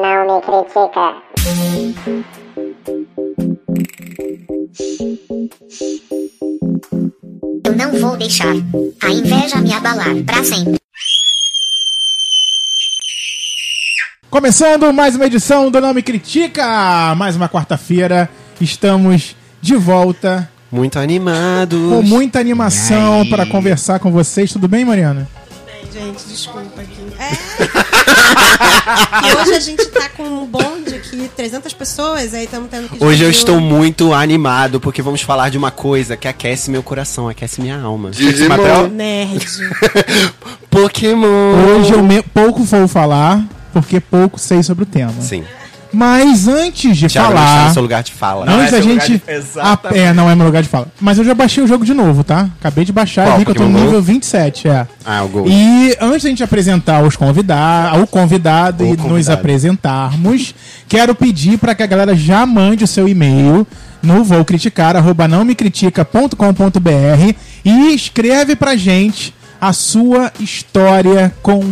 me critica. Eu não vou deixar a inveja me abalar pra sempre. Começando mais uma edição do Não Me Critica! Mais uma quarta-feira, estamos de volta Muito animado. com muita animação para conversar com vocês. Tudo bem, Mariana? Gente, desculpa aqui. É. e hoje a gente tá com um bonde aqui, 300 pessoas, aí estamos tendo que Hoje eu dividir estou um o- muito animado porque vamos falar de uma coisa que aquece meu coração, aquece minha alma. Digimon. Matheus? Nerd. É Pokémon. Hoje eu me- pouco vou falar, porque pouco sei sobre o tema. Sim. Mas antes de Thiago não está falar. no seu lugar de fala. Antes é da seu lugar gente. de- Exatamente. Ah, é, não é meu lugar de fala. Mas eu já baixei o jogo de novo, tá? Acabei de baixar, Qual? vi que eu tô no Pokémon nível Go? 27, é. Ah, o Gold. E antes da gente apresentar os convidados, o convidado O e nos convidado. apresentarmos, quero pedir para que a galera já mande o seu e-mail no vou criticar arroba não me critica.com.br e escreve pra gente a sua história com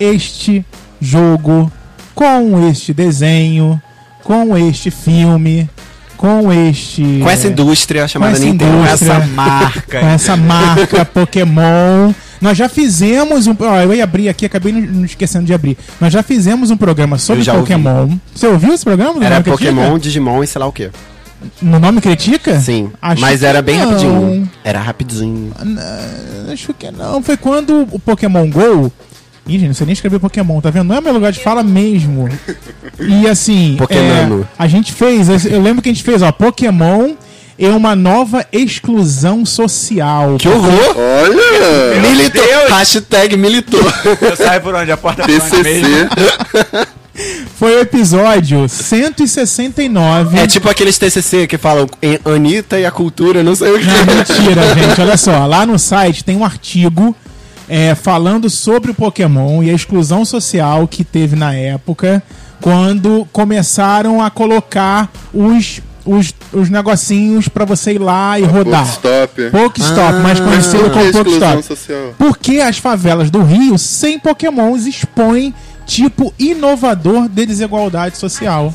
este jogo, com este desenho, com este filme, com este Com essa indústria chamada É. essa Nintendo. indústria. né? Essa marca. com essa marca Pokémon. Nós já fizemos um. Ó, eu ia abrir aqui, acabei não- não esquecendo de abrir. Nós já fizemos um programa sobre Eu já Pokémon. Você ouviu esse programa? do Era Nome Pokémon, né? Digimon e sei lá o quê. Critica? No nome Critica? Sim. Acho mas que era bem não. rapidinho. Era rapidinho. Acho que não. Foi quando o Pokémon GO. Ih, gente, não sei nem escrever Pokémon, tá vendo? Não é meu lugar de fala mesmo. E assim. Pokémon. é, a gente fez, eu lembro que a gente fez, ó, Pokémon é uma nova exclusão social. Que horror! Olha! Militou! Hashtag militou. Eu saio por onde? A porta por onde TCC. mesmo? Foi o episódio 169. É tipo aqueles TCC que falam "E- Anitta e a cultura, não sei o Não, que. mentira, gente. Olha só, lá no site tem um artigo é, falando sobre o Pokémon e a exclusão social que teve na época quando começaram a colocar os, os, os negocinhos pra você ir lá e rodar. Stop. Pokestop, Ah, mais conhecido Por que é como exclusão Pokestop. social? Por que as favelas do Rio sem Pokémons expõem tipo inovador de desigualdade social?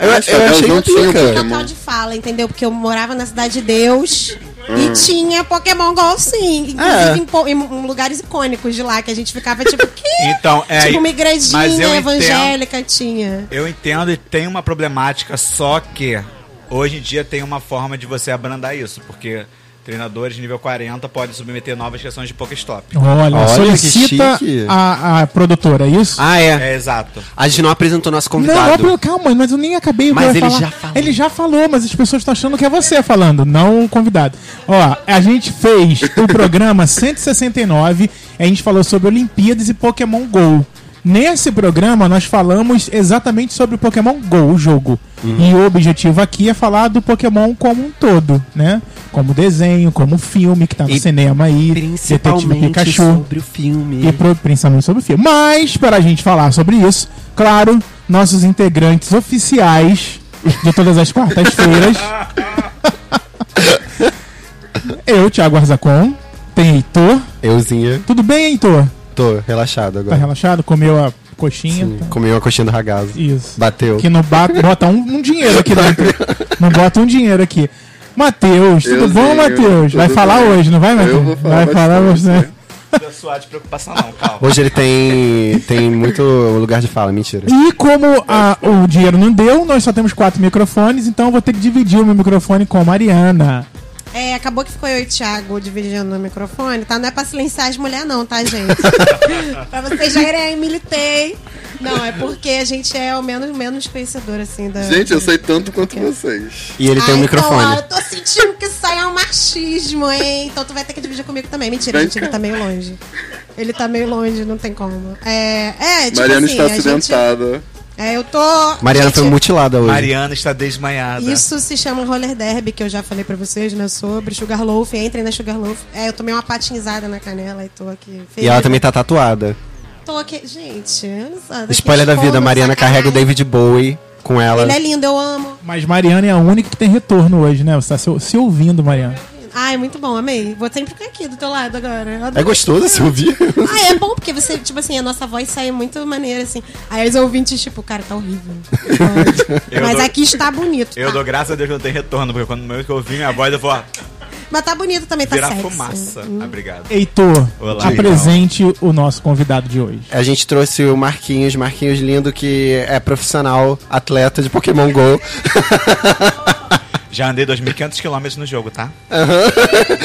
Eu, eu Até achei os não tinham pica. Local Pokémon. de fala, entendeu? Porque eu morava na cidade de Deus e tinha Pokémon Go sim. Inclusive Ah. É. em, po- em lugares icônicos de lá, que a gente ficava tipo, que? Então, é. tipo uma mas eu igrejinha entendo. evangélica tinha. Eu entendo e tem uma problemática, só que hoje em dia tem uma forma de você abrandar isso, porque treinadores de nível 40 podem submeter novas questões de Pokéstop. Olha, Olha, solicita que chique. a, a produtora, é isso? Ah, é. É exato. A gente não apresentou nosso Não, convidado. óbvio, calma, mas eu nem acabei o que eu Mas ia ele falar. já falou. Ele já falou, mas as pessoas estão achando que é você falando, não o convidado. Ó, a gente fez o programa 169, a gente falou sobre Olimpíadas e Pokémon GO. Nesse programa, nós falamos exatamente sobre o Pokémon GO, o jogo. Uhum. E o objetivo aqui é falar do Pokémon como um todo, né? Como desenho, como filme que tá no E cinema aí, Detetive Principalmente Pikachu. sobre E o filme. pro- principalmente sobre o filme. Mas, para a gente falar sobre isso, claro, nossos integrantes oficiais de todas as quartas-feiras. Eu, Thiago Arzacon. Tem Heitor. Euzinha, Tudo bem, Heitor? tô relaxado Tá agora. relaxado? Comeu a coxinha? Sim, Tá. Comeu a coxinha do ragazzo. Isso. Bateu. Que não ba- bota um, um dinheiro aqui dentro. Não bota um dinheiro aqui. Matheus, tudo Eu bom, sei, Matheus? tudo Vai falar bem. hoje, não vai, Matheus? vou falar vai falar bastante, bastante. né? Não precisa suar de preocupação, não, calma. Hoje ele tem, tem muito lugar de fala, mentira. E como a- o dinheiro não deu, nós só temos quatro microfones, então eu vou ter que dividir o meu microfone com a Mariana. É, acabou que ficou eu e o Thiago dividindo o microfone, tá? Não é pra silenciar as mulheres, não, tá, gente? pra vocês já irem aí, militei. Não, é porque a gente é o menos, menos conhecedor, assim, da. Gente, eu sei tanto quanto Tipo vocês. E ele tem Ah, um Então, ó, eu microfone. tô sentindo que isso aí é um machismo, hein? Então tu vai ter que dividir comigo também. Mentira, Vem gente, ele cá. tá meio longe. Ele tá meio longe, não tem como. É, é tipo Mariana assim, está a gente- acidentada. É, eu tô. Mariana Gente, foi mutilada hoje. Mariana está desmaiada. Isso se chama roller derby, que eu já falei pra vocês, né? Sobre Sugarloaf. Entrem na Sugarloaf. É, eu tomei uma patinizada na canela e tô aqui. E ela também tá tatuada. Tô aqui. Gente, eu não sei, daqui Spoiler da vida, expondo, Mariana sacanagem. carrega o David Bowie com ela. Ele é lindo, eu amo. Mas Mariana é a única que tem retorno hoje, né? Você tá se, se ouvindo, Mariana. Ai, muito bom, amei. Vou sempre ficar aqui do teu lado agora. Eu É adoro. gostoso você ouvir? Ah, é bom porque você, tipo assim, a nossa voz sai muito maneira, assim. Aí os ouvintes, tipo, cara, tá horrível. Eu Mas dou- aqui está bonito. Eu tá? dou graças a Deus que não tem retorno, porque quando eu ouvir minha voz, eu vou ó, Mas tá Uhum. bonito também, tá virar sexy. fumaça. Obrigado. Heitor, Olá, apresente então. o nosso convidado de hoje. A gente trouxe o Marquinhos, Marquinhos Lindo, que é profissional, atleta de Pokémon GO. Já andei 2.500 quilômetros no jogo, tá?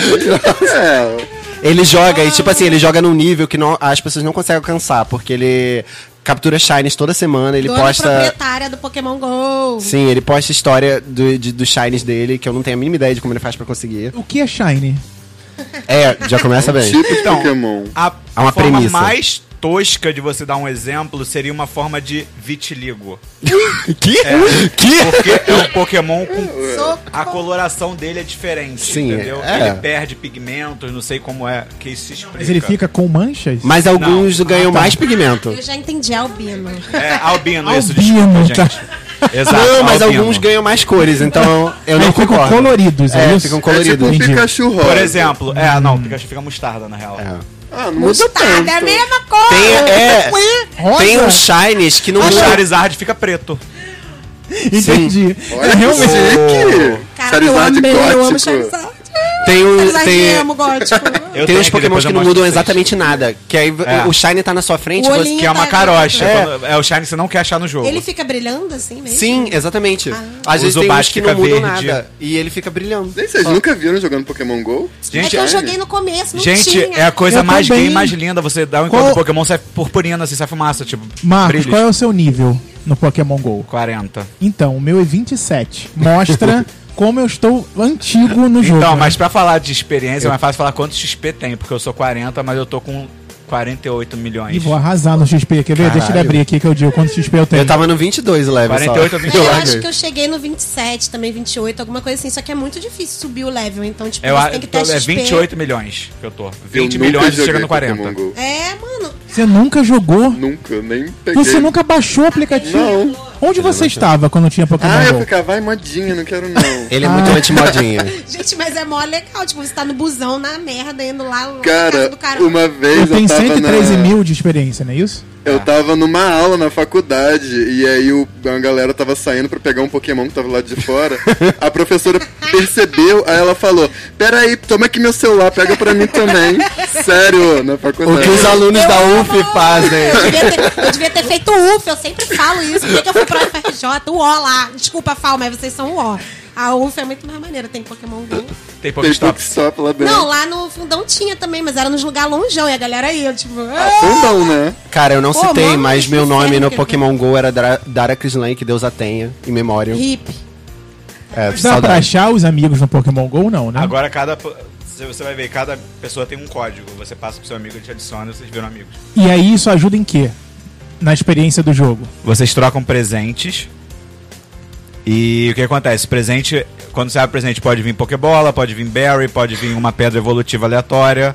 É, Ele joga, e tipo assim, ele joga num nível que não- as pessoas não conseguem alcançar, porque ele captura Shines toda semana, ele Dona posta. proprietária do Pokémon GO. Sim, ele posta história do, de- dos Shines dele, que eu não tenho a mínima ideia de como ele faz pra conseguir. O que é Shine? É, já começa bem. tipo de Então, Pokémon. A Há É uma forma premissa. mais tosca de você dar um exemplo seria uma forma de vitiligo. Que? Que? Porque é um Pokémon com. Soco. A coloração dele é diferente, Sim, entendeu? é. Ele perde pigmentos, não sei como é que isso se explica. Mas ele fica com manchas? Mas alguns Não. ganham mais pigmento. Eu já entendi, albino. É, albino, isso, Albino, desculpa, tá. gente. Exato, tá Não, mas albino. alguns ganham mais cores, então eu Aí não ficam concordo. coloridos, é é, isso? ficam É tipo coloridos. um Entendi. Pikachu rosa. Por exemplo, é, não, o Pikachu fica mostarda, na real. É. Ah, não muda Mostarda, é a tanto. mesma cor. tipo Tem, é, Rosa? tem uns shines que não O dá- Charizard fica preto. Entendi. Olha É, realmente. realmente que Cara, eu Charizard amei, eu amo gótico. Charizard. Tem um, Charizard tem, eu amo gótico. tem Eu tenho uns aqui, Pokémon depois que eu não mostro mudam pra vocês. exatamente nada. Que aí É. o shine tá na sua frente, O você- olhinho Que é uma Tá. carocha. É. quando- É. o Shine que você não quer achar no jogo. Ele fica brilhando assim mesmo? Sim, exatamente. Ah. Às O vezes tem uns Zubat que não fica mudam verde. nada. E ele fica brilhando. Nem vocês nunca viram jogando Pokémon GO? É Gente, que eu joguei no começo, não Gente, tinha. é a coisa né? Eu mais também. gay, mais linda. Você dá um Qual- encontro do Pokémon, sai purpurina, assim, sai fumaça, tipo, Marcos, brilhos. qual é o seu nível no Pokémon GO? 40. Então, o meu é 27. Mostra como eu estou antigo no jogo. Então, mas pra falar de experiência, é mais fácil falar quantos XP tem, porque eu sou 40, mas eu tô com 48 E milhões. vou arrasar no XP, quer ver? Deixa ele Caralho. abrir aqui que eu digo quanto XP eu tenho. Eu tava no 22 level 48 só. ou 28. É, eu Milagre. acho que eu cheguei no 27, também 28, alguma coisa assim. Só que é muito difícil subir o level, então, tipo, Eu, você a- tem que tô- ter é XP. 28 milhões que eu tô. 20 Eu nunca milhões e joguei chega no 40. Pokémon GO. É, mano. Você nunca jogou? Nunca, nem peguei. Você nunca baixou o aplicativo? Não. Onde você estava quando tinha Pokémon Ah, eu GO? ficava, vai modinha, não quero não. Ele é Ah. muito anti-modinha. Gente, mas é mó legal. Tipo, você tá no busão, na merda, indo lá, lá na casa Cara, do cara. uma vez Eu eu, tenho tava 113 na... mil de experiência, não é isso? Eu tava numa aula na faculdade e aí o, a galera tava saindo pra pegar um Pokémon que tava lá de fora. A professora percebeu, aí ela falou: Peraí, toma aqui meu celular, pega pra mim também. Sério, na o faculdade. que os alunos da UF fazem. Eu devia, ter, eu devia ter feito UF, eu sempre falo isso. Por que, que eu fui pra UFRJ? O O lá. Desculpa, Fal, mas vocês são o O. A UF é muito mais maneira, tem Pokémon GO. Tem Tem Pokéstops. Pokéstop lá dentro. Não, lá no fundão tinha também, mas era nos lugares longeão. E a galera ia, tipo... "Ah, Fundão, né? Cara, eu não Pô, citei, mano, mas que meu nome inferno no que- Pokémon GO era Dara, Dara Crislane, que Deus a tenha, em memória. Hip. É, Dá pra saudade. achar os amigos no Pokémon GO, não, né? Agora cada. po- se Você vai ver, cada pessoa tem um código. Você passa pro seu amigo, ele te adiciona e vocês viram amigos. E aí isso ajuda em quê? Na experiência do jogo. Vocês trocam presentes. E o que acontece? Presente, quando você abre presente, pode vir Pokébola, pode vir Berry, pode vir uma pedra evolutiva aleatória.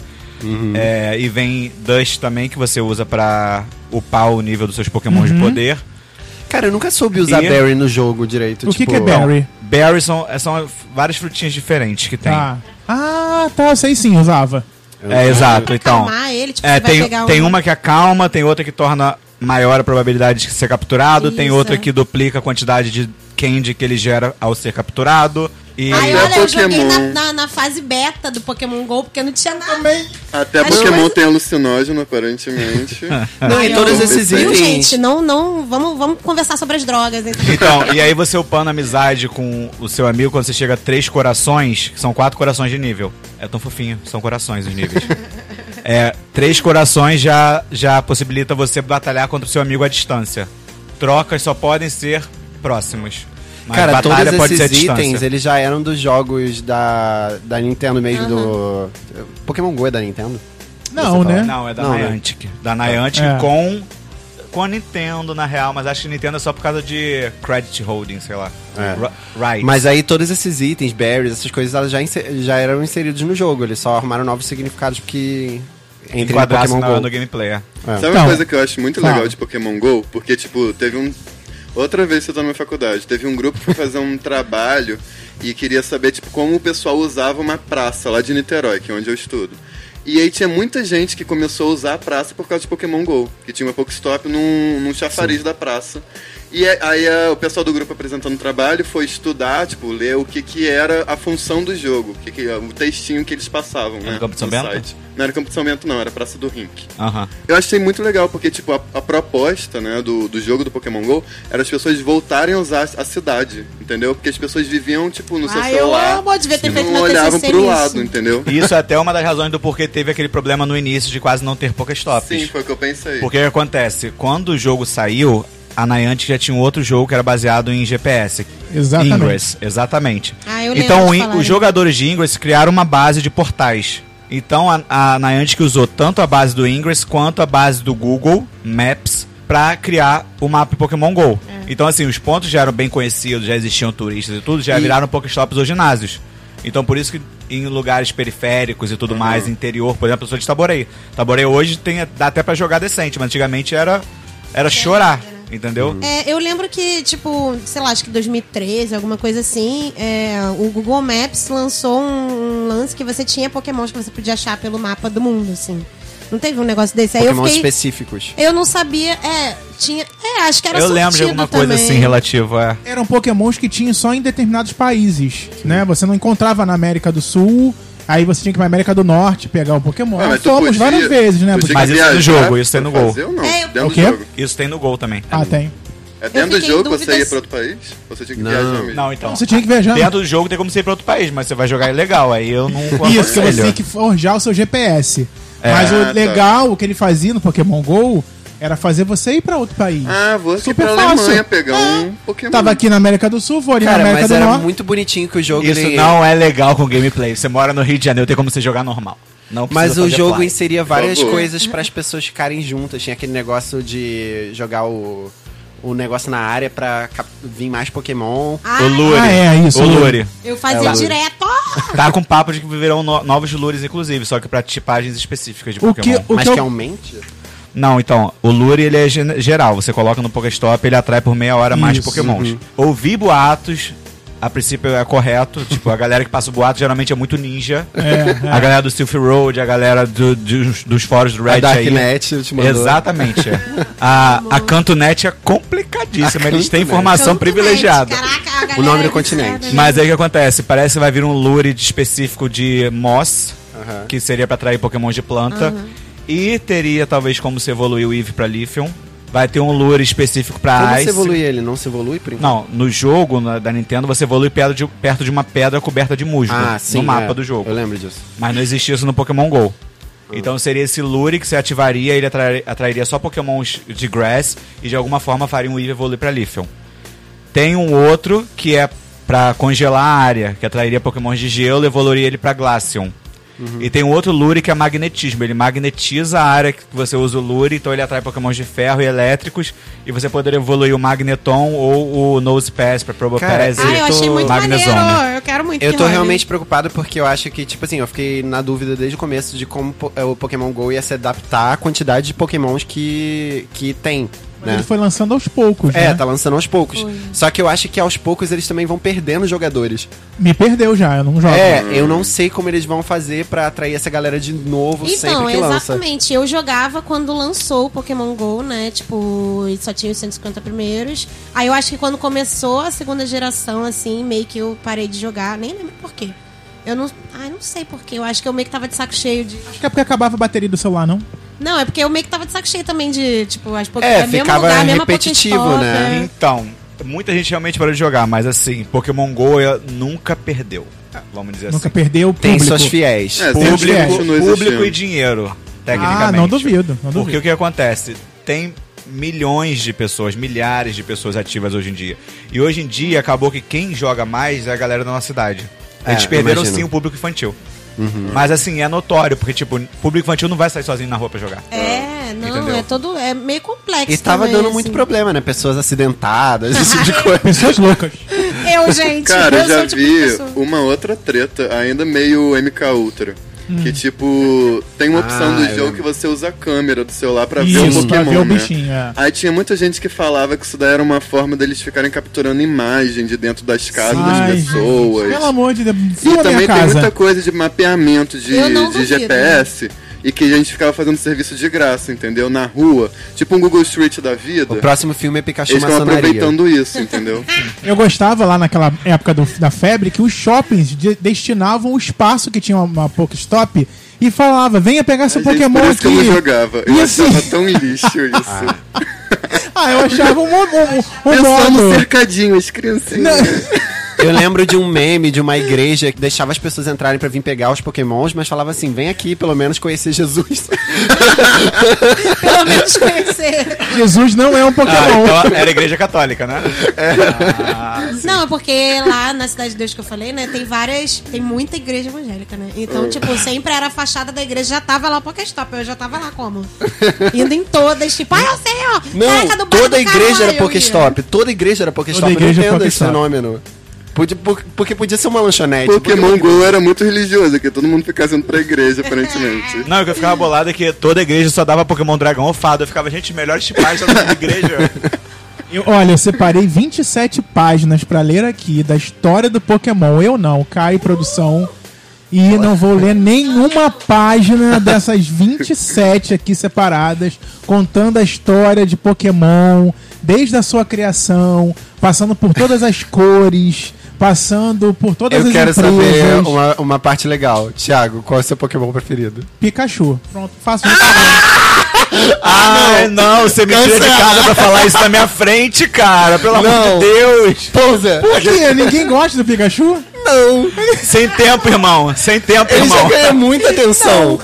É, e vem Dust também, que você usa pra upar o nível dos seus Pokémon de poder. Cara, eu nunca soube usar E- Berry no jogo direito. O que tipo, que é Berry? Berry são, é, são várias frutinhas diferentes que tem. Tá. Ah, tá, eu sei sim, usava. É, exato. Pra Então, acalmar ele, tipo, é, você vai tem, pegar tem um- uma que acalma, tem outra que torna maior a probabilidade de ser capturado, tem Isso. outra que duplica a quantidade de candy que ele gera ao ser capturado. E Aí, Não é olha, eu joguei na, Pokémon. na- na fase beta do Pokémon GO, porque não tinha nada. Até Acho Pokémon mais- tem alucinógeno, aparentemente. Não, e Ai, todos Ah, eu- esses Viu, itens. gente? Não, não. Vamos, vamos conversar sobre as drogas. Então. Então, e aí você upando amizade com o seu amigo quando você chega a três corações, que são quatro corações de nível. É tão fofinho, são corações os níveis. É, três corações já, já possibilita você batalhar contra o seu amigo à distância. Trocas só podem ser próximos. Mas Cara, batalha todos pode ser à esses distância. itens, eles já eram dos jogos da, da Nintendo mesmo, do... Pokémon GO é da Nintendo? Não, né? Não, é da Não, né? Niantic. Da Niantic É. com, com a Nintendo, na real, mas acho que Nintendo é só por causa de credit holding, sei lá. É. Right. Mas aí todos esses itens, berries, essas coisas, elas já, inse- já eram inseridos no jogo. Eles só arrumaram novos significados que... Entre no enquadrasse Pokémon na- no GO. gameplay. é. Sabe Então, uma coisa que eu acho muito fala. legal de Pokémon GO? Porque, tipo, teve um. Outra vez que eu tô na minha faculdade, teve um grupo que foi fazer um trabalho E queria saber, tipo, como o pessoal usava uma praça lá de Niterói, que é onde eu estudo. E aí tinha muita gente que começou a usar a praça por causa de Pokémon GO, que tinha uma Pokestop num, num chafariz da praça. E a- aí a- o pessoal do grupo apresentando o trabalho foi estudar, tipo, ler o que, que era a função do jogo, o, que que- o textinho que eles passavam, né? no Campo de São no Bento? site. Não era Campo de São Bento, não, era Praça do Rink. Aham. Eu achei muito legal, porque, tipo, a, a proposta, né, do, do jogo do Pokémon GO era as pessoas voltarem a usar a cidade, entendeu? Porque as pessoas viviam, tipo, no seu Ah, eu celular amo, eu devia ter e feito não meu olhavam TCC pro nisso. lado, entendeu? E Isso é até uma das razões do porquê teve aquele problema no início de quase não ter Pokestops. Sim, foi o que eu pensei. Porque o que acontece? Quando o jogo saiu, a Niantic já tinha um outro jogo que era baseado em GPS. Exatamente. Ingress, exatamente. Ah, eu lembro então, de o in- falarem. os jogadores de Ingress criaram uma base de portais. Então, a, a Niantic usou tanto a base do Ingress quanto a base do Google Maps pra criar o mapa Pokémon GO. Então, assim, os pontos já eram bem conhecidos, já existiam turistas e tudo, já E- viraram Pokéstops ou ginásios. Então, por isso que em lugares periféricos e tudo mais, interior, por exemplo, eu sou de Taborei. Taborei hoje tem, dá até pra jogar decente, mas antigamente era, era chorar, entendeu? É, eu lembro que, tipo, sei lá, acho que 2013, alguma coisa assim, é, o Google Maps lançou um, um lance que você tinha pokémons que você podia achar pelo mapa do mundo, assim. Não teve um negócio desse? Aí eu Pokémon fiquei... específicos. Eu não sabia, é, tinha... É, acho que era Eu lembro de sortido alguma coisa também. assim relativa a. Eram pokémons que tinham só em determinados países, né? Você não encontrava na América do Sul, aí você tinha que ir pra América do Norte pegar o pokémon. Ah, Nós mas tu fomos podia- várias vezes, né? tu Porque- tinha Mas que isso é no viajar jogo, isso é no pra gol. fazer ou não? É, eu- Dentro O do quê? jogo. Isso tem no gol também. Ah, tem. É dentro fiquei do em jogo que você dúvidas- ia pra outro país? Ou você tinha que Não. viajar mesmo? Não, então. Então você tinha que viajar. Dentro do jogo tem como você ir pra outro país, mas você vai jogar ilegal. Aí eu não Isso, que você aconselho. tem que forjar o seu GPS. Mas Ah, tá. o legal, o que ele fazia no Pokémon GO, era fazer você ir pra outro país. Ah, vou aqui Super pra fácil. Alemanha pegar É. um Pokémon. Tava aqui na América do Sul, vou ali na Cara, América mas do era Norte. muito bonitinho que o jogo. Isso ele- não é legal com gameplay. Você mora no Rio de Janeiro, tem como você jogar normal. Não precisa Mas o fazer jogo fly. inseria várias favor. coisas para as pessoas ficarem juntas. Tinha aquele negócio de jogar o, o negócio na área pra cap- vir mais Pokémon. Ah, O Lure. Ah, é, isso, O o Lure. eu fazia É, o- direto, ó! Tá com papo de que virão no- novos Lures, inclusive, só que pra tipagens específicas de O Pokémon. que- o mas que que, eu- aumente? Não, então, o Lure ele é gen- geral. Você coloca no Pokéstop, ele atrai por meia hora mais Isso, uhum. Pokémons. Ouvi boatos, a princípio é correto. tipo, a galera que passa o boato geralmente é muito ninja. É, A galera do Silph Road, a galera do- dos, dos fóruns do A Reddit aí. Darknet te mandou. Exatamente. é. a, a Cantonet é complicadíssima. A Eles têm Cantonet. informação Tanto privilegiada. net, Caraca, a galera nome do é viciada, continente. né? Mas aí o que acontece? Parece que vai vir um lure de- específico de Moss, Aham. que seria pra atrair pokémons de planta. E teria talvez como se evoluir o Eve pra Lithium. Vai ter um lure específico pra Como é Ice. você evolui ele? Não se evolui por enquanto? Não, no jogo na- da Nintendo você evolui perto de, perto de uma pedra coberta de musgo Ah, sim. no mapa é. do jogo. Eu lembro disso. Mas não existia isso no Pokémon GO. Então seria esse lure que você ativaria, ele atrai- atrairia só pokémons de grass e de alguma forma faria um Eevee evoluir pra Leafeon. Tem um outro que é pra congelar a área, que atrairia pokémons de gelo e evoluiria ele pra Glaceon. E tem um outro lure que é magnetismo, ele magnetiza a área que você usa o lure, então ele atrai pokémons de ferro e elétricos, e você poderia evoluir o Magneton ou o Nosepass pra Probopass Cara, Ah, e eu achei muito Magnezone. maneiro. Eu quero muito Eu que tô role. realmente preocupado porque eu acho que, tipo assim, eu fiquei na dúvida desde o começo de como po- eh, o Pokémon GO ia se adaptar à quantidade de Pokémons que, que tem. É. Né? Uhum. Ele foi lançando aos poucos, É, né? tá lançando aos poucos. Só que eu acho que aos poucos eles também vão perdendo jogadores. Me perdeu já, eu não Tá jogo. É, eu não sei como eles vão fazer pra atrair essa galera de novo Então, sempre que lança. exatamente. Eu jogava quando lançou o Pokémon GO, né? Tipo, e só tinha os 150 primeiros. Aí eu acho que quando começou a segunda geração, assim, meio que eu parei de jogar. Nem lembro por quê. Eu não. Ai, não sei por quê. Eu acho que eu meio que tava de saco cheio de. Acho que é porque acabava a bateria do celular, não? Não, é porque eu meio que tava de saco cheio também de, tipo, as Pokémon. É, ficava repetitivo, É. né? Então, muita gente realmente parou de jogar, mas assim, Pokémon GO eh, nunca perdeu. Vamos dizer Nunca assim. perdeu o Tem público. suas fiéis. É, sempre Público- continua Público, público existindo. e dinheiro, tecnicamente. Ah, não duvido, não Porque duvido. o que acontece? Tem milhões de pessoas, milhares de pessoas ativas hoje em dia. E hoje em dia acabou que quem joga mais é a galera da nossa cidade. Eles É, perderam imagino. sim o público infantil. Uhum. Mas assim, é notório, porque tipo, público infantil não vai sair sozinho na rua pra jogar. É, não, Entendeu? é todo. É meio complexo. E tava também, dando assim. muito problema, né? Pessoas acidentadas, esse tipo de coisa. Pessoas loucas. Eu, gente. Cara, eu eu já sou o tipo de vi pessoa. uma outra treta, ainda meio MK Ultra. Hum. Que tipo, tem uma opção Ah, do eu jogo lembro. que você usa a câmera do celular pra ver o Isso, Pokémon. pra ver o né? bichinho, é. Aí tinha muita gente que falava que isso daí era uma forma deles ficarem capturando imagem de dentro das casas Ai, das gente, pessoas. Pelo amor de Deus, E filma minha também tem casa. muita coisa de mapeamento de, Eu não de duvido. GPS e que a gente ficava fazendo serviço de graça, entendeu? Na rua. Tipo um Google Street da vida. O próximo filme é Pikachu Eles estão Maçonaria. aproveitando isso, entendeu? Eu gostava lá naquela época do- da febre que os shoppings de- destinavam o espaço que tinha uma, uma Pokéstop e falava, venha pegar seu Ai, gente, Pokémon por é isso aqui. que eu não jogava. Eu E assim- achava tão lixo isso. Ah, eu achava um, um, um, um Pensando no modo. cercadinho, as criancinhas. Eu lembro de um meme de uma igreja que deixava as pessoas entrarem pra vir pegar os pokémons, mas falava assim, vem aqui pelo menos conhecer Jesus. Pelo menos conhecer. Jesus não é um Ah, Pokémon. então era igreja católica, né? Não, é porque lá na Cidade de Deus que eu falei, né, tem várias. Tem muita igreja evangélica, né? É. Então, tipo, sempre era a fachada da igreja, já tava lá o Pokéstop. Eu já tava lá como? Indo em todas, tipo, ah, eu sei, ó! caraca, do Não, bairro toda do igreja caralho, era Pokéstop. Toda igreja era Pokéstop. Toda Eu não igreja é entendo esse Pokéstop. fenômeno. Podia- por- Porque podia ser uma lanchonete. Pokémon Porque- GO era muito religioso, que todo mundo ficava indo pra igreja, aparentemente. Não, o que eu ficava bolado é que toda igreja só dava Pokémon Dragão ou Fada. Eu ficava, gente, melhor chipagem da nossa igreja. Eu- olha, eu separei 27 páginas pra ler aqui da história do Pokémon. Eu não, Caio Produção. E não vou ler nenhuma página dessas 27 aqui separadas, contando a história de Pokémon, desde a sua criação, passando por todas as cores, passando por todas Eu as quero empresas. saber uma, uma parte legal. Tiago, qual é o seu Pokémon preferido? Pikachu. Pronto, faço Ah! isso. Ai, Ah, não, você me tira de casa pra falar isso na minha frente, cara. Pelo amor Não. de Deus. Pousa! Por quê? Ninguém gosta do Pikachu? Não! Sem tempo, irmão. Sem tempo, Ele já irmão. ganha muita atenção.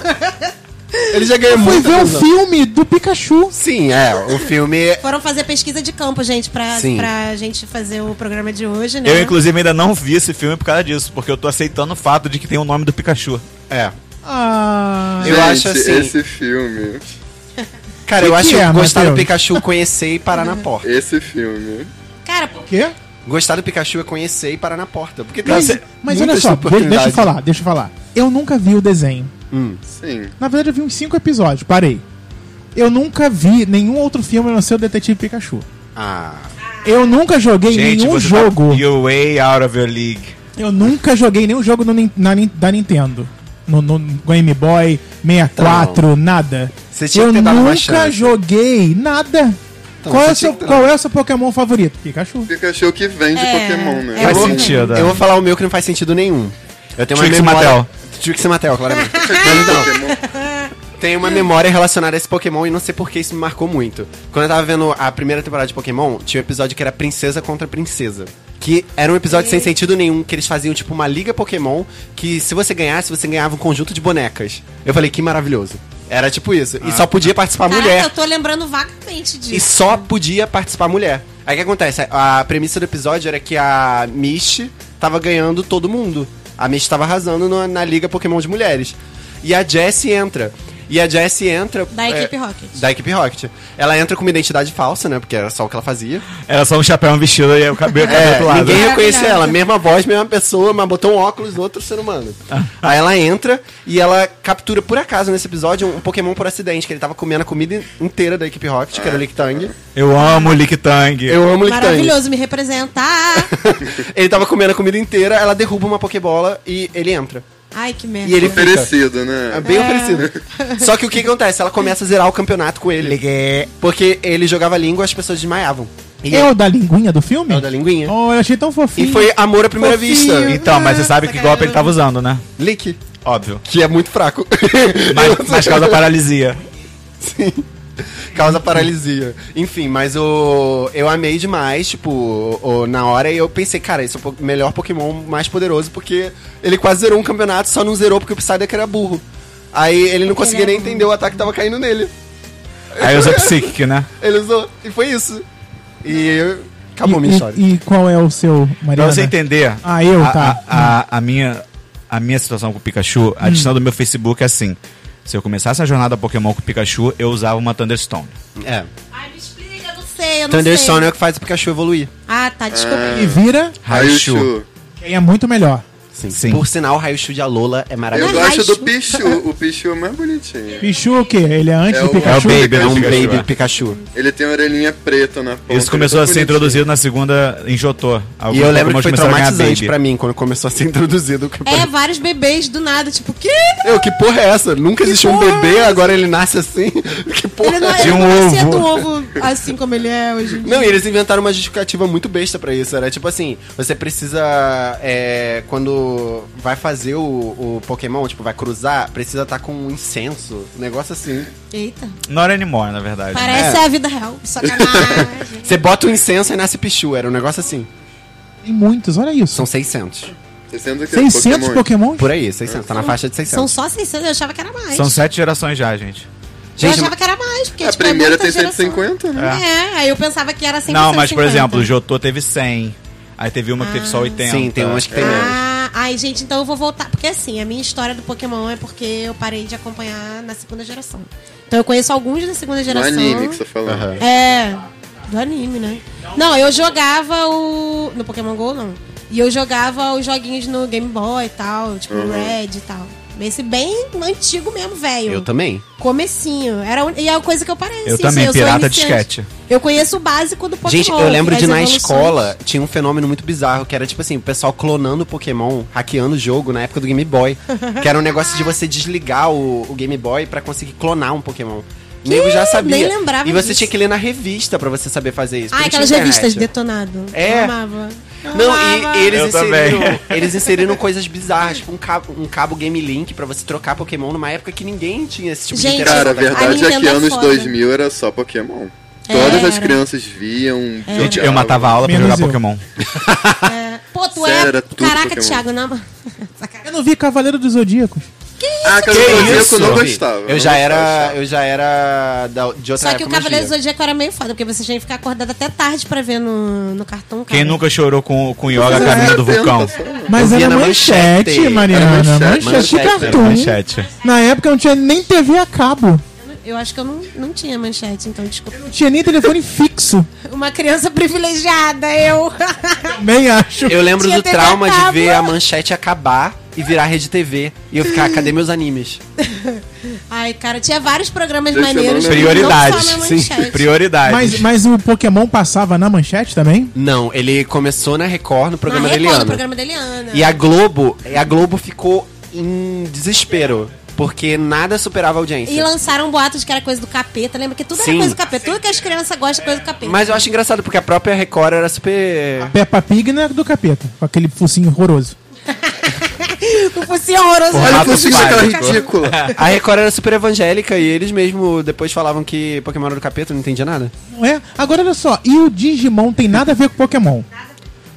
Ele já ganha Fui muita ver o atenção. filme do Pikachu. Sim, é. O filme Foram fazer pesquisa de campo, gente, pra, Sim. pra gente fazer o programa de hoje, né? Eu, inclusive, ainda não vi esse filme por causa disso, porque eu tô aceitando o fato de que tem o nome do Pikachu. é. Ah. Eu acho assim- Esse filme. Cara, eu Que acho que é, gostar do Matheus? Pikachu conhecer e parar na porta. Esse filme. Cara, O quê? Gostar do Pikachu é conhecer e parar na porta. Porque tem Mas, mas olha só, de- deixa eu falar, deixa eu falar. Eu nunca vi o desenho. Sim. Na verdade, eu vi uns cinco episódios, parei. Eu nunca vi nenhum outro filme a não ser o Detetive Pikachu. Ah. Eu nunca joguei nenhum você jogo. tá your way out of your league. Eu nunca joguei nenhum jogo no Nin- na Nin- da Nintendo. No, no Game Boy, 64, nada. Então, Você tinha eu que ter dado uma nunca chance. joguei nada. Então, qual, é você o seu, tinha que ter qual é o seu Pokémon favorito? Pikachu. Pikachu que vende É, Pokémon, né? é Faz Eu- sentido. Eu vou falar o meu que não faz sentido nenhum. Eu tenho uma Trixie memória. Mattel. Trixie Mattel, claramente. Mas então, Pokémon. Tem uma memória relacionada a esse Pokémon e não sei por que isso me marcou muito. Quando eu tava vendo a primeira temporada de Pokémon, tinha um episódio que era Princesa contra Princesa. Que era um episódio sem sentido nenhum, que eles faziam tipo uma liga Pokémon, que se você ganhasse, você ganhava um conjunto de bonecas. Eu falei, que maravilhoso. Era tipo isso. E só podia participar caraca, eu mulher. tô lembrando vagamente disso. E só podia participar mulher. Aí o que acontece? A premissa do episódio era que a Mish tava ganhando todo mundo. A Mish tava arrasando na, na liga Pokémon de mulheres. E a Jessie entra. E a Jessie entra. Da é, equipe Rocket. da equipe Rocket. Ela entra com uma identidade falsa, né? Porque era só o que ela fazia. Era só um chapéu, um vestido e o cabelo, cabelo pro lado. ninguém Maravilhosa. reconhece ela. Mesma voz, mesma pessoa, mas botou um óculos do outro ser humano. Aí ela entra e ela captura, por acaso, nesse episódio, um Pokémon por acidente, que ele tava comendo a comida inteira da equipe Rocket, que era o Lictang. Eu amo o Lictang. Eu amo o Lictang. Maravilhoso me representar. ele tava comendo a comida inteira, ela derruba uma Pokébola e ele entra. Ai, que merda. E ele fica. Oferecido, É né? bem oferecido. Só que o que acontece? Ela começa a zerar o campeonato com ele. Porque ele jogava língua e as pessoas desmaiavam. E É o da linguinha do filme? É o da linguinha. Oh, eu achei tão E fofinho. foi amor à primeira Fofinho. vista. Então, mas você sabe que golpe ele tava usando, né? Lick, Óbvio. que é muito fraco. Mas, mas causa paralisia. Causa paralisia. Enfim, mas o eu amei demais, tipo, o- o- na hora e eu pensei, cara, esse é o po- melhor Pokémon mais poderoso porque ele quase zerou um campeonato, só não zerou porque o Psyduck era burro. Aí ele não conseguia era nem entender o ataque que tava caindo nele. Aí usa Psychic, né? Ele usou e foi isso. E acabou minha história. E, e, e qual é o seu, Pra Mariana? você entender. Ah, eu, a- tá. Hum. A, a- a minha, a minha situação com o Pikachu, a decisão do meu Facebook é assim. Se eu começasse a jornada Pokémon com o Pikachu, eu usava uma Thunderstone. É. Ai, me explica, eu não sei, eu não Thunderstone sei. né? é o que faz o Pikachu evoluir. Ah, tá, desculpa. E vira, Raichu. que aí é muito melhor. Sim. Sim. Por sinal, o Raichu de Alola é Eu maravilhoso. gosto Raichu. do Pichu. O Pichu é mais bonitinho. Pichu o quê? Ele é antes É do o- É o Pikachu? Baby, é um Pikachu, Baby é. Pikachu. Ele tem a orelhinha preta na ponta. Isso começou ele a é tão ser bonitinho. introduzido na segunda, enjotou. E eu lembro que foi Algumas começaram a ganhar traumatizante baby. pra mim quando começou a ser introduzido. Que eu É, falei, vários bebês do nada, tipo, que? "Eu, que porra é essa? Nunca existiu um porra bebê, agora ele nasce assim? Que porra Ele não, é ele Tinha não um nascia ovo. do ovo assim como ele é hoje em dia. Não, e eles inventaram uma justificativa muito besta pra isso. Era tipo assim, você precisa. é, quando vai fazer o, o Pokémon, tipo, vai cruzar, precisa estar com um incenso. Um negócio assim. Eita, Not anymore, na verdade. né? parece a vida real. é Sacanagem. Você bota o incenso e nasce Pichu, era um negócio assim. Tem muitos, olha isso. São 600. 600 aqui, 600 Pokémon. Pokémon? Por aí, 600. Tá na faixa de São 600. só 600, eu achava que era mais. São sete gerações já, gente. eu Gente, achava que era mais, porque A tipo, é primeira muita tem geração. 150, né? É, aí eu pensava que era 150. Não, mas por exemplo, o Jotô teve 100. Aí teve uma que teve só 80. Sim, tem umas que tem menos. Ah, ai, gente, então eu vou voltar. Porque assim, a minha história do Pokémon é porque eu parei de acompanhar na segunda geração. Então eu conheço alguns da segunda No geração. anime que você tá falando. Aham. É, do anime, né? Não, eu jogava o. No Pokémon GO, não. E eu jogava os joguinhos no Game Boy e tal, tipo Uhum. Red e tal. Esse bem antigo mesmo, velho. eu também. Comecinho. Era, a un- e é a coisa que eu parei. Eu assim, também, sou pirata iniciante. disquete. Eu conheço o básico do Pokémon. Gente, eu lembro as de na evoluções. Ah, escola tinha um fenômeno muito bizarro que era tipo assim, o pessoal clonando Pokémon, hackeando o jogo na época do Game Boy. que era um negócio de você desligar o, o Game Boy pra conseguir clonar um Pokémon. O Nego já sabia. Nem lembrava e você disso. tinha que ler na revista pra você saber fazer isso. Ah, porque não aquelas tinha revistas internet. detonado. É. Eu amava. Eu Não, amava. e eles Eu inseriram, também. eles inseriram coisas bizarras, tipo um cabo, um cabo Game Link pra você trocar Pokémon numa época que ninguém tinha esse tipo Gente, de Cara, a da internet. verdade é que Nintendo é anos foda. 2000 era só Pokémon. Todas as crianças viam. É. Gente, eu jogavam. matava a aula pra Menos jogar eu. Pokémon. Pô, tu Sério, é. era tudo Caraca, Pokémon. Thiago, não. Eu não vi Cavaleiro dos Zodíacos. Ah, Que Cavaleiro isso? Zodíaco eu não gostava. Eu não já era, gostava. eu já era da- de outra Só que época, o Cavaleiro do magia. Zodíaco era meio foda, porque você tinha que ficar acordado até tarde pra ver no, no cartão. cara. Quem nunca chorou com, com Yoga a é, caminho do Era vulcão? 70, só. Mas Eu via era na manchete, manchete. Mariana. Era Manchete, manchete, de manchete, cartoon. Manchete. Na época não tinha nem TV a cabo. Eu acho que eu não, não tinha manchete, então desculpa. Não tinha nem telefone fixo. Uma criança privilegiada, eu. Também acho. Eu lembro Tinha do TV trauma a de cabo. ver a manchete acabar e virar rede TV. E eu ficar, cadê meus animes? Ai, cara, tinha vários programas Gente, eu não maneiros. lembro. Prioridades. Não só na Sim, manchete. prioridades. Mas, mas o Pokémon passava na manchete também? Não, ele começou na Record, no programa Na da Record, Eliana. no programa da Eliana. E a Globo, e a Globo ficou em desespero. Porque nada superava a audiência. E lançaram boatos que era coisa do capeta. Lembra que tudo Sim. era coisa do capeta. Tudo que as crianças gostam é coisa do capeta. Mas eu acho engraçado, porque a própria Record era super... Peppa Pig não é do capeta, com aquele focinho horroroso. o focinho horroroso. Olha o Ratos focinho daquela Mágicos. ridícula. A Record era super evangélica e eles mesmo depois falavam que Pokémon era do capeta, eu não entendia nada. Não é? Agora olha só, e o Digimon tem nada a ver com Pokémon.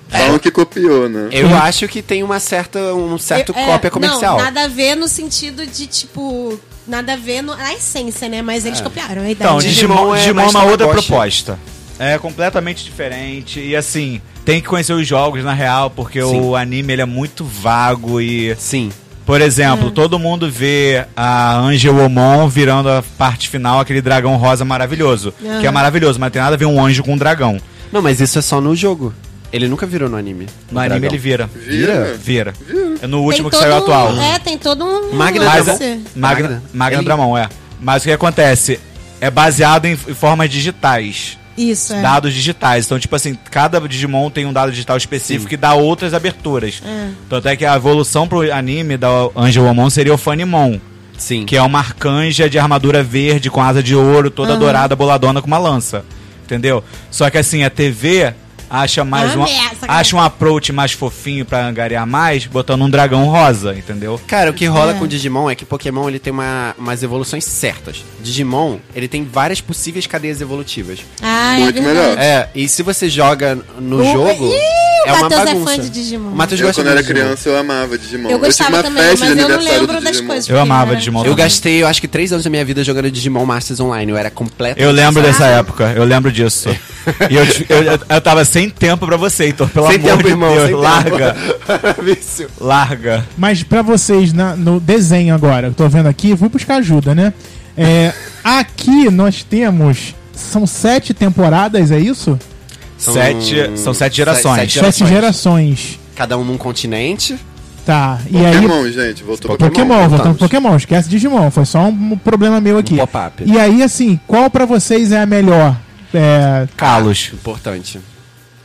Falam que copiou, né? Eu acho que tem uma certa, um certo É, cópia comercial. Não, nada a ver no sentido de, tipo... Nada a ver no, na essência, né? Mas eles copiaram a ideia. Então, Digimon Digimon, é Digimon é, mais uma outra Tamagotchi. proposta. É completamente diferente e assim, tem que conhecer os jogos na real, porque Sim. o anime ele é muito vago e, Sim. por exemplo, Hum. todo mundo vê a Angel Omon virando a parte final aquele dragão rosa maravilhoso, que é maravilhoso, mas tem nada a ver um anjo com um dragão. Não, mas isso é só no jogo. Ele nunca virou no anime. No anime ele vira. Vira? Vira. É no Tem último que todo saiu um- atual. É, tem todo um... Magna lance. Mas Dramon. é- Magna. Magna, Magna Ele- Dramon, é. Mas o que acontece? É baseado em, em formas digitais. Isso, é. Dados digitais. Então, tipo assim, cada Digimon tem um dado digital específico que dá outras aberturas. Tanto é que a evolução pro anime da Angel Omon seria o Fanimon, Sim. que é uma arcanja de armadura verde com asa de ouro, toda dourada, boladona com uma lança. Entendeu? Só que assim, a TV acha mais Ah, uma, merda, sacanagem. acha um approach mais fofinho pra angariar mais, botando um dragão rosa, entendeu? Cara, o que rola com o Digimon é que Pokémon ele tem uma, umas evoluções certas. Digimon, ele tem várias possíveis cadeias evolutivas. Ah, Muito é verdade. melhor. É, e se você joga no O- jogo, Ih, o é uma Matheus é fã bagunça. de Digimon. O Matheus Eu, gosta quando muito era de Digimon. criança, eu amava Digimon. Eu eu tive gostava uma também, festa de mas eu não aniversário do lembro das Digimon. coisas. Eu porque amava era- Digimon. Eu gastei, eu acho que três anos da minha vida jogando Digimon Masters Online. Eu era completamente. Eu lembro dessa época, eu lembro disso. E eu, eu, eu- eu tava sem tempo pra você, Heitor, pelo Sem amor tempo, de irmão. Deus. sem tempo. larga, Vício. larga. Mas pra vocês, na- no desenho agora, eu tô vendo aqui, fui buscar ajuda, né? É, aqui nós temos. São sete temporadas, é isso? Sete, são sete gerações. Hum, Sete gerações. Sete gerações. Cada um num continente. Tá, e aí. Pokémon, gente, voltou Pokémon. Pokémon, voltando voltamos. pro Pokémon, esquece Digimon, foi só um problema meu aqui. pop-up. E aí, assim, qual pra vocês é a melhor? É, Carlos. Ah, Importante.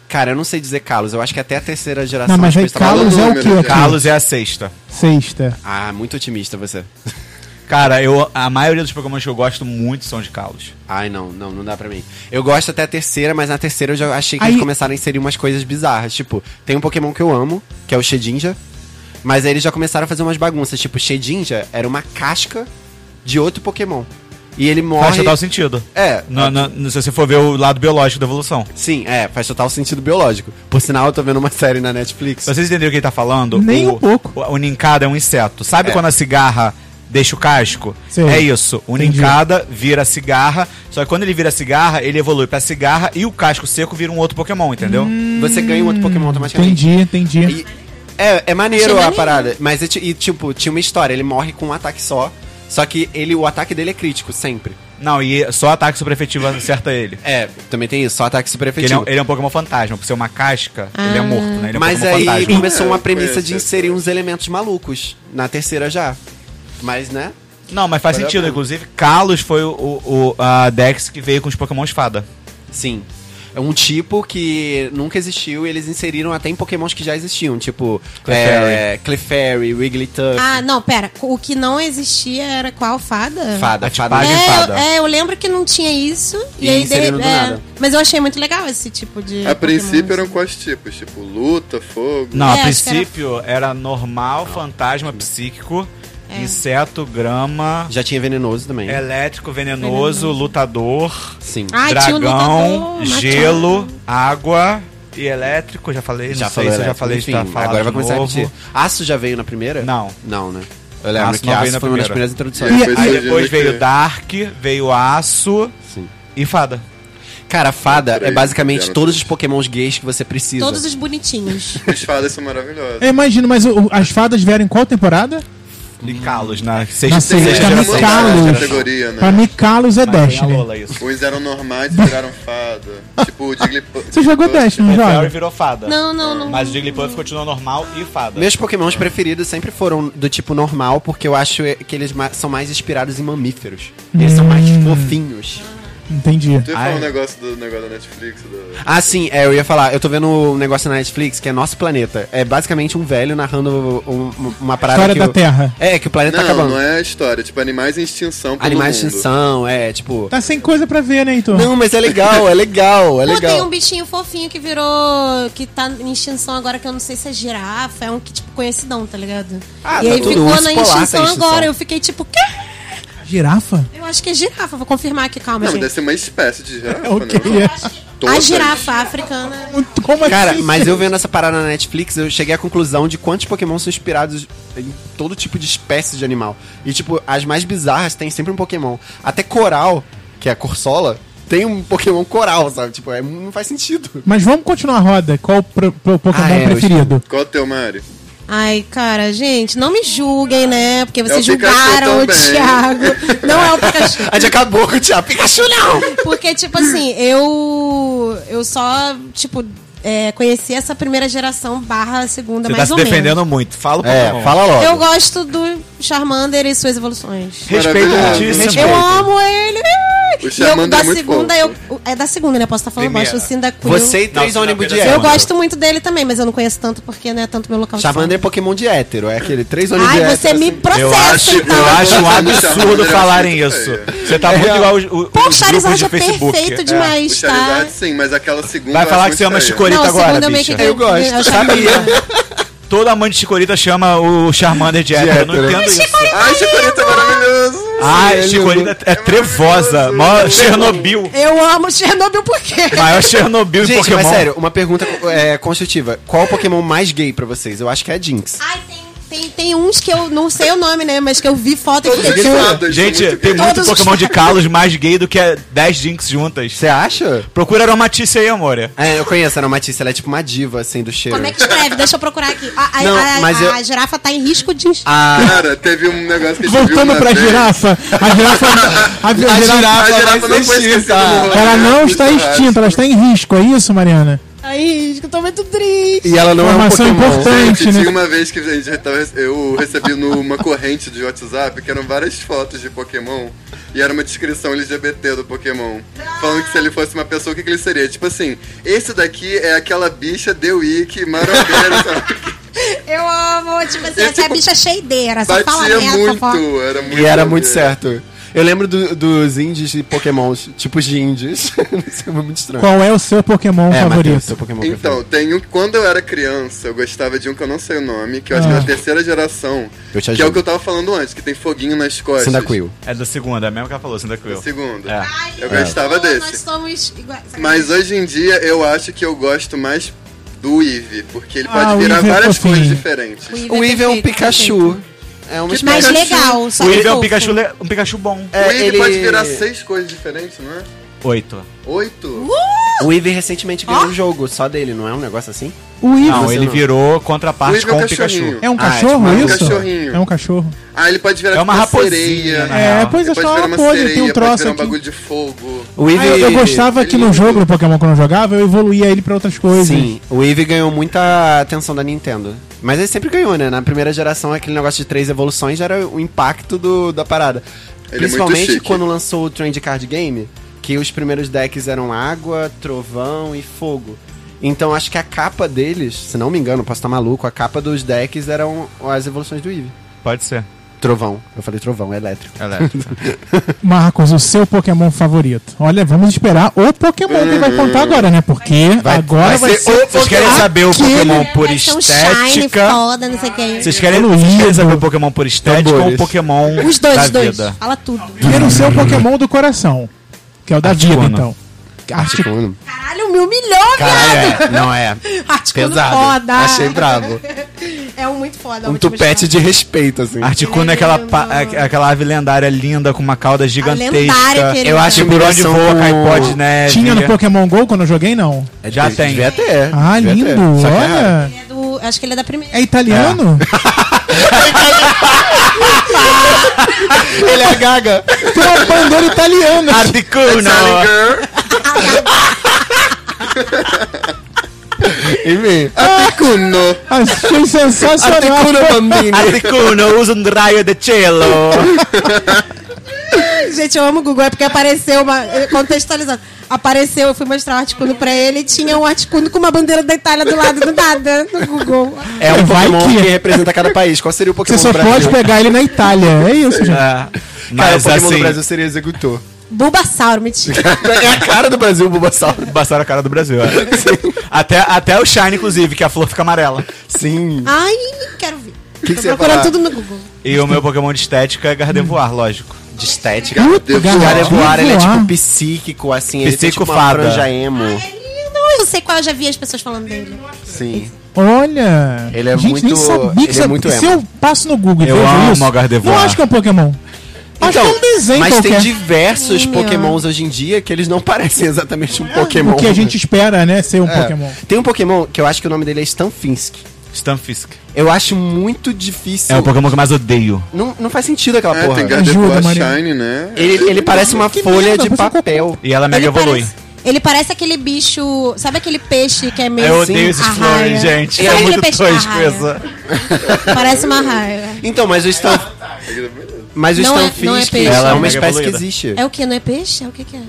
Cara, eu não sei dizer Carlos, eu acho que até a terceira geração não, mas as aí coisas tavam- Carlos é o número, que aqui? cara. Carlos é a sexta. Sexta. Ah, muito otimista você. Cara, eu, a maioria dos Pokémon que eu gosto muito são de Carlos. Ai, não, não, não dá pra mim. Eu gosto até a terceira, mas na terceira eu já achei que Aí- eles começaram a inserir umas coisas bizarras. Tipo, tem um Pokémon que eu amo, que é o Shedinja, mas aí eles já começaram a fazer umas bagunças. Tipo, Shedinja era uma casca de outro Pokémon. E ele morre. Faz total sentido. É, No- no- no- se você for ver o lado biológico da evolução. sim, é, faz total sentido biológico. Por sinal, eu tô vendo uma série na Netflix. Pra vocês entenderem o que ele tá falando? Nem o, um pouco. O, o nincada é um inseto. Sabe quando a cigarra deixa o casco? Sim. É isso. O Entendi. nincada vira cigarra. Só que quando ele vira cigarra, ele evolui pra cigarra e o casco seco vira um outro Pokémon, entendeu? Hum. Você ganha um outro Pokémon automaticamente. Entendi, entendi. E- é, é maneiro Achei a maneiro. parada. Mas, e, ti- e, tipo, tinha uma história. Ele morre com um ataque só. Só que ele, o ataque dele é crítico, sempre. Não, e só ataque super efetivo acerta ele. É, também tem isso. Só ataque super Porque ele é, efetivo. um- ele é um Pokémon fantasma. Por ser uma casca, Ah. ele é morto, né? Ele é um Mas Pokémon aí fantasma. começou uma É, premissa conheço de essa inserir uns elementos malucos. Na terceira já. Mas, né? Não, mas faz Valeu a sentido. pena. Inclusive, Kalos foi o, o- o- a Dex que veio com os Pokémons fada. Sim. É um tipo que nunca existiu e eles inseriram até em pokémons que já existiam. Tipo, Clefairy. é, Clefairy, Wigglytuff, Ah, não, pera. O que não existia era qual fada? Fada, Fada. a tipagem- É, fada. eu, é, eu lembro que não tinha isso. E, E aí inseriram do é, nada. Mas eu achei muito legal esse tipo de. A princípio Pokémon, eram assim. quais tipos? Tipo, luta, fogo. Não, a É, acho que era- princípio era... normal, fantasma, psíquico, É. inseto, grama, Já tinha venenoso também. É. elétrico, venenoso, lutador, Sim. Ah, tinha o dragão, lutador, um. gelo, água e elétrico. Já falei, Já não sei se eu já elétrico, falei, enfim, tá falado Agora vai de começar novo. a repetir. Aço já veio na primeira? Não. Não, né? Eu lembro Aço que não veio Aço na foi uma das primeira. primeiras introduções. foi Aí surgindo depois que- veio Dark, veio Aço Sim. e Fada. Cara, fada é Três, basicamente vieram todos os pokémons gays que você precisa. Todos os bonitinhos. As fadas são maravilhosas. Eu imagino, mas o- o- as fadas vieram em qual temporada? E Hum. Kalos, na Na sexta Tem sexta, sexta pra mim, geração, geração. né, Carlos. categoria, Pra né? mim, Carlos é Mas tem a Destiny. Lola, isso. Uns eram normais e viraram fada. Tipo, o Jigglypuff. Tipo, Você jogou Jigglypuff. Destiny, não Fairy joga? virou Fada. não, não, não. Mas o Jigglypuff continua normal e Fada. Meus pokémons preferidos sempre foram do tipo normal, porque eu acho que eles ma- são mais inspirados em mamíferos. Eles são mais fofinhos. Entendi. Tu ia falar Ai. um negócio do negócio da Netflix? Do... Ah, sim, é, eu ia falar, eu tô vendo um negócio na Netflix que é Nosso Planeta. É basicamente um velho narrando um- um- uma parada História que da o- Terra. É, que o planeta tá Não, acabando. não é a história. Tipo, animais em extinção pelo Animais de mundo. extinção, é, tipo... Tá sem coisa pra ver, né, Heitor? Não, mas é legal, é legal, é Pô, tem um legal. bichinho fofinho que virou. que tá em extinção agora, que eu não sei se é girafa, é um que, tipo, conhecidão, tá ligado? Ah, e tá aí tudo. ficou Urso na polar tá em extinção extinção. agora. Eu fiquei tipo, quê? Girafa? Eu acho que é girafa, vou confirmar aqui, calma, Não, mas é gente. deve ser uma espécie de girafa, Ok. né? A Todas. girafa africana. Como Cara, assim? mas eu vendo essa parada na Netflix, eu cheguei à conclusão de quantos Pokémon são inspirados em todo tipo de espécie de animal. E, tipo, as mais bizarras tem sempre um Pokémon. Até coral, que é a corsola, tem um Pokémon coral, sabe? Tipo, é- não faz sentido. Mas vamos continuar a roda. Qual o pro- pro- Pokémon Ah, é, eu preferido? Qual é o teu, Mari? Ai, cara, gente, não me julguem, né? Porque vocês É o Pikachu julgaram o também. Thiago. Não é o Pikachu. A gente acabou com o Thiago. Pikachu não! Porque, tipo assim, eu. Eu só, tipo, é, conheci essa primeira geração barra segunda, Você tá mais se ou menos. defendendo muito. Fala um o Pokémon. É, logo. Eu gosto do Charmander e suas evoluções. Respeito Maravilhoso. muitíssimo. Eu amo ele! O E eu, Charmander da é muito segunda, bom. eu. É da segunda, né? Posso estar falando, eu gosto do Cyndaquil. Você e três Não, ônibus de não, Eu é Charmander. hétero. gosto muito dele também, mas eu não conheço tanto porque não é tanto meu local Charmander é de Pokémon de hétero. É aquele três fala. ônibus de Ai, hétero. assim. você me Eu acho, processa, então. eu acho um absurdo Charmander é falarem muito isso. feio. Você tá muito igual os, o- Pô, o os grupos Charizard de é Facebook. perfeito O demais, tá? Charizard, sim, mas aquela segunda. Vai eu falar acho que você muito ama feia. Chicorita Não, o agora, segundo eu meio bicha. que- Eu gosto. Eu Toda amante de Chicorita chama o Charmander de hétero. Eu não hétero. entendo isso. Ai, Chicorita é maravilhoso! Ai, ele- Chicorita né? é trevosa. Maior Chernobyl. Eu amo Chernobyl porque. Maior Chernobyl em Gente, um Pokémon. mas sério, uma pergunta é, construtiva. Qual o Pokémon mais gay pra vocês? Eu acho que é a Jinx. Ai, tem, tem, tem uns que eu não sei o nome, né? Mas que eu vi foto tipo, que Todos os tem. fadas são Gente, é muito tem gays. muito Todos os Pokémon de Kalos mais gay do que 10 Jinx juntas. Você acha? Procura aromatice aí, amore. É, eu conheço a Ana Matisse, ela é tipo uma diva, assim, do cheiro. Como é que escreve? Deixa eu procurar aqui. A, a, Não, a- mas a- eu- a girafa tá em risco de. Ah. A, Cara, teve um negócio que a gente viu Voltando uma pra vez. girafa. A girafa. A, vi- a girafa. A A Ela vai girafa não foi existir, esquecida tá? no rolê, Ela né? não está Isso eu acho. extinta, ela está em risco, é isso, Mariana? Ai, país, que tá eu tô muito triste. E ela não é um Informação Pokémon. importante. Gente, né? tinha uma vez que a gente tava- eu recebi numa corrente de WhatsApp que eram várias fotos de Pokémon e era uma descrição LGBT do Pokémon. Falando que se ele fosse uma pessoa, o que, que ele seria? Tipo assim, esse daqui é aquela bicha de Wiki, marombeira, sabe? Eu amo, tipo assim, Eu, essa tipo, bicha cheideira, só fala Batia merda, só fala- muito, era muito. E era muito maneiro. certo. Eu lembro do- dos indies de pokémons, tipos de indies. Isso é muito estranho. Qual é o seu Pokémon é, Matheus, favorito? seu pokémon Então, preferido. tem um. Quando eu era criança, eu gostava de um que eu não sei o nome, que eu acho Ah. que é da terceira geração. Eu te que é ajudo. o que eu tava falando antes, que tem foguinho nas costas. Cyndaquil. É da segunda, é mesmo que ela falou, Santa Quill. Segundo. É. Ai, Eu gostava nós desse. somos iguais. Mas hoje em dia eu acho que eu gosto mais do Eevee, porque ele Ah, pode o virar Eevee é várias fofinho. cores diferentes. O Eevee é um perfeito, Pikachu. É uma perfeito. Que Mas espécie. Pikachu. legal, só O que Eevee é um fofo. Pikachu, le- um Pikachu bom. o Eevee ele- pode virar seis cores diferentes, não é? Oito. Oito? Uh! O Eevee recentemente ganhou um jogo só dele, não é um negócio assim? O Eevee Não, você ele não. virou O contraparte Eevee é com um o Pikachu. cachorrinho. é um Ah, cachorro é tipo um isso? cachorrinho. É um cachorro. Ah, ele pode virar É uma tipo, raposinha, sereia. né? É, real. pois Ele eu pode virar achava uma uma pode, sereia, tem um pode troço virar um aqui. bagulho de fogo. O Ah, eu, eu gostava que no jogo do Pokémon quando eu jogava, eu evoluía ele pra outras coisas. Sim, o Eevee ganhou muita atenção da Nintendo. Mas ele sempre ganhou, né? Na primeira geração, aquele negócio de três evoluções já era o impacto do, da parada. Ele é muito Principalmente chique. quando lançou o Trend Card Game, que os primeiros decks eram água, trovão e fogo. Então acho que a capa deles, se não me engano, posso estar maluco, a capa dos decks eram as evoluções do Eevee. Pode ser. Trovão. Eu falei trovão, é elétrico. Elétrico. Marcos, o seu Pokémon favorito. Olha, vamos esperar o Pokémon que vai contar agora, né? Porque agora vai, Vai ser. ser o Vocês querem saber o Pokémon por Vai ser um shiny, estética? foda, não sei o que. Vocês querem, vocês querem saber o Pokémon por estética ou Tambores. o Pokémon Os dois, da os dois. vida? Fala tudo. Primeiro o seu Pokémon do coração, que é o da vida, Articuno. então. Articuno. Articuno. Caralho, me humilhou, Caralho, viado. é. não é. Articuno Pesado. foda. Achei bravo. É um muito foda. Um tupete de respeito, assim. Articuno é aquela, pa- é aquela ave lendária linda com uma cauda lendária que gigantesca. ele Eu é. acho que por onde Combinação voa com- cai pó de neve. Tinha no Pokémon GO quando eu joguei, não. Já tem. Devia ter. Ah, devia lindo, ter. Só que é raro. olha. É do, acho que ele é da primeira. É italiano? Ele é gaga. Tem uma bandeira italiana. Articuno! Girl. Enfim. Ah, Articuno. Achei sensacional. Articuno Bambini. Articuno usa um raio de cielo. Gente, eu amo o Google, é porque apareceu uma. Contextualizando. Apareceu, eu fui mostrar o Articuno pra ele e tinha um Articuno com uma bandeira da Itália do lado do nada no Google. É um Vai Pokémon que- que... representa cada país. Qual seria o Você Pokémon só do Brasil? pode pegar ele na Itália. É isso, gente. Ah, Cara, Mas o Pokémon do assim, Brasil seria executor. Bulbasauro, mentira. é a cara do Brasil, o Bulbasaur. passaram a cara do Brasil. é. até, até o Shine, inclusive, que a flor fica amarela. Sim. Ai, quero ver. que Tô você ia procurando falar? tudo no Google. E o meu Pokémon de estética é Gardevoir, lógico. De estética. Puta, Devo O cara é garoto, voar, ele é voar. tipo psíquico, assim. Ele tem tipo uma Psicofada. franja emo. É lindo, eu sei qual, eu já vi as pessoas falando dele. Sim. Olha! Ele é gente, nem muito- sabia que ele isso é muito Se emo. eu passo no Google e Eu vejo amo isso, o Gardevoir. não acho que é um Pokémon. acho que é um desenho Então, mas qualquer. é. tem diversos Sim, Pokémons hoje em dia que eles não parecem exatamente um Pokémon. O que É, a gente espera, né, ser um É. Pokémon. Tem um Pokémon que eu acho que o nome dele é Stanfisk. Stunfisk. Eu acho muito difícil. É o Pokémon que eu mais odeio. não, não faz sentido Ah, aquela É, porra. né? tem Gardevoir Ajuda, Maria. Shine, né? Ele, ele parece uma Que folha merda, de você papel. E ela é ele mega evolui. Parece, ele parece aquele bicho. Sabe aquele peixe que é meio. Eu assim, odeio esses arraia? flores, gente. Sabe É aquele muito peixe tosco arraia? isso. Parece uma raia. Então, Ah, mas o Stan... tá, Mas o Não é- Stan não é Fisk, peixe. ela é Ela é uma mega espécie que evoluída. existe. É o que? Não é peixe? É o que, que é?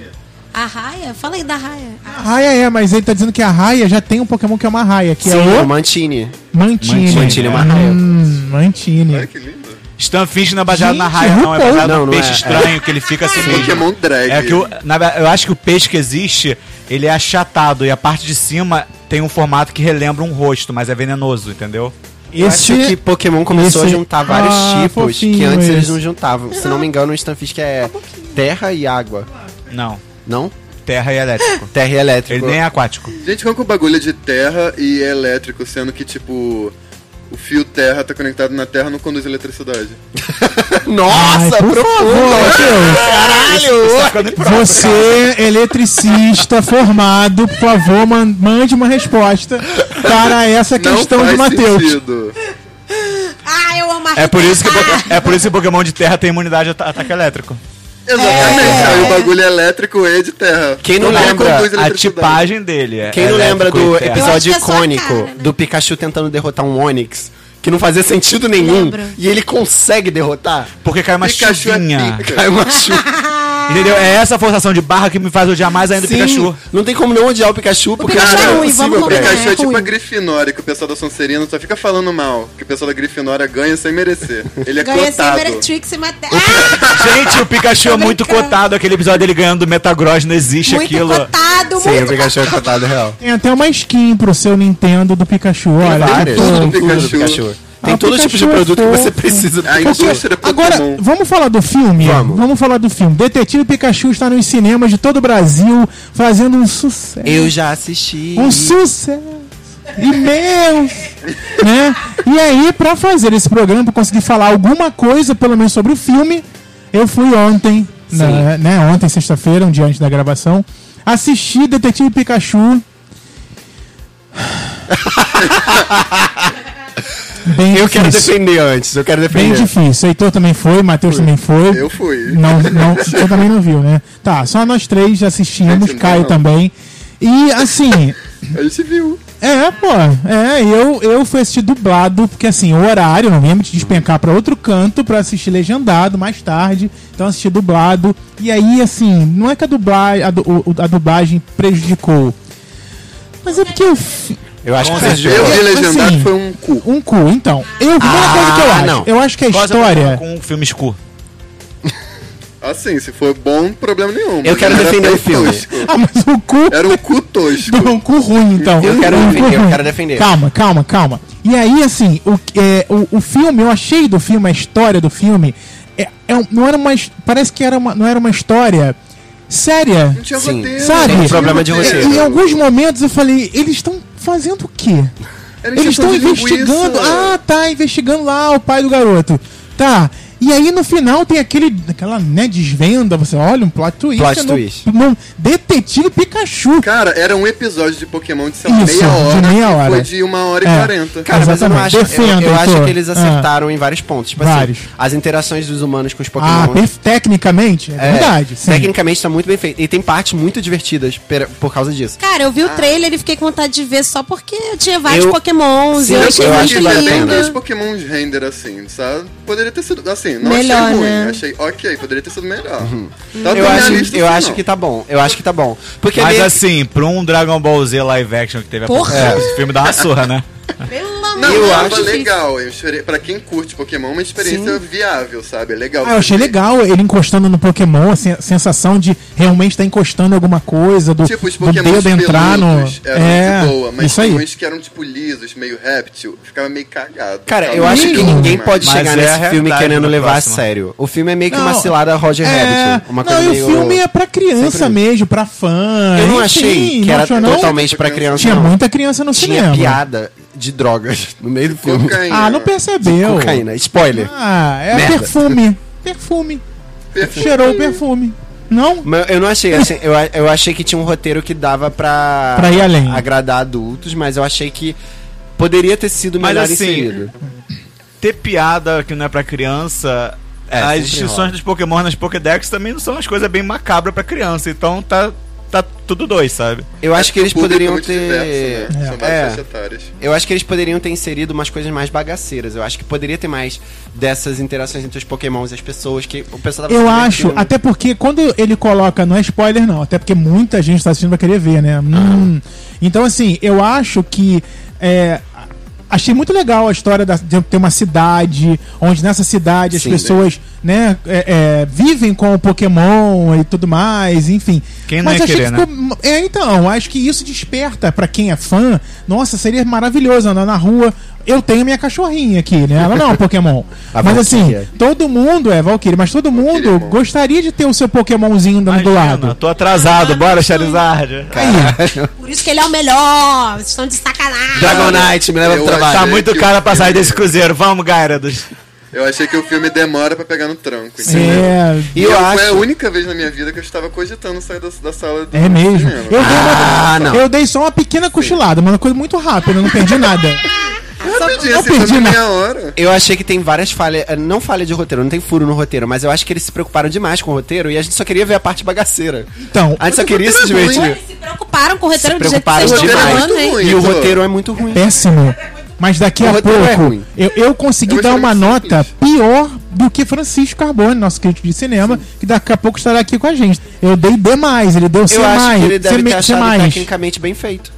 A raia? Fala aí da raia. A raia é, mas ele tá dizendo que a raia já tem um Pokémon que é uma raia, que é o Mantini. Mantine. Mantine é uma raia. Hum, Mantine. Olha que lindo. Stunfisk não é baseado na Gente, raia, não. É RuPaul. baseado Não, num não peixe é, é. estranho que ele fica assim mesmo. Pokémon drag. É que o, na verdade, eu acho que o peixe que existe, ele é achatado e a parte de cima tem um formato que relembra um rosto, mas é venenoso, entendeu? Eu acho que Pokémon começou é esse- a juntar vários Ah, tipos que fofinho antes eles esse. não juntavam. Se não me engano, o Stanfisk Um é terra e água. Não. Não? Terra e elétrico. Terra e Ele elétrico. nem é aquático. Gente, como que o bagulho é de terra e é elétrico, sendo que, tipo, o fio terra tá conectado na terra não conduz eletricidade? Ai, Nossa, por favor, profundo! Matheus. Caralho! Você, é eletricista formado, por favor, man- mande uma resposta para essa é questão de Matheus. sentido. Ah, eu amo a É por isso que raia. Ah! Ah, o po- é por isso que o Pokémon de terra tem imunidade a ta- ataque elétrico. Exatamente. Aí o bagulho é elétrico e de terra. Quem não Como é que lembra conduz A eletricidade? tipagem dele é. Quem não lembra elétrico do e terra. Eu acho que episódio é só a cara, icônico né? do Pikachu tentando derrotar um Onix? Que não fazia sentido nenhum. Lembro. E ele consegue derrotar? Porque cai uma Pikachu é chuvinha. pica. Cai uma chuva. Entendeu? É essa forçação de barra que me faz odiar mais ainda o Sim, Pikachu. Não tem como não odiar o Pikachu, porque Pikachu cara, é ruim, impossível vamos pra ele. combinar. Pikachu é, É tipo ruim. a Grifinória, que o pessoal da Sonserina só fica falando mal. Que o pessoal da Grifinória ganha sem merecer. Ele é Ganhei essa cotado. Meretrix e matei. Ah! Gente, o Pikachu é muito brincando. cotado. Aquele episódio dele ganhando do Metagross, não existe Muito aquilo. cotado, Sim, o muito Pikachu é cotado real. Tem até uma skin pro seu Nintendo do Pikachu, olha. é Vários. Pô, Tudo do Tudo do Pikachu. Pikachu. Tem Ah, todo Pikachu tipo de é produto que você fofo. precisa do A Pikachu. indústria Pokémon. Agora, vamos falar do filme? Vamos. falar do filme. Detetive Pikachu está nos cinemas de todo o Brasil, fazendo um sucesso. Eu já assisti. Um sucesso! Imenso! né? E aí, pra fazer esse programa, pra conseguir falar alguma coisa, pelo menos sobre o filme, eu fui ontem, na- né? Ontem, sexta-feira, um dia antes da gravação, assistir Detetive Pikachu. Bem Eu quero difícil. defender antes, eu quero Bem defender. difícil. Heitor também foi, Matheus também foi. Eu fui. Não, não, você também não viu, né? Tá, só nós três assistimos, Gente, não Caio não. também. E assim, A gente viu. é, pô, é, eu, eu fui assistir dublado, porque assim, o horário, não ia me despencar pra outro canto pra assistir legendado mais tarde, então assisti dublado. E aí, assim, não é que a, dubla, a, du- o- a dublagem prejudicou, mas é porque eu. fi- Eu acho que Com você certeza. Eu jogou. vi legendado assim, foi um cu. Um cu, então. Eu, primeira Ah, coisa que eu acho, não. eu acho que a Quase eu história. Com filmes cu. Assim, se for bom, problema nenhum. Eu quero Era defender o bem filme. tosco. Ah, mas o cu. Era um cu tosco. Não, um cu ruim, então. Eu quero Um cu defender, eu ruim. quero defender. Calma, calma, calma. E aí, assim, o, que- é, o, o filme, eu achei do filme, a história do filme, é, é um- não era uma. his- Parece que era uma, não era uma história séria. Não tinha Sim. roteiro. Sabe? não tinha Problema de roteiro. roteiro. Em alguns momentos eu falei, eles estão fazendo o quê? Era Eles injeção estão de investigando. linguiça. Ah, tá, investigando lá o pai do garoto. Tá. E aí no final tem aquele, aquela, né, desvenda, você olha um plot twist. Plot é no- twist. no Detetive Pikachu. Cara, era um episódio de Pokémon de sei lá, Isso, meia hora. de meia que hora. Foi de uma hora e É. quarenta. Cara, mas eu não Exatamente. acho. Eu, Defendo, eu acho Heitor. que eles acertaram em vários pontos. Tipo Vários. assim, as interações dos humanos com os Pokémon. Ah, perf- tecnicamente, é, É, verdade. Sim. Tecnicamente tá muito bem feito. E tem partes muito divertidas per- por causa disso. Cara, eu vi o trailer e fiquei com vontade de ver só porque tinha vários Eu- pokémons. Sim, eu eu achei acho muito que vale a bem pena. lindo. dois Pokémon de render assim, sabe? Poderia ter sido assim, não Melhor, achei ruim, né? achei ok, poderia ter sido melhor. Uhum. Tá tão Eu acho, realista eu assim, acho não. que tá bom. Eu acho que tá bom. Porque Mas meio- assim, pra um Dragon Ball Z live action que teve a Porra! pouco tempo, esse filme dá uma surra, né? Pelo amor Não, de eu Deus. acho legal. Eu experi- Pra quem curte Pokémon, é uma experiência viável, sabe? É legal. Ah, eu achei legal ele encostando no Pokémon, assim, a sensação de realmente estar encostando em alguma coisa, do, Tipo, os do Pokémon dedo entrar no. eram é, muito boa, mas isso aí. tinha uns que eram tipo lisos, meio réptil, ficava meio cagado. Cara, Ficava eu acho que meio ninguém ruim, pode Mas chegar é a nesse filme realidade querendo da levar próxima. a sério. O filme é meio que uma Não, cilada Roger é, Rabbit. Uma coisa não, e meio... o filme é pra criança mesmo, pra fã. Eu não enfim, achei que não era achou, não? totalmente pra criança, Tinha não. muita criança no Tinha cinema. piada de drogas no meio do filme. Cocaína. Ah, não percebeu. Cocaína. Spoiler. Ah, é Merda. perfume. Perfume. Perfume. Cheirou o perfume. Não? Mas eu não achei, assim, eu, a- eu achei que tinha um roteiro que dava pra, Pra ir além. agradar adultos, mas eu achei que poderia ter sido Mas melhor assim, inserido. Ter piada que não é pra criança. É, sempre as distinções rola. dos Pokémon nas Pokédex também não são umas coisas bem macabras pra criança. Então tá, tá tudo dois, sabe? Eu acho que eles O público é poderiam muito ter. diverso, né? São É. várias faixas etárias. Eu acho que eles poderiam ter inserido umas coisas mais bagaceiras. Eu acho que poderia ter mais dessas interações entre os pokémons e as pessoas que o pessoal tava Eu se acho, divertindo. até porque quando ele coloca, não é spoiler não, até porque muita gente tá assistindo vai querer ver, né? Hum. Então, assim, eu acho que. é, a- achei muito legal a história da- de ter uma cidade, onde nessa cidade as Sim, pessoas, né, é, é, vivem com o Pokémon e tudo mais, enfim. Quem não ia achei querer, que ficou- É, então, acho que isso desperta pra quem é fã. Nossa, seria maravilhoso andar na rua. Eu tenho minha cachorrinha aqui, né? Ela não é um Pokémon. A mas assim, Valkyria. todo mundo é Valkyrie, mas todo mundo Valkyrie é bom. gostaria de ter o seu Pokémonzinho andando Um do Imagina, lado. Tô atrasado, bora, Charizard. Por isso que ele é o melhor. Vocês estão de sacanagem. Dragonite, me leva pro Eu trabalho. Tá achei muito que caro o pra sair filme- desse cruzeiro. Vamos, Gyarados. Eu achei que o filme demora pra pegar no tranco, entendeu? É, E eu Foi a acho. única vez na minha vida que eu estava cogitando sair da, da sala do é mesmo. cinema. Eu dei, uma- Ah, não. eu dei só uma pequena cochilada, mas uma coisa muito rápida, eu não perdi nada. Rapidinho, eu assim, perdi, perdi, é né? meia hora. Eu achei que tem várias falhas, eh, não falha de roteiro, não tem furo no roteiro, mas eu acho que eles se preocuparam demais com o roteiro e a gente só queria ver a parte bagaceira. Então, A gente só Mas o queria se roteiro é divertir. Eles se preocuparam com o roteiro Se do jeito que preocuparam vocês estão demais. falando, hein? Muito E o Muito. roteiro é muito ruim. péssimo. Mas daqui O a roteiro é ruim. pouco eu, eu consegui Eu dar achei uma que sim, nota bicho. pior do que Francisco Carbone, nosso crítico de cinema, que daqui a pouco estará aqui com a gente. Eu dei D, ele deu C. Eu acho que tá ele C deve ter me- C achado mais. tecnicamente bem feito.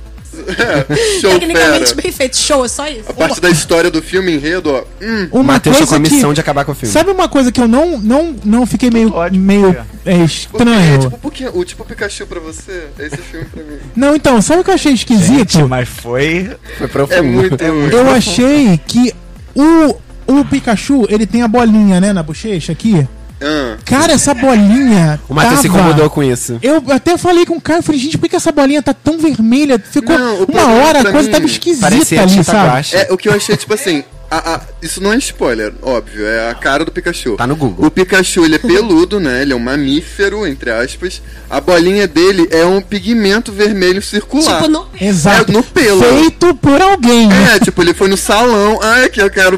Show, Tecnicamente fera. bem feito. Show, é só isso. A parte da história do filme, enredo, ó. Hum, Uma Matheus tá com a coisa missão que, de acabar com o filme. Sabe uma coisa que eu não, não, não fiquei meio, Ótimo, meio cara. é, o que é, tipo, estranho? o que é- o tipo Pikachu pra você, é esse filme pra mim. Não, então, sabe o que eu achei esquisito? Mas foi. Foi profundo. É muito, é muito. Eu achei que o, o Pikachu, ele tem a bolinha, né, na bochecha aqui. Ah, Cara, essa bolinha. O Matheus se tava- incomodou com isso. Eu até falei com o cara, eu falei, gente, por que essa bolinha tá tão vermelha? Ficou Não, o uma problema hora, a pra coisa mim tava esquisita Parecia ali, Tita sabe? Guache. é, o que eu achei, tipo assim, a- a- isso não é spoiler, óbvio, é a cara do Pikachu. Tá no Google. O Pikachu, ele é peludo, né, ele é um mamífero, entre aspas. A bolinha dele é um pigmento vermelho circular. Tipo, não. Exato. É, no pelo. Feito por alguém. né? É, tipo, ele foi no salão, ai, que eu quero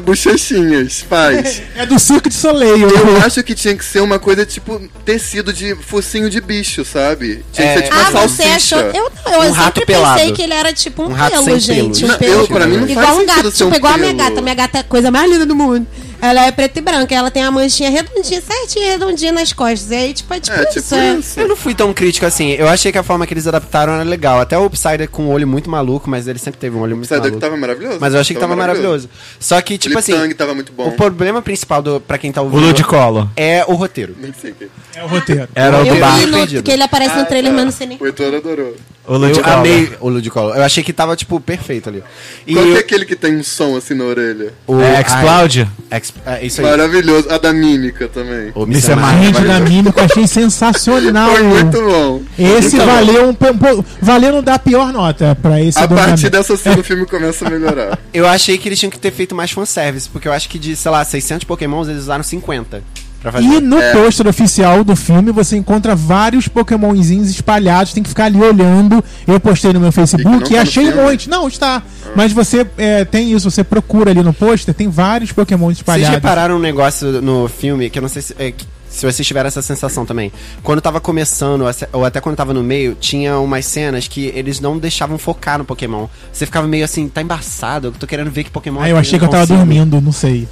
bochechinhas, faz. É do Circo de Soleil. Eu acho que tinha que ser uma coisa tipo tecido de focinho de bicho, sabe? Tinha que ser tipo uma Ah, você salsicha. achou. Eu, não, eu Um sempre rato pensei pelado. que ele era tipo um, Um rato pelo, sem gente. pelo. Um Não, pelo. eu, pra mim, não igual faz um gato, sentido ser tipo, um igual a minha pelo. gata. Minha gata é a coisa mais linda do mundo. Ela é preta e branca, ela tem a manchinha redondinha, certinha, redondinha nas costas. E aí, tipo, é tipo, É, tipo isso. é. isso. Eu não fui tão crítico assim. Eu achei que a forma que eles adaptaram era legal. Até o Upsider com um olho muito maluco, mas ele sempre teve um olho muito Sabe maluco. que tava maravilhoso. Mas eu achei que tava, maravilhoso. Só que, tipo o assim, Liptang tava muito bom. o problema principal do, pra quem tá O ouvindo Ludicolo. é o roteiro. Nem sei quem. É o roteiro. Era o Eu do vi bar. E no, Perdido. que ele aparece Ah, no tá. trailer, mas não sei nem. O Heitor adorou. O Eu Ludicolo. amei o Ludicolo. Eu achei que tava, tipo, perfeito ali. E Qual que é aquele que tem um som assim na orelha? o É, Xcloud. ai, Ex- é, isso aí. Maravilhoso. A da mímica também. é O Mr. Mr. Mime. Mime. Gente, na mímica, eu achei sensacional. é Foi muito bom. Esse valeu um po- po- valeu não dar a pior nota pra é esse A do partir Flamengo. dessa cena o filme começa a melhorar. Eu achei que eles tinham que ter feito mais fanservice, porque eu acho que de, sei lá, 600 pokémons, eles usaram 50 pra fazer. E no É. pôster oficial do filme você encontra vários pokémonzinhos espalhados, tem que ficar ali olhando. Eu postei no meu E que Facebook não e, tá no achei um filme? monte. Não, está. Mas você é, tem isso, você procura ali no pôster, tem vários pokémons Vocês espalhados. repararam um negócio no filme que eu não sei se, é, que- se vocês tiveram essa sensação também. Quando tava começando, ou se- ou até quando tava no meio, tinha umas cenas que eles não deixavam focar no Pokémon. Você ficava meio assim, tá embaçado, eu tô querendo ver que Pokémon Aí Ah, eu achei que eu tava consigo. dormindo, não sei.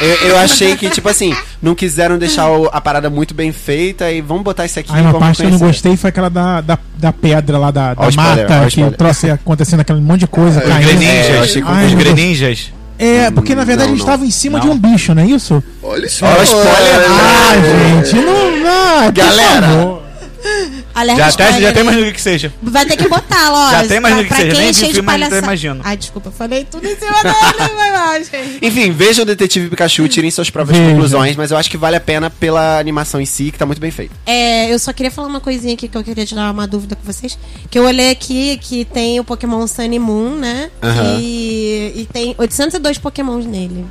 Eu, eu achei que, tipo assim, não quiseram deixar o- a parada muito bem feita e vamos botar isso aqui Aí uma vamos parte que eu não conhecer. gostei foi aquela da, da, da pedra lá da, da Ó o mata, spoiler, ó o que o spoiler. troço ia acontecendo aquele monte de coisa Os caindo. Greninjas. É, eu achei que- Ai, os meu Deus. Greninjas. É, porque na verdade Não, eles não. estavam em cima Não. de um bicho, não é isso? Olha o Ó, spoiler. Ah, gente, não. não Galera, Alerta Já, até, já É spoiler, tem hein? mais do que seja. Vai ter que botar, ó. Já tem mais pra- do que pra seja, quem nem é vi cheio de filme ainda, eu palhaçada. imagino. Ai, desculpa, falei tudo em cima dele, vai lá, gente. Enfim, vejam o Detetive Pikachu, tirem suas próprias Veja. conclusões, mas eu acho que vale a pena pela animação em si, que tá muito bem feita. É, eu só queria falar uma coisinha aqui que eu queria tirar uma dúvida com vocês. Que eu olhei aqui que tem o Pokémon Sun e Moon, né? Aham. E, e tem 802 Pokémons nele.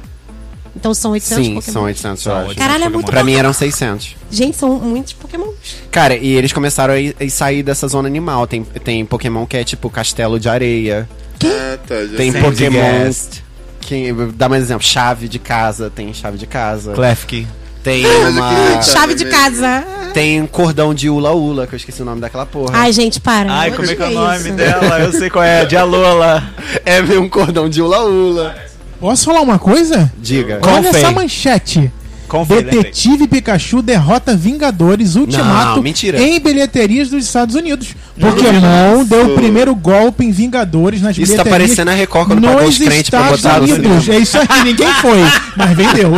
Então são 800 Sim, Pokémon. são 800, eu acho. Caralho, é muito Pra mim Pokémon. eram 600. Gente, são muitos Pokémons. Cara, e eles começaram a, ir- a sair dessa zona animal. Tem, tem Pokémon que é tipo castelo de areia. Ah, tá, já Tem sei. Pokémon. Guest. Que, dá mais exemplo, chave de casa, tem chave de casa. Clefki. Tem Mas uma. Tá, Chave de né? casa. Tem um cordão de Ula Ula, que eu esqueci o nome daquela porra. Ai, gente, para. Ai, Eu como é que é o odeio nome isso. dela? Eu sei qual é. De Alola. É meio um cordão de Ula Ula. Posso falar uma coisa? Diga. Com- Olha Confere. essa manchete. né, Confere, lembrei. Detetive Pikachu derrota Vingadores Ultimato Não, mentira. em bilheterias dos Estados Unidos. Pokémon deu o primeiro golpe em Vingadores nas Isso tá bilheterias. parecendo a Record quando pagou os nos crentes pra Estados botar no Unidos. cinema. É isso aí, ninguém foi, mas vendeu.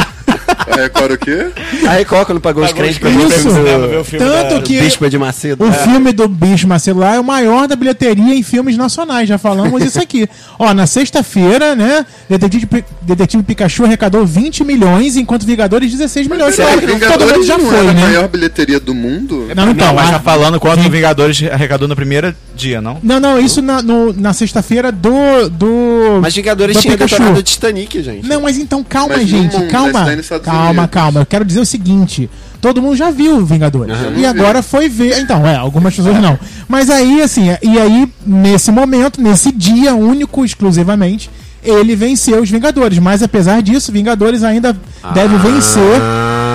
A Record É, o quê? A Record quando pagou os crentes pra Eu botar crentes. Isso. no cinema. ver o filme Tanto da- que Bispo de Macedo. o filme do Bicho Macelar é o maior da bilheteria em filmes nacionais, já falamos isso aqui. Ó, na sexta-feira, né, Detetive, Pi- Detetive Pikachu arrecadou 20 milhões, enquanto Vingadores 16 milhões. Será que Claro que todo mundo é Vingadores já não foi, era a né? maior bilheteria do mundo? Não, então, não, mas a- tá falando quanto o Vingadores arrecadou no primeiro dia, não? Não, não, isso na, no- na sexta-feira do, do. Mas Vingadores do tinha Pikachu. detonado o Titanic, gente. Não, mas então calma, Mas no gente, mundo, mas calma. tá nos Estados Calma, Unidos. calma. Eu quero dizer o seguinte: todo mundo já viu Vingadores. Aham. E agora foi ver. Então, é, algumas pessoas não. Mas aí, assim, e aí, nesse momento, nesse dia único, exclusivamente. ele venceu os Vingadores. Mas apesar disso, Vingadores ainda Ah. deve vencer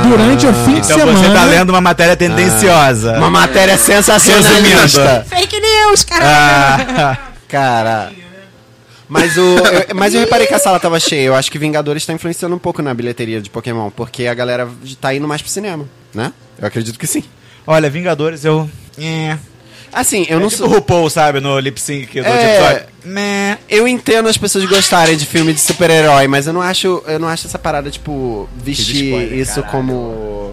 durante o fim de Então semana. você tá lendo uma matéria tendenciosa. Uma matéria sensacionalista. Fake news, caralho. Ah, Cara. Mas, o, eu, mas eu reparei que a sala tava cheia. Eu acho que Vingadores tá influenciando um pouco na bilheteria de Pokémon, porque a galera tá indo mais pro cinema, né? Eu acredito que sim. olha, Vingadores, eu. É. Assim, eu não Eu não tipo o sou. RuPaul, sabe, no lip sync do É. último episódio. Meh. Eu entendo as pessoas gostarem de filme de super-herói, mas eu não acho, eu não acho essa parada tipo vestir spoiler, isso caralho. como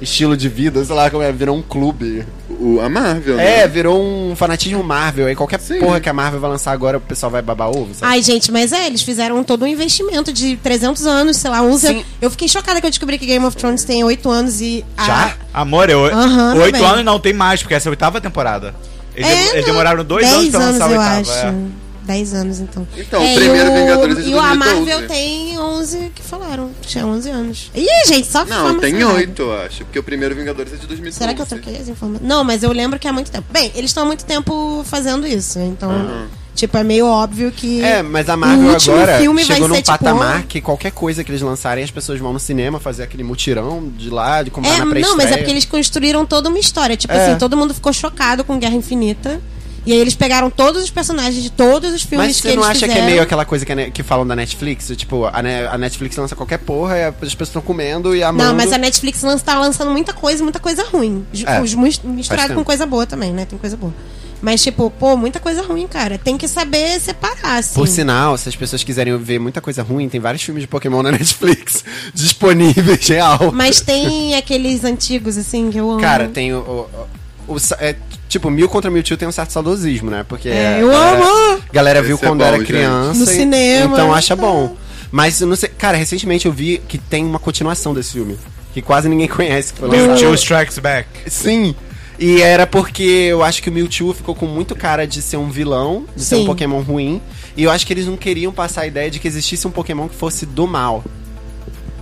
estilo de vida, sei lá como é, virou um clube. O, a Marvel, É, né? virou um fanatismo Marvel. Aí qualquer porra que a Marvel vai lançar agora, o pessoal vai babar ovo, sabe? Ai, gente, mas é, eles fizeram todo um investimento de 300 anos, sei lá, 11 anos. Eu fiquei chocada que eu descobri que Game of Thrones tem 8 anos e... a- Já? Amor, eu. Ah. Aham, oito também. anos não tem mais, porque essa é a oitava temporada. Eles, É, dem- eles não, demoraram dois 10 anos pra lançar eu a acho. oitava. é. 10 anos, então. Então, o e primeiro Vingadores é de E o a 2012. Marvel tem 11 que falaram. Tinha 11 anos. Ih, gente, só Não, informação tem errada. oito, eu acho. Porque o primeiro Vingadores é de 2012. Será que eu troquei as informações? Não, mas eu lembro que há muito tempo. Bem, eles estão há muito tempo fazendo isso, então... Tipo, é meio óbvio que... É, mas a o Marvel último agora filme vai chegou num ser, tipo, patamar que qualquer coisa que eles lançarem, as pessoas vão no cinema fazer aquele mutirão de lá, de comprar É, na pré-estreia. É. não, mas é porque eles construíram toda uma história. Tipo assim, todo mundo ficou chocado com Guerra Infinita. E aí eles pegaram todos os personagens de todos os filmes Mas que você eles não acha fizeram. que é meio aquela coisa que, a ne- que falam da Netflix? Tipo, a, ne- a Netflix lança qualquer porra, e as pessoas estão comendo e amando. Não, mas a Netflix lan- tá lançando muita coisa, muita coisa ruim. Ju- É, os mis- misturado tempo. com coisa boa também, né? Tem coisa boa. Mas, tipo, pô, muita coisa ruim, cara. Tem que saber separar, assim. Por sinal, se as pessoas quiserem ver muita coisa ruim, tem vários filmes de Pokémon na Netflix disponíveis, real. Mas tem aqueles antigos, assim, que eu amo. Cara, tem o... o- o- o sa- é, tipo, Mil contra Mewtwo tem um certo saudosismo, né? Porque É, a eu galera- amo! a Galera viu Esse é quando bom, era gente. criança. No e- cinema, Então acha então. bom. Mas eu não sei. Cara, recentemente eu vi que tem uma continuação desse filme. Que quase ninguém conhece. Que foi lançado. Two Strikes Back. Sim. E era porque eu acho que o Mewtwo ficou com muito cara de ser um vilão, de ser um Sim. Pokémon ruim. E eu acho que eles não queriam passar a ideia de que existisse um Pokémon que fosse do mal.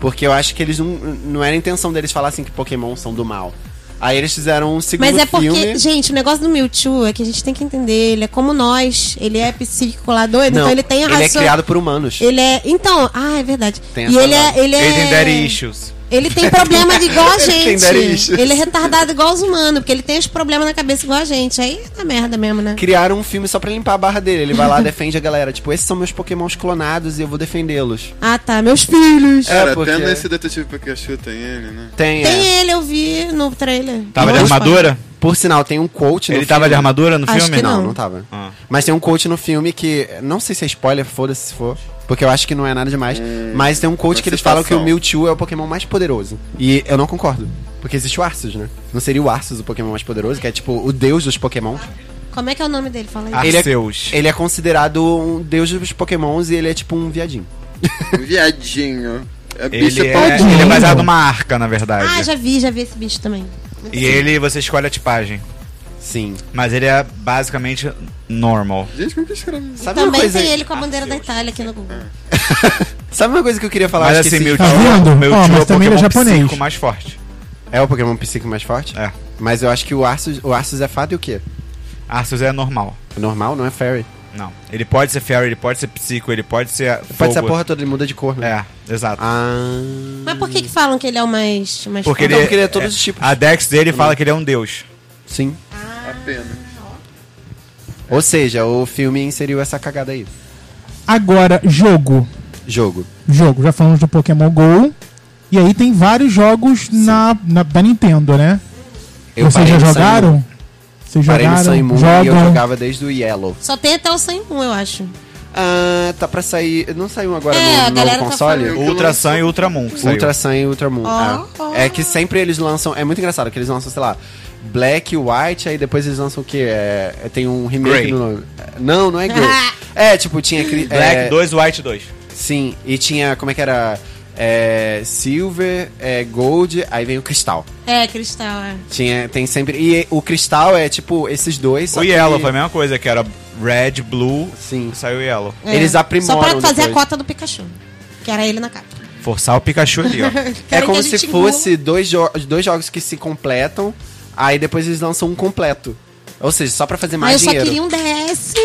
Porque eu acho que eles não. Não era a intenção deles falar assim que Pokémon são do mal. Aí eles fizeram um segundo Mas é porque, filme. gente, o negócio do Mewtwo é que a gente tem que entender. Ele é como nós. Ele é psíquico lá doido, Não, então ele tem a Ele é razão. criado por humanos. Ele é. Então, ah, é verdade. Tem e essa ele é, vibe. ele é. Ele tem Daddy Issues. Ele tem problema de igual a Ele tem gente. daddy issues. Ele é retardado igual os humanos, porque ele tem os problemas na cabeça igual a gente. Aí é da merda mesmo, né? Criaram um filme só pra limpar a barra dele. Ele vai lá, defende a galera. Tipo, esses são meus pokémons clonados e eu vou defendê-los. Ah, tá. Meus filhos. Cara, É, porque- até nesse detetive Pikachu tem ele, né? Tem, Tem é. ele, eu vi no trailer. Tava de Não, armadura? Por sinal, tem um coach no Ele tava de filme. armadura no Acho filme? que Não, não, Não. tava. Ah. Mas tem um coach no filme que. Não sei se é spoiler, foda-se se for. Porque eu acho que não é nada demais. mas tem um coach uma que eles citação. falam que o Mewtwo é o Pokémon mais poderoso. E eu não concordo. Porque existe o Arceus, né? Não seria o Arceus o Pokémon mais poderoso, que é tipo o deus dos Pokémon. Como é que é o nome dele? Fala aí. Ele é- Arceus. Ele é considerado um deus dos Pokémons e ele é tipo um viadinho. Um Viadinho. É bicho Ele é é, todinho. ele é baseado numa arca, na verdade. Ah, já vi, já vi esse bicho também. E ele, você escolhe a tipagem. Sim. Mas ele é basicamente normal. um Gente, como que escreve isso? Sabe uma Também coisa, Ah, tem ele com a bandeira da Itália aqui no Google. Sabe uma coisa que eu queria falar? Mas Eu esqueci. assim, meu Tá vendo? Meu Ó, mas é o também ele é Pokémon japonês. psíquico mais forte. É o Pokémon psíquico mais forte? É. Mas eu acho que o Arceus, o Arceus é fado e o quê? Arceus é normal. Normal, não é fairy. Não. Ele pode ser fairy, ele pode ser psíquico, ele pode ser. Pode ser a fogo. porra toda, ele muda de cor, né? É, exato. Ah. Mas por que, que falam que ele é o mais. mais Porque foda? ele, Então, porque ele é todos os tipos. Hum. A Dex dele fala que ele é um deus. Sim. Apenas. Ou seja, o filme inseriu essa cagada aí. Agora, jogo. Jogo. Jogo, já falamos do Pokémon GO. E aí tem vários jogos na, na- da Nintendo, né? Vocês já parei no Sun and jogaram? Moon. Vocês Parei no Sun and jogaram? Moon e eu Jogam? jogava desde o Yellow. Só tem até o 101, eu acho. Ah, tá pra sair. Não saiu agora É, a no galera novo tá console? falando. Ultra Sun e Ultra Moon. que saiu. Ultra Sun e Ultra Moon. Ó, é. ó. É que sempre eles lançam. É muito engraçado que eles lançam, sei lá, Black, White, aí depois eles lançam o quê? É, é- tem um remake Grey. no nome. Não, não é Grey. é, tipo, tinha. cri- Black é, 2, White 2. Sim, e tinha. Como é que era? É, silver, é, Gold, aí vem o Cristal. É, Cristal, é. Tinha, tem sempre. E o cristal é tipo esses dois. só O que- Yellow foi a mesma coisa, que era Red, Blue, Sim. saiu Yellow. É. Eles aprimoram. Só pra fazer depois. a cota do Pikachu. Que era ele na capa. Forçar o Pikachu ali, ó. É Querem que como a se gente engula. fosse dois, jo- dois jogos que se completam, aí depois eles lançam um completo. Ou seja, só pra fazer Mas mais eu só dinheiro. queria um DS pra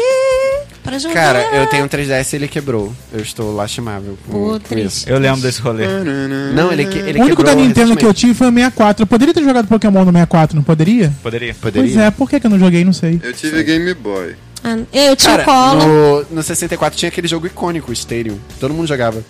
Bora jogar. Cara, eu tenho um 3DS e ele quebrou. Eu estou lastimável. com- Pô, com triste. isso. Eu lembro desse rolê. Hum. Não, ele, que- ele o único quebrou da Nintendo que eu recentemente. tive foi o 64. Eu poderia ter jogado Pokémon no 64, não poderia? Poderia. Poderia. Tipo, Pois é, por que, que eu não joguei? Não sei. Eu tive Game Boy. Ah, eu tinha Cara, o Collor. no, no 64 tinha aquele jogo icônico, Stadium. Todo mundo jogava.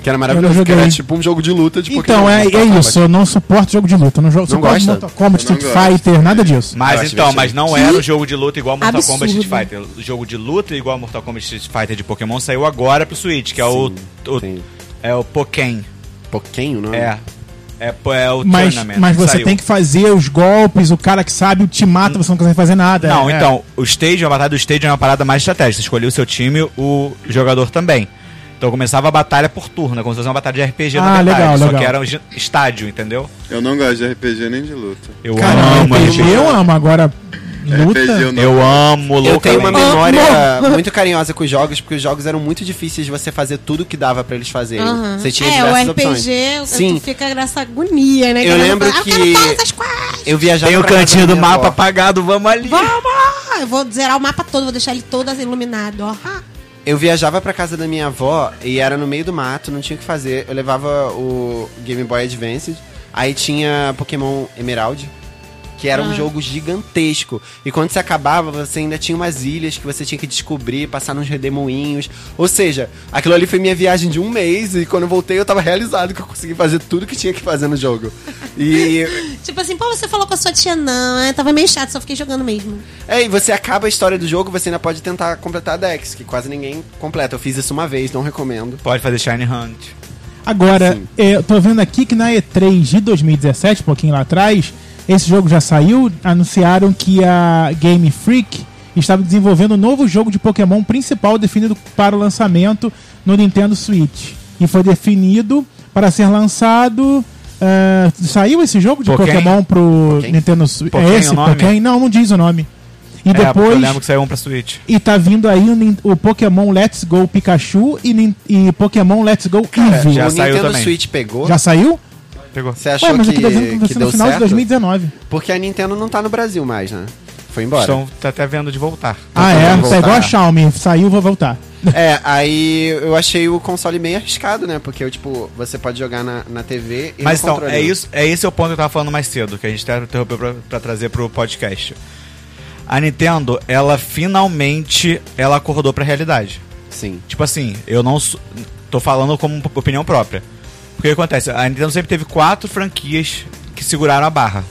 Que era Eu maravilhoso, não que era joguei. tipo um jogo de luta de Então, é, é Não passava. isso. Eu não suporto jogo de luta. Eu não jogo, Não suporto gosta? Mortal Kombat, Eu não Street gosto. Fighter, nada disso. Mas acho então, divertido. mas não era um jogo de luta igual Mortal absurdo. Kombat Street Fighter. O jogo de luta igual Mortal Kombat Street Fighter de Pokémon saiu agora pro Switch, que é o, o- Tem é o Pokémon. pouquinho, não? É. É, po- é o Mas, tournament. mas você saiu. tem que fazer os golpes, o cara que sabe te mata, você não consegue fazer nada. Não, É. então, o stage, a batalha do stage é uma parada mais estratégica. Você escolheu o seu time, o jogador também. Então começava a batalha por turno, né? como se fosse uma batalha de RPG na Ah, verdade. legal, só legal. que era um gi- estádio, entendeu? Eu não gosto de RPG nem de luta. Eu amo Caramba, eu, RPG. eu amo. Agora, É, luta. RPG eu não. Eu amo Eu tenho uma loucamente. memória muito carinhosa com os jogos, porque os jogos eram muito difíceis de você fazer tudo que dava pra eles fazerem. Aham. Você tinha é, o diversas RPG, opções. eu- Sim. tu fica nessa agonia, né? Eu Querendo lembro falar, que- Eu quero todas as quests. Eu viajava Tem o pra casa cantinho da do minha mapa avó. apagado, vamos ali. Vamos! Eu vou zerar o mapa todo, vou deixar ele todo iluminado, ó. Eu viajava pra casa da minha avó e era no meio do mato, não tinha o que fazer. Eu levava o Game Boy Advance, aí tinha Pokémon Emerald, que era um jogo gigantesco. E quando você acabava, você ainda tinha umas ilhas que você tinha que descobrir, passar nos redemoinhos. Ou seja, aquilo ali foi minha viagem de um mês e quando eu voltei eu tava realizado que eu consegui fazer tudo que tinha que fazer no jogo. E Tipo assim, pô, você falou com a sua tia, não. É, tava meio chato, só fiquei jogando mesmo. É, e você acaba a história do jogo, você ainda pode tentar completar a Dex, que quase ninguém completa. Eu fiz isso uma vez, não recomendo. Pode fazer Shine Hunt. Agora, Sim. eh, eu tô vendo aqui que na E3 de 2017, pouquinho lá atrás, esse jogo já saiu, anunciaram que a Game Freak estava desenvolvendo um novo jogo de Pokémon principal definido para o lançamento no Nintendo Switch. E foi definido para ser lançado. eh, saiu esse jogo de Pokémon? Pokémon pro Pokémon? Nintendo Switch? Pokémon É esse? o nome? Pokémon? Não, não diz o nome. E É, porque eu depois. lembro que saiu um pra Switch. E tá vindo aí o, Nin- o Pokémon Let's Go Pikachu e, Nin- e Pokémon Let's Go Eevee. já o saiu Nintendo também. Switch pegou. Já saiu? Pegou. Você achou Ué, mas que, aqui tá dizendo que vai que ser deu no final certo? Então de 2019. Porque a Nintendo não tá no Brasil mais, né? Foi embora. Estão tá até vendo de voltar. Ah, é? voltar. Tá igual a Xiaomi. Saiu, vou voltar. É, aí eu achei o console meio arriscado, né? Porque, tipo, você pode jogar na, na TV e Mas no então, controle. né? é, isso, é esse é o ponto que eu tava falando mais cedo, que a gente até interrompeu pra, pra trazer pro podcast. A Nintendo, ela finalmente ela acordou pra realidade. Sim. Tipo assim, eu não sou- tô falando como p- opinião própria. Porque o que acontece? A Nintendo sempre teve quatro franquias que seguraram a barra.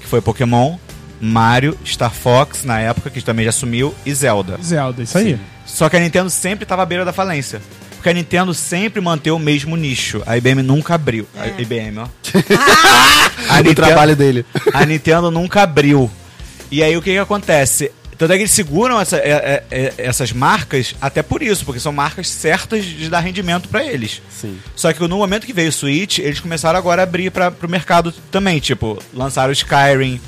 Que foi Pokémon, Mario, Star Fox na época, que também já sumiu, e Zelda. Zelda, isso aí. Só que a Nintendo sempre tava à beira da falência. Porque a Nintendo sempre manteve o mesmo nicho. A IBM nunca abriu. A IBM, ó. a, O Nintendo, trabalho dele. a Nintendo nunca abriu. E aí o que que acontece? Tanto é que eles seguram essa- é- é- é- essas marcas até por isso, porque são marcas certas de dar rendimento pra eles. Sim. Só que no momento que veio o Switch, eles começaram agora a abrir para pro mercado também. Tipo, lançaram Skyrim,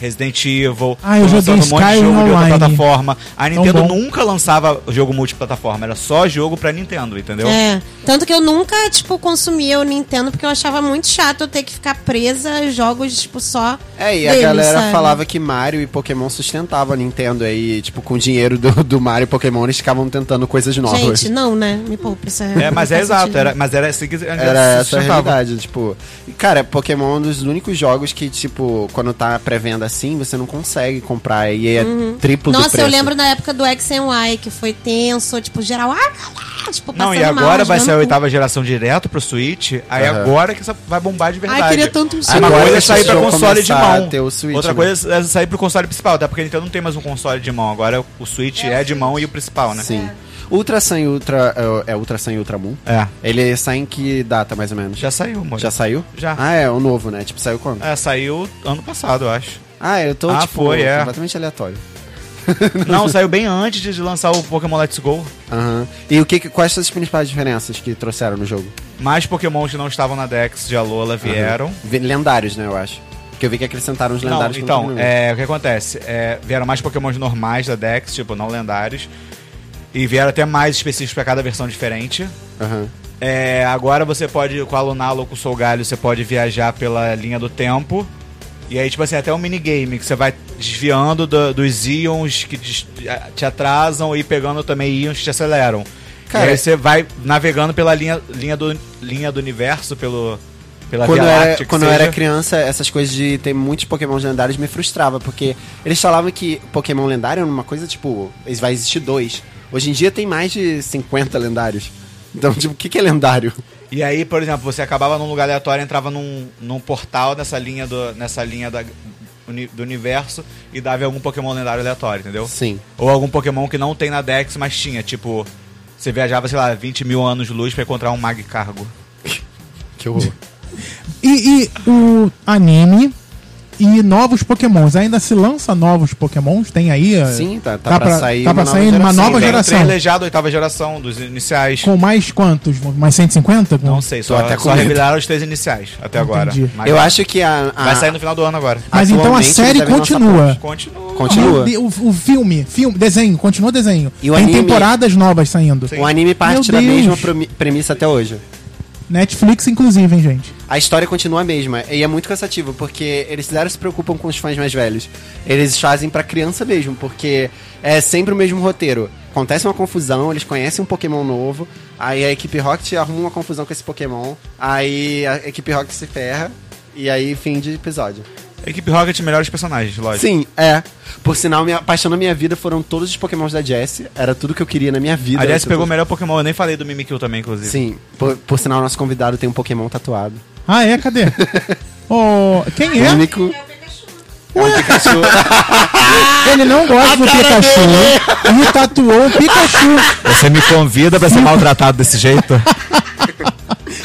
Resident Evil, Ah, eu lançando um joguei Skyrim de outra online. plataforma. A Tão Nintendo bom. nunca lançava jogo multiplataforma, era só jogo pra Nintendo, entendeu? É. Tanto que eu nunca, tipo, consumia o Nintendo porque eu achava muito chato eu ter que ficar presa a jogos, tipo, só. É, e a deles, galera sabe? falava que Mario e Pokémon sustentavam a Nintendo aí, tipo, com o dinheiro do, do Mario e Pokémon, eles ficavam tentando coisas novas. Gente, não, né? Me poupa isso é- É, mas não é faz exato, sentido. era, mas era assim que a Nintendo Era se essa a sustentava. realidade, tipo. E, cara, Pokémon é um dos únicos jogos que, tipo, quando tá pré-venda assim, você não consegue comprar. E é triplo do Uhum. Nossa, preço. eu lembro na época do X and Y, que foi tenso, tipo, geral, ah, galera, tipo, Não, e passando mal, agora vai jogando ser a cu. oitava geração direto pro Switch, aí Aham. agora que essa vai bombar de verdade. Ai, queria tanto um Aí uma Agora coisa é esse sair pra jogo console de começar mão. a ter o Switch, Outra né? coisa é sair pro console principal, até porque a Nintendo não tem mais um console de mão. Agora o Switch é, de mão e o principal, né? Sim. Ultra Sun e Ultra. É, é Ultra Sun e Ultra Moon. É. Ele sai em que data, mais ou menos? Já saiu, amor. Já saiu? Já. Ah, é, o novo, né? Tipo, saiu quando? É, saiu ano passado, eu acho. Ah, eu tô, Ah, tipo, foi, é. completamente aleatório. Não, saiu bem antes de lançar o Pokémon Let's Go. Aham. E o que, que- quais são as principais diferenças que trouxeram no jogo? Mais Pokémons que não estavam na Dex de Alola vieram. Vi- Lendários, né, eu acho. Porque eu vi que acrescentaram os Não, lendários que então, não tinham. é, o que acontece? É, vieram mais pokémons normais da Dex, tipo, não lendários. E vieram até mais específicos pra cada versão diferente. Aham. É, agora você pode, com a Lunala ou com o Solgalho, você pode viajar pela linha do tempo. E aí, tipo assim, até um minigame que você vai desviando do- dos íons que des- te atrasam e pegando também íons que te aceleram. Cara, e aí você vai navegando pela linha, linha, do, linha do universo, pelo, pela Quando, eu Via Láctea. era, que quando eu era seja. criança, essas coisas de ter muitos Pokémon lendários me frustrava, porque eles falavam que Pokémon lendário era uma coisa tipo, eles vai existir dois. Hoje em dia tem mais de 50 lendários. Então, tipo, o que, que é lendário? E aí, por exemplo, você acabava num lugar aleatório, entrava num, num portal nessa linha, do, nessa linha da- uni- do universo e dava em algum Pokémon lendário aleatório, entendeu? Sim. Ou algum Pokémon que não tem na Dex, mas tinha. Tipo, você viajava, sei lá, 20 mil anos de luz pra encontrar um Magcargo. Que horror. E, e o anime e novos pokémons. Ainda se lança novos pokémons? Tem aí? eh, Sim, tá, tá, pra, sair tá pra sair uma Sim, nova tem geração. O trailer já da oitava geração, dos iniciais. Com mais quantos? Mais 150? Não sei, só, Tô até com só medo. revelaram os três iniciais até agora. Entendi. Mas Eu acho que a. a- Vai sair no final do ano agora. Mas então a atualmente série eles devem lançar continua. Continua. Continua. O, o filme, filme, desenho, continua o desenho. E o Tem anime- temporadas novas saindo. O anime parte Meu Deus. da mesma premi- premissa até hoje. Netflix, inclusive, hein, gente? A história continua a mesma. E é muito cansativo, porque eles zero se preocupam com os fãs mais velhos. Eles fazem pra criança mesmo, porque é sempre o mesmo roteiro. Acontece uma confusão, eles conhecem um Pokémon novo, aí a equipe Rocket arruma uma confusão com esse Pokémon, aí a equipe Rocket se ferra, e aí fim de episódio. Equipe Rocket, melhores personagens, lógico. Sim, é. Por sinal, minha paixão na minha vida foram todos os Pokémons da Jessie, era tudo que eu queria na minha vida. A Jess pegou o meu. melhor Pokémon, eu nem falei do Mimikyu também, inclusive. Sim, por, por sinal, nosso convidado tem um Pokémon tatuado. Ah, é? Cadê? Ô, quem é? O único- Ah, Ele não gosta do Pikachu e tatuou o Pikachu. Você me convida pra ser maltratado desse jeito?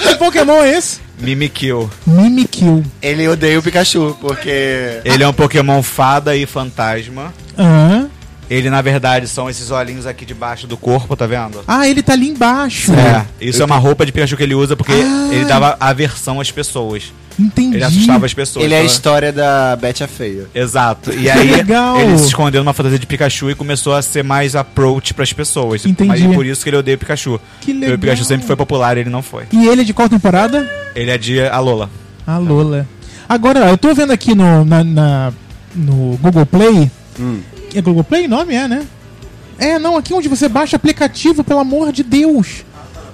que Pokémon é esse? Mimikyu. Mimikyu. Ele odeia o Pikachu, porque. Ele é um Pokémon fada e fantasma. Ah, Ele, na verdade, são esses olhinhos aqui debaixo do corpo, tá vendo? ah ele tá ali embaixo. É, isso é uma roupa de Pikachu que ele usa porque ele dava aversão às pessoas. Entendi. Ele assustava as pessoas. Ele é a então- história da Betty a Feia. Exato. E aí legal. ele se escondeu numa fantasia de Pikachu e começou a ser mais approach pras pessoas. Entendi. Mas é por isso que ele odeia o Pikachu. Que Porque legal. O Pikachu sempre foi popular e ele não foi. E ele é de qual temporada? Ele é de Alola. A Lola. Agora, eu tô vendo aqui no, na, na- no Google Play. É Google Play? Nome é, né? É, não, aqui onde você baixa aplicativo, pelo amor de Deus.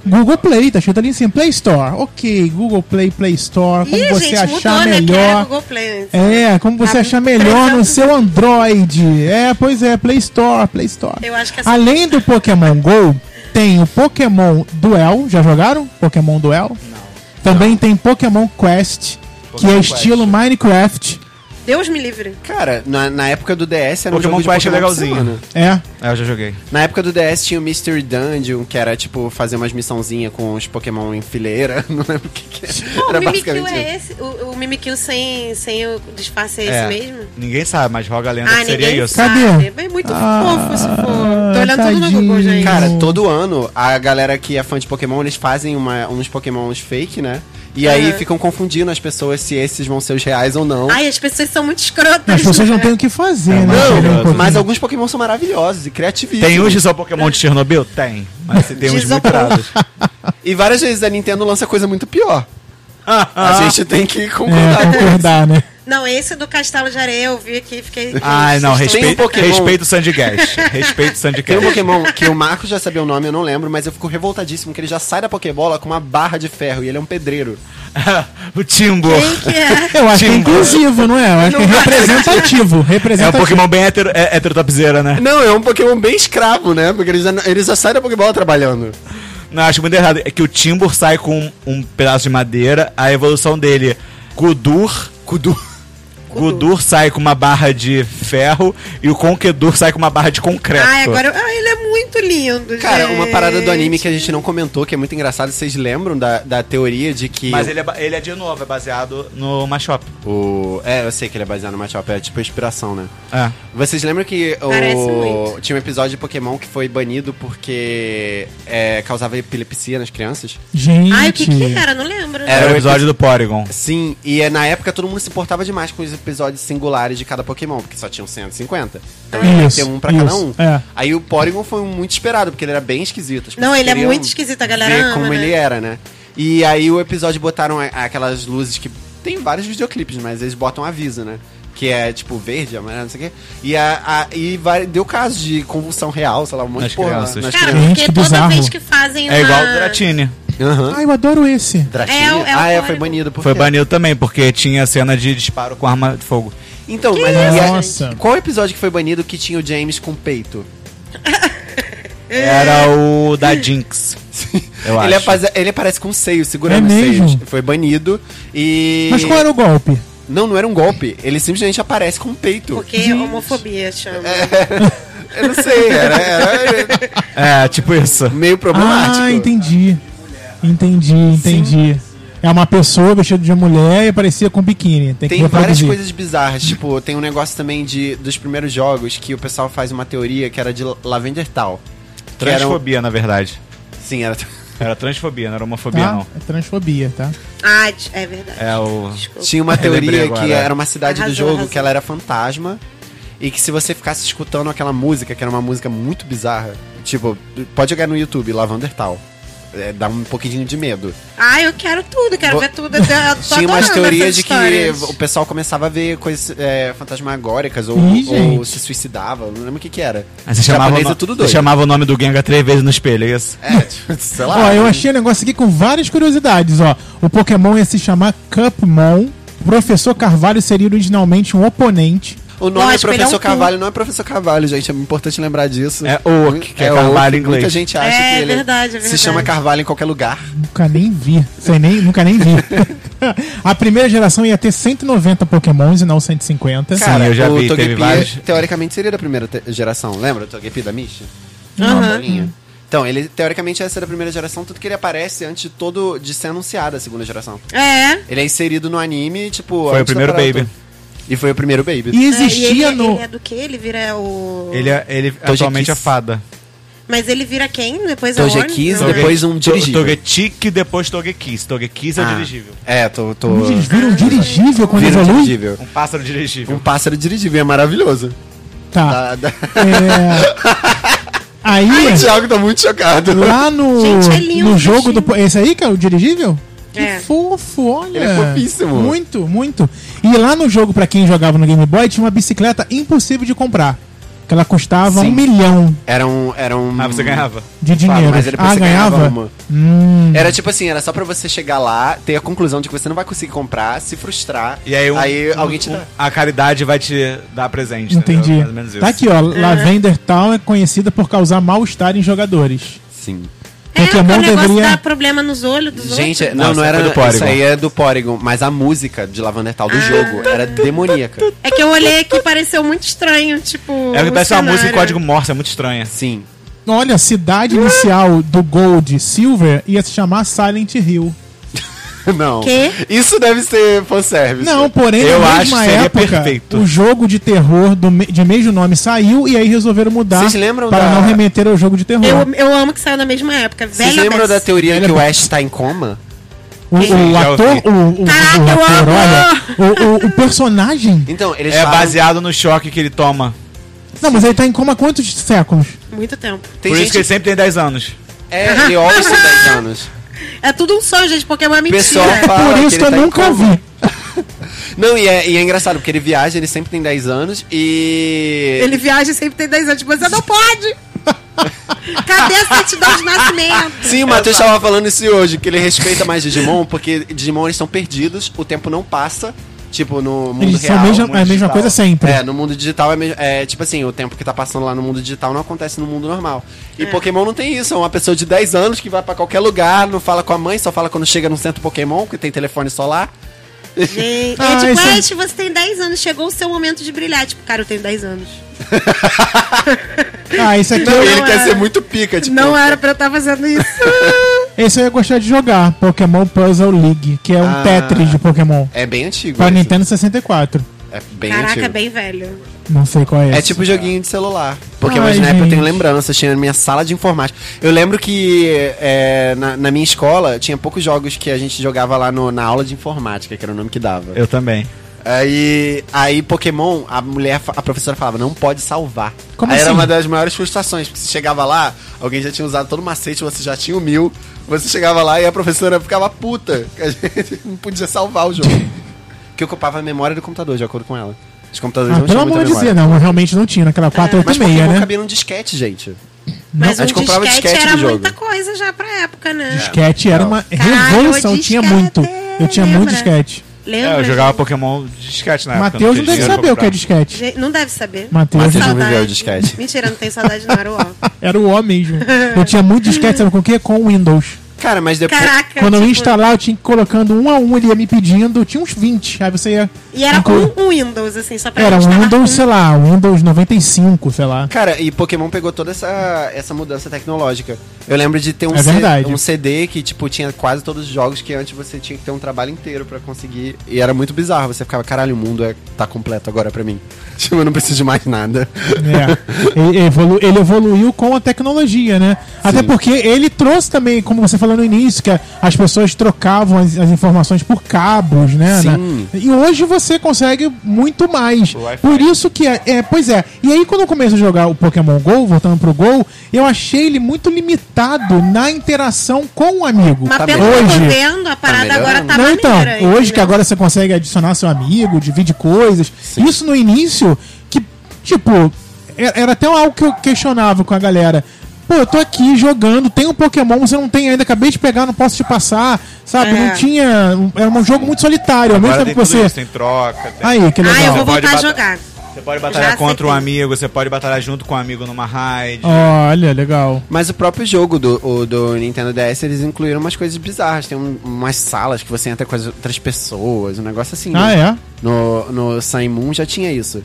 Google Play, tá escrito ali em cima. Play Store. Ok, Google Play, Play Store. Como Ih, você gente, mudou, achar né? Que era melhor. Google Play antes. É, como você Tá achar bem. melhor no seu Android. É, pois é, Play Store, Play Store. Eu acho que essa- Além do Pokémon GO, tem o Pokémon Duel. Já jogaram? Pokémon Duel? Não. Também tem Pokémon Quest, que é Pokémon estilo Minecraft. Deus me livre. Cara, na, na época do DS era Pokémon um jogo de Quest é Pokémon legalzinho. por semana. É. É, eu já joguei. Na época do DS tinha o Mystery Dungeon, que era tipo fazer umas missãozinhas com os Pokémon em fileira. Não lembro o que, que Pô, era. o Oh, Mimikyu isso. é esse? O, o Mimikyu sem, sem o disfarce é esse É. mesmo? Ninguém sabe, mas roga a lenda Ah, que seria ninguém isso. Cadê? Ah, sabe. Mas É muito fofo se for. Tô olhando tudo no tadinho. Google, gente. Cara, todo ano a galera que é fã de Pokémon, eles fazem uma- uns Pokémons fake, né? E aí Aham. ficam confundindo as pessoas se esses vão ser os reais ou não. Ai, as pessoas são muito escrotas. As pessoas não né? têm o que fazer, É, né? não, Tirar um pouquinho. Mas alguns Pokémon são maravilhosos e criativíssimos. Tem uns que são Pokémon de Chernobyl? Tem. Mas tem uns muito Desaprovado. irados. E várias vezes a Nintendo lança coisa muito pior. Ah. A gente tem que concordar. É, concordar, né? Não, esse do Castelo de Areia eu vi aqui e fiquei. Ah, Ai, não, Vocês respeito Tem um Pokémon- respeita o Sandy Gash. Respeita o Sandy Tem um Gash. Pokémon que o Marco já sabia o nome, eu não lembro, mas eu fico revoltadíssimo que ele já sai da Pokébola com uma barra de ferro e ele é um pedreiro. o Timbo. um têm- Quem que é? Eu acho que é Timbo. inclusivo, não é? Eu acho que é representativo. É um Representativo. Pokémon bem hétero, é, heterotopzera, né? Não, é um Pokémon bem escravo, né? Porque ele já, ele já sai da Pokébola trabalhando. Não, acho muito errado. É que o Timbur sai com um, um pedaço de madeira, a evolução dele, Gudur. Gudur. Gudur sai com uma barra de ferro e o Conquedur sai com uma barra de concreto. Ai, agora. eu- Ai, ele é muito lindo, Cara, gente. uma parada do anime que a gente não comentou, que é muito engraçado, vocês lembram da, da teoria de que. Mas ele é, ba- ele é de novo, é baseado no Machop. o, é, eu sei que ele é baseado no Machop, é tipo inspiração, né? É. Vocês lembram que Parece o... muito. tinha um episódio de Pokémon que foi banido porque é, causava epilepsia nas crianças? Gente. É Ai, o que é? que era? Não lembro. Era Era o o episódio do Porygon. Sim, e é, na época todo mundo se importava demais com os episódios singulares de cada Pokémon, porque só tinham 150. Então ele ia Isso, ter um pra isso, cada um. é. Aí o Porygon foi um muito esperado, porque ele era bem esquisito. As Não, pessoas ele é queriam muito esquisito, a galera Ver ama, como né? ele era, né? E aí o episódio botaram a- aquelas luzes que. Tem vários videoclipes, mas eles botam aviso, né? que é tipo verde, amarelo, não sei o quê. E, a, a- e vai- deu caso de convulsão real, sei lá, um monte Nas de porra. crianças. Nas Cara, crianças. Gente, porque que toda bizarro. vez que fazem É uma... igual o Dratini. é Aham. Ai, Ah, eu adoro esse. Dratinha? É o- é o ah, é, código. foi banido. por Foi quê? banido também, porque tinha cena de disparo com arma de fogo. Então, mas isso, e a- Nossa. qual episódio que foi banido que tinha o James com peito? É. Era o da Jinx. Eu ele, acho. apaz- ele aparece com seio, segurando É os seios. mesmo? Foi banido e. Mas qual é? era o golpe? Não, não era um golpe. Ele simplesmente aparece com peito. é é Porque homofobia chama. É. Eu não sei, era, era É, tipo isso. meio problemático. Ah, entendi. Entendi, entendi. É uma pessoa vestida de mulher e aparecia com biquíni. Tem, que Tem várias reproduzir. tá? coisas bizarras, tipo, tem um negócio também de, dos primeiros jogos que o pessoal faz uma teoria que era de Lavender Tal. Que era um- Transfobia, na verdade. Sim, era. Era transfobia, não era homofobia, Tá? não. É transfobia, tá? Ah, é verdade. É o. Desculpa. Tinha uma Lembrei teoria agora. que era uma cidade do Arrasou, jogo arrasou. que ela era fantasma e que se você ficasse escutando aquela música, que era uma música muito bizarra, tipo, pode jogar no YouTube, Lavender Tal. É, dá um pouquinho de medo. Ah, eu quero tudo, quero Vou- ver tudo. Eu tô Tinha umas adorando teorias essas de que histórias. o pessoal começava a ver coisas é, fantasmagóricas ou, Ih, ou gente. se suicidava, eu não lembro o que que era. Aí você chamava, o Japonês no- é tudo você doido. chamava o nome do Gengar três vezes no espelho, é isso? É, tipo, sei lá. Ó, eu achei um negócio aqui com várias curiosidades, ó. O Pokémon ia se chamar Cupmon. O Professor Carvalho seria originalmente um oponente. O nome Lógico, é ele é um Professor cu. Carvalho, não é Professor Carvalho, gente. É importante lembrar disso. É o que que é, o Carvalho em que Muita inglês. gente acha É, que ele verdade, é se verdade. chama Carvalho em qualquer lugar. Nunca nem vi. Sei nem, nunca nem vi. A primeira geração ia ter 190 Pokémons e não 150. Cara, eu já vi, teve vários. teoricamente, seria da primeira te- geração. Lembra o Togepi da Michi? Aham. bolinha. Então, ele teoricamente ia ser da primeira geração, tanto que ele aparece antes de todo de ser anunciado a segunda geração. É. Ele é inserido no anime, tipo... Foi o antes da primeiro parada Baby. toda. E foi o primeiro Baby. E É, e existia ele, no. ele é do que? Ele vira o... Ele, é- ele Togekiss. atualmente é fada. Mas ele vira quem? Depois a Orne? Togekiss, Não, né? depois um Toge- dirigível. Togetic, depois Togekiss. Togekiss é o Ah, dirigível. É, tô... tô... Eles viram dirigível quando Vira um evolui? dirigível. Um pássaro Um dirigível. pássaro dirigível é maravilhoso. Tá. Tá, tá- É... Aí, O Thiago tá muito chocado. lá no, Gente, é lindo, no jogo do. bichinho. Esse aí que é o dirigível? É. Que fofo, olha. Ele é fofíssimo. Muito, muito. E lá no jogo, pra quem jogava no Game Boy, tinha uma bicicleta impossível de comprar. Que ela custava Sim. um milhão Era um... Era um... Ah, você ganhava. de Claro, dinheiro. mas ele ah, você ganhava, ganhava? Hum. uma. Era tipo assim, era só pra você chegar lá, ter a conclusão de que você não vai conseguir comprar, se frustrar, E aí, um- alguém te um- dá. a caridade vai te dar presente. entendeu? Entendi. Mais ou menos isso. Tá aqui, ó. Lavender Town é conhecida por causar mal-estar em jogadores. Sim. É, o Pokémon negócio deveria- dá problema nos olhos dos Gente, é- outros. não, Não, não, isso era foi do do Porygon. Isso aí é do Porygon, mas a música de Lavender Tal do jogo era demoníaca. É que eu olhei aqui e pareceu muito estranho, tipo... É que o parece uma música em cenário. código morse, é muito estranha. Sim. Olha, a cidade inicial do Gold Silver ia se chamar Silent Hill. Não. Quê? Isso deve ser fanservice. Não, porém, Eu na acho mesma que seria época, perfeito. o jogo de terror do me- de mesmo nome saiu e aí resolveram mudar Vocês lembram para da- não remeter ao jogo de terror. Eu, eu amo que saiu na mesma época. Vocês Velha lembram da dessa. teoria que o Ash tá em coma? O, o Já ouvi. ator, o, o, o, Caraca, eu ator, amo! olha, o, o- o personagem... Então, eles É falam- baseado no choque que ele toma. Não, mas ele tá em coma há quantos séculos? Muito tempo. Tem Por gente isso que ele sempre tem 10 anos. É, ele óbvio tem 10 anos. É tudo um sonho, gente. Pokémon é mentira. Pessoal fala Por que isso ele que eu tá em nunca coma. vi. Não, e é, e é engraçado, porque ele viaja, ele sempre tem 10 anos e... Ele viaja e sempre tem 10 anos. Tipo, você não pode! Cadê a certidão de nascimento? Sim, o Matheus estava falando isso hoje, que ele respeita mais Digimon, porque Digimon eles estão perdidos, o tempo não passa. Tipo, no mundo Eles são real. a mesma- no mundo é a mesma digital. coisa sempre. É, no mundo digital é, me- é, tipo assim, o tempo que tá passando lá no mundo digital não acontece no mundo normal. E Pokémon não tem isso, é uma pessoa de 10 anos que vai pra qualquer lugar, não fala com a mãe, só fala quando chega no centro Pokémon, que tem telefone solar. Gente, Ah, é tipo, isso é- Ash, você tem 10 anos, chegou o seu momento de brilhar. Tipo, cara, eu tenho 10 anos. Ah, isso aqui... Não ele é. quer ser muito pica, tipo. não é. era pra eu tá estar fazendo isso. Esse eu ia gostar de jogar, Pokémon Puzzle League, que é um Ah. Tetris de Pokémon. É bem antigo. Pra isso. Nintendo 64. É bem Caraca, antigo. bem velho. Não sei qual é É esse. tipo joguinho de celular. Porque Ai, mas na época eu tenho gente. lembranças, tinha na minha sala de informática. Eu lembro que é, na, na minha escola tinha poucos jogos que a gente jogava lá no- na aula de informática, que era o nome que dava. Eu também. Aí, aí Pokémon, a mulher, fa- a professora falava, não pode salvar. Como aí era assim? uma das maiores frustrações, porque você chegava lá, alguém já tinha usado todo o macete, você já tinha o mil, você chegava lá e a professora ficava puta, que a gente não podia salvar o jogo. que ocupava a memória do computador, de acordo com ela. Os computadores Ah, não pelo tinham amor muita de memória. Deus, não, realmente não tinha naquela 486, Mas por que não né? cabia num disquete, gente? Mas A um gente comprava disquete, disquete era do jogo. muita coisa já pra época, É. né? Disquete era uma Caralho, é revolução, disquete, né? tinha muito. Eu tinha muito lembra? disquete. Lembra? É, eu jogava gente? Pokémon de disquete na época. Matheus não deve tinha dinheiro pra saber o que é comprar. disquete. Gente, Não deve saber. Matheus Vocês não Saudade. viveram o disquete. Mentira, não tenho saudade não, era o ó. era o O mesmo. Eu tinha muito disquete, sabe com o quê? Com o Windows. Cara, mas depois. Caraca. Quando eu ia tipo, instalar, eu tinha que ir colocando um a um, ele ia me pedindo, eu tinha uns 20. Aí você ia. E era inclu- um, um Windows, assim, só pra Era um instalar Windows, um. sei lá, um Windows 95, sei lá. Cara, e Pokémon pegou toda essa, essa mudança tecnológica. Eu lembro de ter um, É C- verdade. um CD que, tipo, tinha quase todos os jogos que antes você tinha que ter um trabalho inteiro pra conseguir. E era muito bizarro. Você ficava, caralho, o mundo é, tá completo agora pra mim. Tipo, eu não preciso de mais nada. É. Ele, evolu- ele evoluiu com a tecnologia, né? Até porque ele trouxe também, como você falou no início, que a- as pessoas trocavam as, as informações por cabos, né? Sim. né? E hoje você consegue muito mais. Wi-Fi. Por isso que é, é, pois é. E aí quando eu começo a jogar o Pokémon GO, voltando pro GO, eu achei ele muito limitado na interação com o amigo. Mas Tá pelo que eu tô hoje. vendo, a parada melhorando. agora tá Não, maneira. então, hoje entendeu? que agora você consegue adicionar seu amigo, divide coisas. Isso no início, que, tipo, era era até algo que eu questionava com a galera. Pô, eu tô aqui jogando, tem um Pokémon, você não tem ainda, acabei de pegar, não posso te passar, sabe? É. Não tinha. Era um jogo muito solitário, ao mesmo Agora tempo tem que tudo você. isso, tem troca. Tem... Aí, que legal. Ah, eu vou Você pode voltar a bata- jogar. Você pode batalhar Já contra um aceitei. amigo, você pode batalhar junto com um amigo numa raid. Olha, legal. Mas o próprio jogo do, o do Nintendo DS, eles incluíram umas coisas bizarras. Tem um- umas salas que você entra com as outras pessoas, um negócio assim. Ah, né? é? No, no Sun e Moon já tinha isso.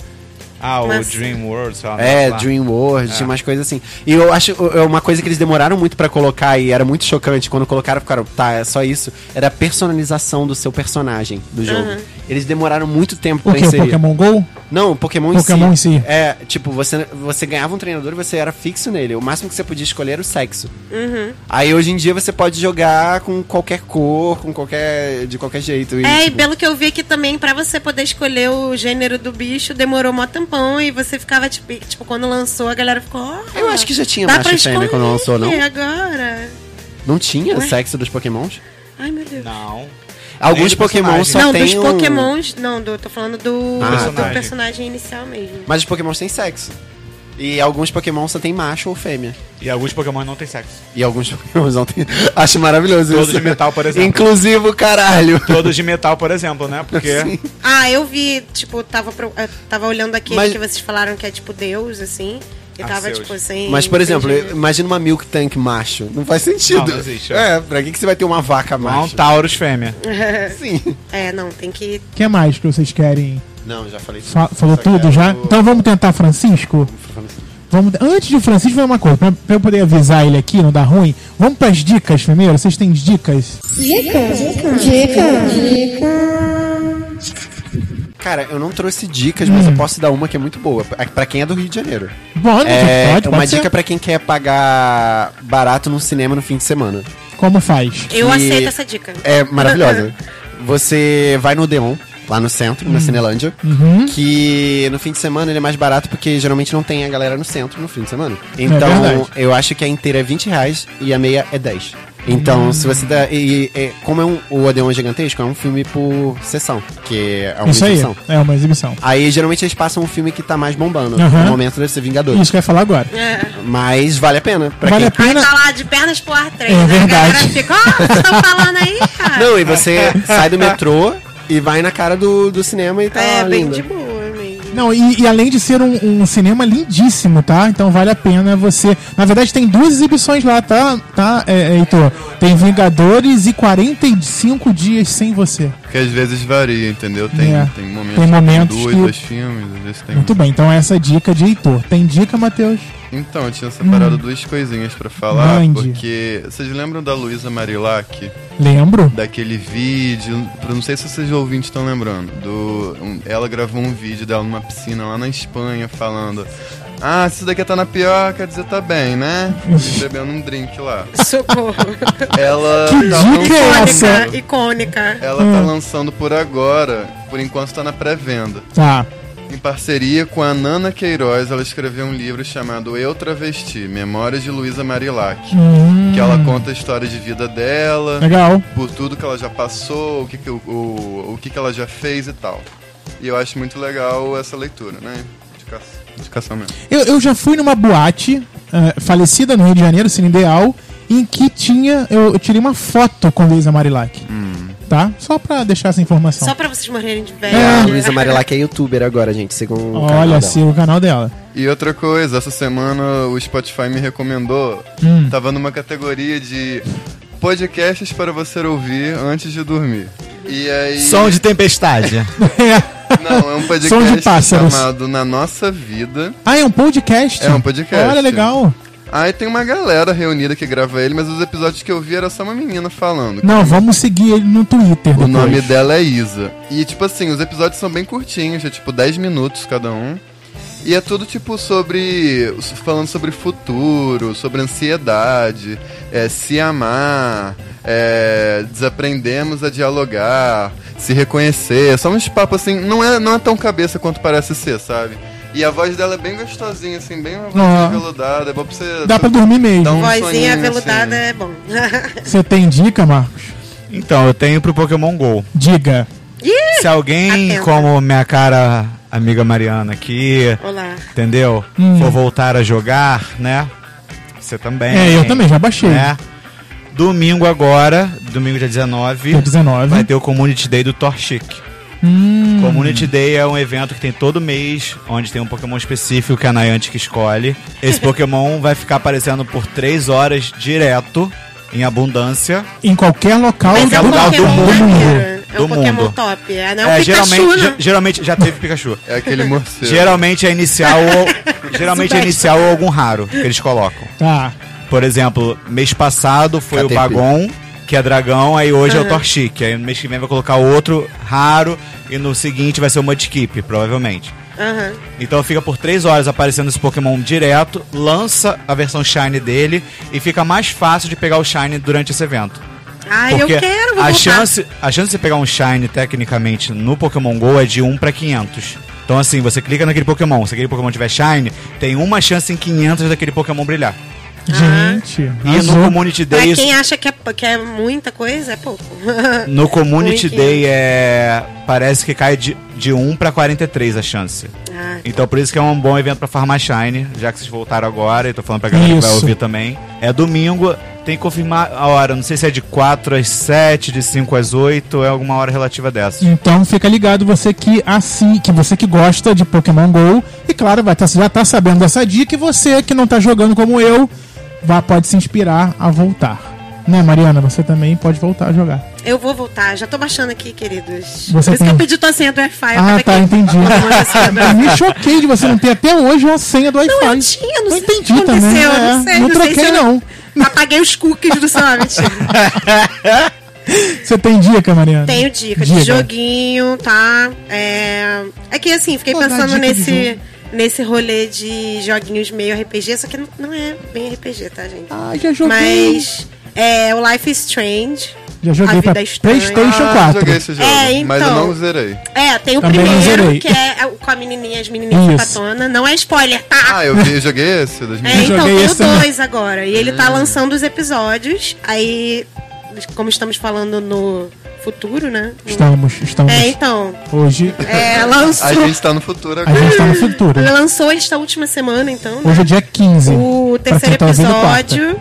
Ah, o Mas- Dream World, sei lá. É, lá. Dream World, tinha umas coisas assim. E eu acho é uma coisa que eles demoraram muito pra colocar e era muito chocante quando colocaram, ficaram, tá, é só isso. Era a personalização do seu personagem do jogo. Eles demoraram muito tempo O pra que? O inserir. Pokémon GO? Não, o Pokémon, Pokémon em em si. si. É, tipo, você, você ganhava um treinador e você era fixo nele. O máximo que você podia escolher era o sexo. Uhum. Aí hoje em dia você pode jogar com qualquer cor, com qualquer. de qualquer jeito. e, É, e tipo, pelo que eu vi aqui também, pra você poder escolher o gênero do bicho, demorou mó tampão e você ficava, tipo, e, tipo quando lançou, a galera ficou... "Olha, Eu acho que já tinha dá macho pra e fêmea quando lançou, não? escolher agora. Não tinha Ué? sexo dos Pokémons? Ai, meu Deus. Não. Alguns do Pokémons personagem. só não, tem dos um- pokémons... Não, do, tô falando do, Ah, do personagem. tá. inicial mesmo. Mas os pokémons têm sexo. E alguns pokémons só tem macho ou fêmea. E alguns Pokémon não tem sexo. E alguns pokémons não tem... Acho maravilhoso Todos isso. de metal, por exemplo. Inclusivo, caralho. Todos de metal, por exemplo, né? Porque. Sim. Ah, eu vi, tipo, tava, pro- eh, eu tava olhando aquele Mas- que vocês falaram que é, tipo, Deus, assim... E Ah, tava, Zeus. tipo, assim... Mas, por exemplo, entendi. imagina uma Milk Tank macho. Não faz sentido. Não, não existe, é. é, pra que, que você vai ter uma vaca Não é um macho? assim. Taurus fêmea. Sim. É, não, tem que... O que mais que vocês querem? Não, já falei Fa- falou Só tudo quero- já? Então vamos tentar Francisco? Vamos, antes do Francisco, vai uma coisa, pra, pra eu poder avisar ele aqui, não dar ruim, vamos pras dicas primeiro? Vocês têm dicas? Cara, eu não trouxe dicas, mas eu Hum. posso dar uma que é muito boa. Pra pra quem é do Rio de Janeiro. Bom, É, pode, uma um pode ser. dica pra quem quer pagar barato no cinema no fim de semana. Como faz? Eu E- aceito essa dica. É maravilhosa. Você vai no Odeon, lá no centro, Uhum. na Cinelândia, que no fim de semana ele é mais barato porque geralmente não tem a galera no centro no fim de semana. Então, É verdade. eu acho que a inteira é 20 reais e a meia é 10. Hum. Então, se você dá. E, e- como é um, o Odeon é gigantesco, é um filme por sessão, que é uma Isso aí, sessão. é uma exibição. Aí geralmente eles passam um filme que tá mais bombando. Uhum. No momento deve ser Vingadores. Isso que eu ia falar agora. Mas vale a pena. Pra vale a quem pena... Tá É. lá de pernas pro ar três, É né? verdade. A galera fica, ó, vocês estão falando aí, cara? Não, e você sai do metrô e vai na cara do, do cinema e tá é, bem linda. de boa tá- mesmo. Não, e, e além de ser um, um cinema lindíssimo, tá? Então vale a pena você. Na verdade, tem duas exibições lá, tá, tá é, é, Heitor? Tem Vingadores e 45 Dias Sem Você. Que às vezes varia, entendeu? Tem, É. tem momentos, Tem momentos que tem que- duas, dois filmes, às vezes tem Muito bem, então essa é a dica de Heitor. Tem dica, Matheus? Então, eu tinha separado duas coisinhas pra falar, Hum. Mande. porque vocês lembram da Luísa Marilac, Lembro? daquele vídeo, eu não sei se vocês ouvintes estão lembrando, do um- ela gravou um vídeo dela numa piscina lá na Espanha falando: "Ah, se isso daqui tá na pior, quer dizer tá bem, né?" E bebendo um drink lá. Socorro. Ela Que tá dica é lançando- essa? Hum. Icônica, icônica. Ela tá lançando por agora, por enquanto tá na pré-venda. Tá. Em parceria com a Nana Queiroz, ela escreveu um livro chamado Eu Travesti, Memórias de Luísa Marilac, que ela conta a história de vida dela, Legal. por tudo que ela já passou, o que, que- o, o, o que, que ela já fez e tal. E eu acho muito legal essa leitura, né? Indica- Indicação mesmo. Eu, eu já fui numa boate eh, falecida no Rio de Janeiro, Cine Ideal, em que tinha. Eu, eu tirei uma foto com Luísa Marilac. Tá? Só pra deixar essa informação. Só pra vocês morrerem de velho. A Luísa Marilac é youtuber agora, gente, segundo o canal Olha, dela. se o canal dela. E outra coisa, essa semana o Spotify me recomendou. Tava numa categoria de podcasts para você ouvir antes de dormir. E aí. Som de tempestade. Não, é um Som de podcast pássaros. chamado Na Nossa Vida. Ah, é um podcast? É um podcast. Olha, legal. Aí tem uma galera reunida que grava ele, mas os episódios que eu vi era só uma menina falando. Não, vamos seguir ele no Twitter. O depois. nome dela é Isa. E, tipo assim, os episódios são bem curtinhos, é tipo 10 minutos cada um. E é tudo, tipo, sobre. falando sobre futuro, sobre ansiedade, é, se amar, é, desaprendemos a dialogar, se reconhecer. Só uns papos assim, não é, não é tão cabeça quanto parece ser, sabe? E a voz dela é bem gostosinha, assim, bem uma voz Ah. aveludada, é bom pra você. Dá pra dormir mesmo. Dá um soninho, Vozinha assim. aveludada é bom. Você tem dica, Marcos? então, eu tenho pro Pokémon GO. Diga. Se alguém, Atenta. como minha cara amiga Mariana aqui, Olá. entendeu? Hum. For voltar a jogar, né? Você também. É, eu também já baixei. Né? Domingo agora, domingo dia 19, Dia 19. vai ter o Community Day do Torchic. Hum. Community Day é um evento que tem todo mês, onde tem um Pokémon específico que a Niantic escolhe. Esse Pokémon vai ficar aparecendo por 3 horas direto, em abundância. Em qualquer local Mas é um do lugar do Pokémon mundo. maneiro. É Do um Pokémon mundo. top. É, não é um É, Pikachu, geralmente, né? ge- geralmente já teve Pikachu. É aquele morcego. Geralmente é inicial ou, geralmente é inicial ou algum raro que eles colocam. Tá. Por exemplo, mês passado foi o Caterpie. Bagon, que é dragão, aí hoje é o Torchic. Aí no mês que vem vai colocar outro raro e no seguinte vai ser o Mudkip, provavelmente. Aham. Então fica por 3 horas aparecendo esse Pokémon direto, lança a versão Shine dele e fica mais fácil de pegar o Shine durante esse evento. Ai, eu quero, vou a voltar. chance, a chance de você pegar um Shine tecnicamente no Pokémon GO é de 1 pra 500. Então assim, você clica naquele Pokémon, se aquele Pokémon tiver Shine, tem uma chance em 500 daquele Pokémon brilhar. Ah. Gente. E no azul. Community Pra Day isso- quem acha que é, que é muita coisa, é pouco. No Community Muito. Day é. Parece que cai de, de 1 pra 43 a chance. Ah, Então por isso que é um bom evento pra farmar Shine, já que vocês voltaram agora, e tô falando pra galera que vai Isso. ouvir também. É domingo, tem que confirmar a hora, não sei se é de 4 às 7, de 5 às 8, é alguma hora relativa dessa. Então fica ligado você que assim, que você que gosta de Pokémon GO, e claro, vai tá, já tá sabendo dessa dica e você que não tá jogando como eu, vá, pode se inspirar a voltar. Né, Mariana, você também pode voltar a jogar. eu vou voltar, já tô baixando aqui, queridos. Você Por isso tem- que eu pedi tua senha do Wi-Fi. é eu ah, tava tá, aqui. entendi. Uma senha do Eu me choquei de você não ter até hoje a senha do Wi-Fi. Não, eu tinha, não sei o que entendi também, aconteceu, eu é. não sei, Não não sei se troquei, eu- não. Apaguei os cookies do Summit. Você tem dica, Mariana? Tenho dica de joguinho, tá? É, é que assim, fiquei Pô, dá pensando dica de nesse, jogo. nesse rolê de joguinhos meio RPG, só que não, não é bem RPG, tá, gente? Ah, já joguei. Mas é o Life is Strange. já A joguei Vida é pra Estranha. PlayStation Ah, 4. joguei esse jogo, É, mas eu então. não zerei. É, tem o Também não zerei. primeiro, que é o- com a menininha, as menininhas Isso. patona. Não é spoiler, tá? Ah, eu, vi, eu joguei esse, É, 2000. então, joguei tem o esse né? também. dois agora. E ele Ah. tá lançando os episódios. Aí, como estamos falando no futuro, né? No- Estamos, estamos. É, então. Hoje É, A lançou. gente tá no futuro a agora. gente tá no futuro. Ele lançou esta última semana, então, né? Hoje é dia 15. O pra quem terceiro tá ouvindo, Hum. quarta. episódio.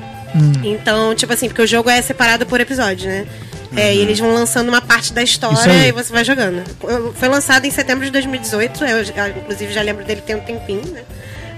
Então, tipo assim, porque o jogo é separado por episódio, né? É, e eles vão lançando uma parte da Uhum. Isso história aí. e você vai jogando. Eu- Foi lançado em setembro de 2018, eu, já- inclusive já lembro dele tem um tempinho, né?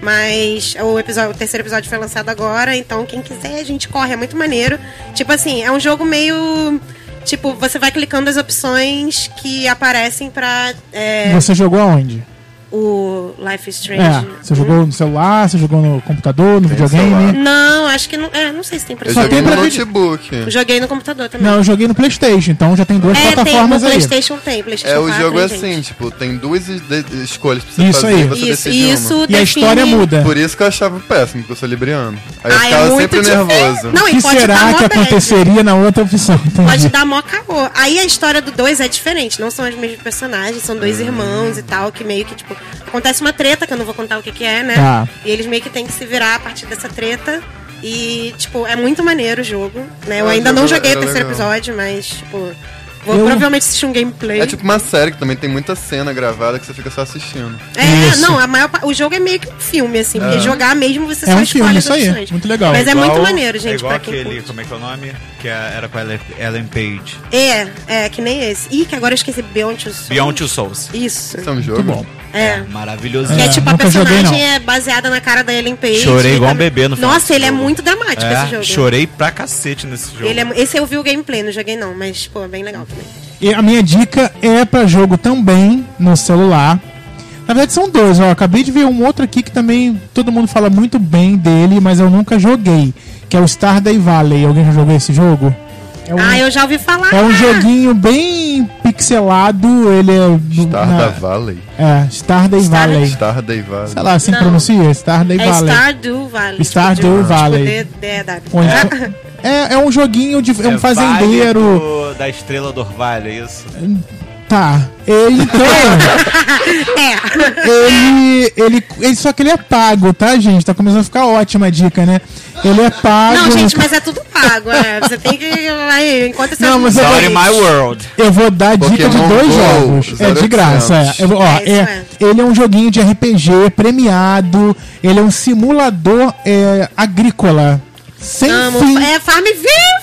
Mas o, episódio, o terceiro episódio foi lançado agora, então quem quiser a gente corre, é muito maneiro. Tipo assim, é um jogo meio. Tipo, você vai clicando as opções que aparecem pra é, Você jogou aonde? o Life is É, Strange. você jogou no celular, você jogou no computador, no celular. videogame. Não, acho que não. É, não sei se tem pra Eu Só joguei tem no pra notebook. Joguei no computador também. Não, eu joguei no Playstation, então já tem duas é, tem no plataformas aí. Playstation tem, Playstation É, o 4, jogo é né, assim, gente? tipo, tem duas de- de- escolhas pra você Isso fazer aí. É. e você Isso, decide isso uma. E a define- história muda. Por isso que eu achava péssimo, porque eu sou libriano. Aí eu Ah, é ficava muito sempre difícil. nervoso. Não, O e que pode será dar mó que bad. aconteceria na outra opção? Entendi. Pode dar mó caô. Aí a história do 2 é diferente, não são os mesmos personagens, são dois irmãos e tal, que meio que, tipo, acontece uma treta, que eu não vou contar o que que é, né? Tá. E eles meio que têm que se virar a partir dessa treta. E, tipo, é muito maneiro o jogo, né? Eu Ah, ainda o não jogo joguei o era terceiro legal. episódio, mas, tipo, Vou Eu- provavelmente assistir um gameplay. É tipo uma série que também tem muita cena gravada que você fica só assistindo. É, Isso. não, a maior, pa- o jogo é meio que um filme, assim, porque jogar mesmo você É só um escolhe filme, as isso aí. opções. Muito legal. Mas é Igual- muito maneiro, gente, É igual pra quem aquele, curte. como é que é o nome? Que é- era com a Ellen- Ellen Page. É, é, que nem esse. Ih, que agora eu esqueci, Beyond Two Souls. Beyond Two Souls. Isso, Isso é um Muito jogo. bom. é. Maravilhoso. Que é, É, tipo, a nunca joguei, personagem não. é baseada na cara da Ellen É. Page. Chorei que igual tá- um bebê no final Nossa, desse ele é jogo. muito dramático esse jogo. chorei pra cacete nesse jogo. Ele é mu- esse eu vi o gameplay, não joguei não, mas, pô, é bem legal também. E a minha dica é pra jogo também no celular. Na verdade são dois, ó. Acabei de ver um outro aqui que também todo mundo fala muito bem dele, mas eu nunca joguei. Que é o Stardew Valley. Alguém já jogou esse jogo? É um, Ah, eu já ouvi falar. é um joguinho bem pixelado, ele é. Starda Valley. na, é Stardew Valley. Starda Valley. Sei lá, assim Não. pronuncia? Stardew É Valley. Stardew Valley. Stardew Valley. Tipo, D- DW. Onde- Ah, É, é um joguinho de. É um fazendeiro. Vale do- da Estrela do Orvalho, é isso? Tá. Ele então. É. ele, ele, ele. Só que ele é pago, tá, gente? Tá começando a ficar ótima a dica, né? Ele é pago. Não, gente, mas é tudo pago, é. Você tem que. Aí, enquanto você Não, mas é eu Sorry, My World. Eu vou dar a dica de Pokémon dois Go, jogos. É de 0800. graça. É. Eu vou- ó, É, isso é- é. Ele é um joguinho de RPG premiado. Ele é um simulador é, agrícola. Sem Amo. fim. É Farmville,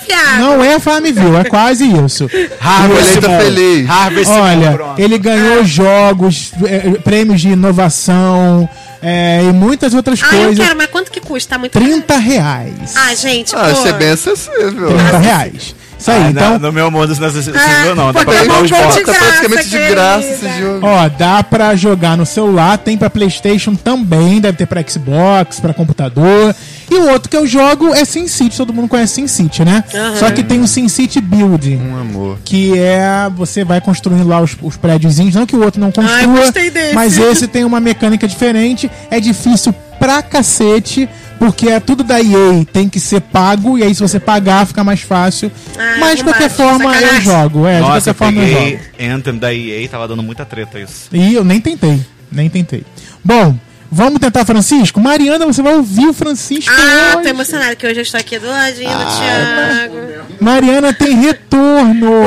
fiado. assim. Não é Farmville, é quase isso. Harvest Colheita Moon. Feliz. Harvest Moon, Olha, pronto. ele ganhou Ah. jogos, é, é, prêmios de inovação é, e muitas outras Ah, eu coisas. quero, mas quanto que custa? Tá muito 30 reais. Ah, gente, Ah, pô. isso é bem acessível. 30 reais. Isso aí, Ah, então, não, no meu mundo isso não é Ah, acessível, não. Dá pra um Pokémon comprar os Go box. de Tá graça, praticamente de graça querida. esse jogo. ó, dá pra jogar no celular, tem pra Playstation também, deve ter pra Xbox, pra computador. E o outro que eu jogo é SimCity, todo mundo conhece SimCity, né? Só que tem o SimCity Build. Um amor. que é você vai construindo lá os, os prédiozinhos, não que o outro não construa, Ai, gostei desse. mas esse tem uma mecânica diferente, é difícil pra cacete, porque é tudo da EA, tem que ser pago, e aí se você pagar fica mais fácil, Ah, mas de qualquer arrumado, forma eu sacanagem. jogo, é, Nossa, de qualquer eu forma eu jogo. peguei Anthem da EA, tava dando muita treta isso. E eu nem tentei, nem tentei. Bom, vamos tentar Francisco? Mariana, você vai ouvir o Francisco Ah, tô hoje. emocionada que hoje eu estou aqui do ladinho do Thiago. Mariana tem retorno,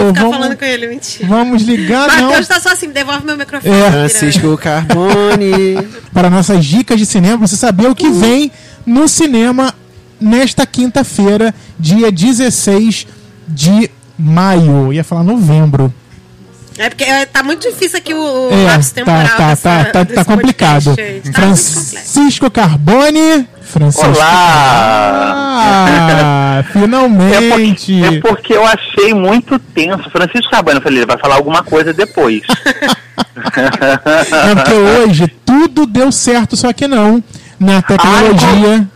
Ficar vamos, falando com ele, mentira. vamos ligar não. Matheus tá só assim, devolve meu microfone. É. piranga. Francisco Carbone. para nossas dicas de cinema, você saber o que Uhum. vem no cinema nesta quinta-feira, dia 16 de maio. Ia falar novembro. É porque é, tá muito difícil aqui o é, lápis temporal. tá, tá, dessa- tá, tá, desse tá podcast, complicado. gente. Tá muito complexo. Francisco Carbone. Francisco. Olá! Ah, É porque, finalmente. é porque eu achei muito tenso. Francisco Sabano, eu falei, ele vai falar alguma coisa depois. É porque hoje tudo deu certo, só que não. Na tecnologia.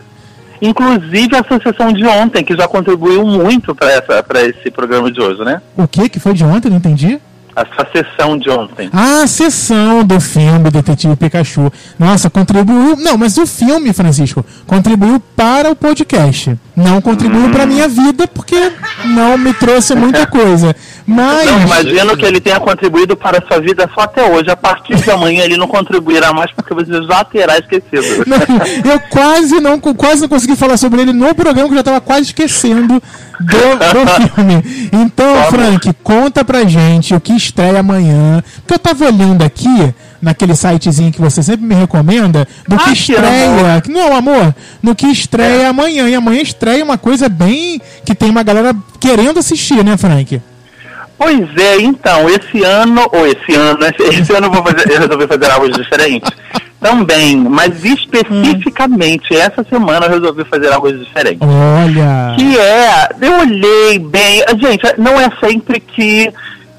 Inclusive a associação de ontem, que já contribuiu muito para esse programa de hoje, né? O que que foi de ontem? Não entendi. Essa sessão de ontem. A sessão do filme Detetive Pikachu. Nossa, contribuiu. Não, mas o filme, Francisco, contribuiu para o podcast. Não contribuiu para minha vida, porque não me trouxe muita coisa. Mas. Não, Então, imagino que ele tenha contribuído para a sua vida só até hoje. A partir de amanhã ele não contribuirá mais porque você já terá esquecido. Não, eu quase não, quase não consegui falar sobre ele no programa, que eu já tava quase esquecendo do, do filme. Então, Tá Frank, conta pra gente o que estreia amanhã. Porque eu tava olhando aqui, naquele sitezinho que você sempre me recomenda, do que Ah, que É. estreia. Que não, amor, no que estreia amanhã. E amanhã estreia uma coisa bem. que tem uma galera querendo assistir, né, Frank? Pois é, então, esse ano, ou esse ano, né? esse ano eu, vou fazer, eu resolvi fazer algo diferente também, mas especificamente essa semana eu resolvi fazer algo diferente. Olha. Que é, eu olhei bem. Gente, não é sempre que,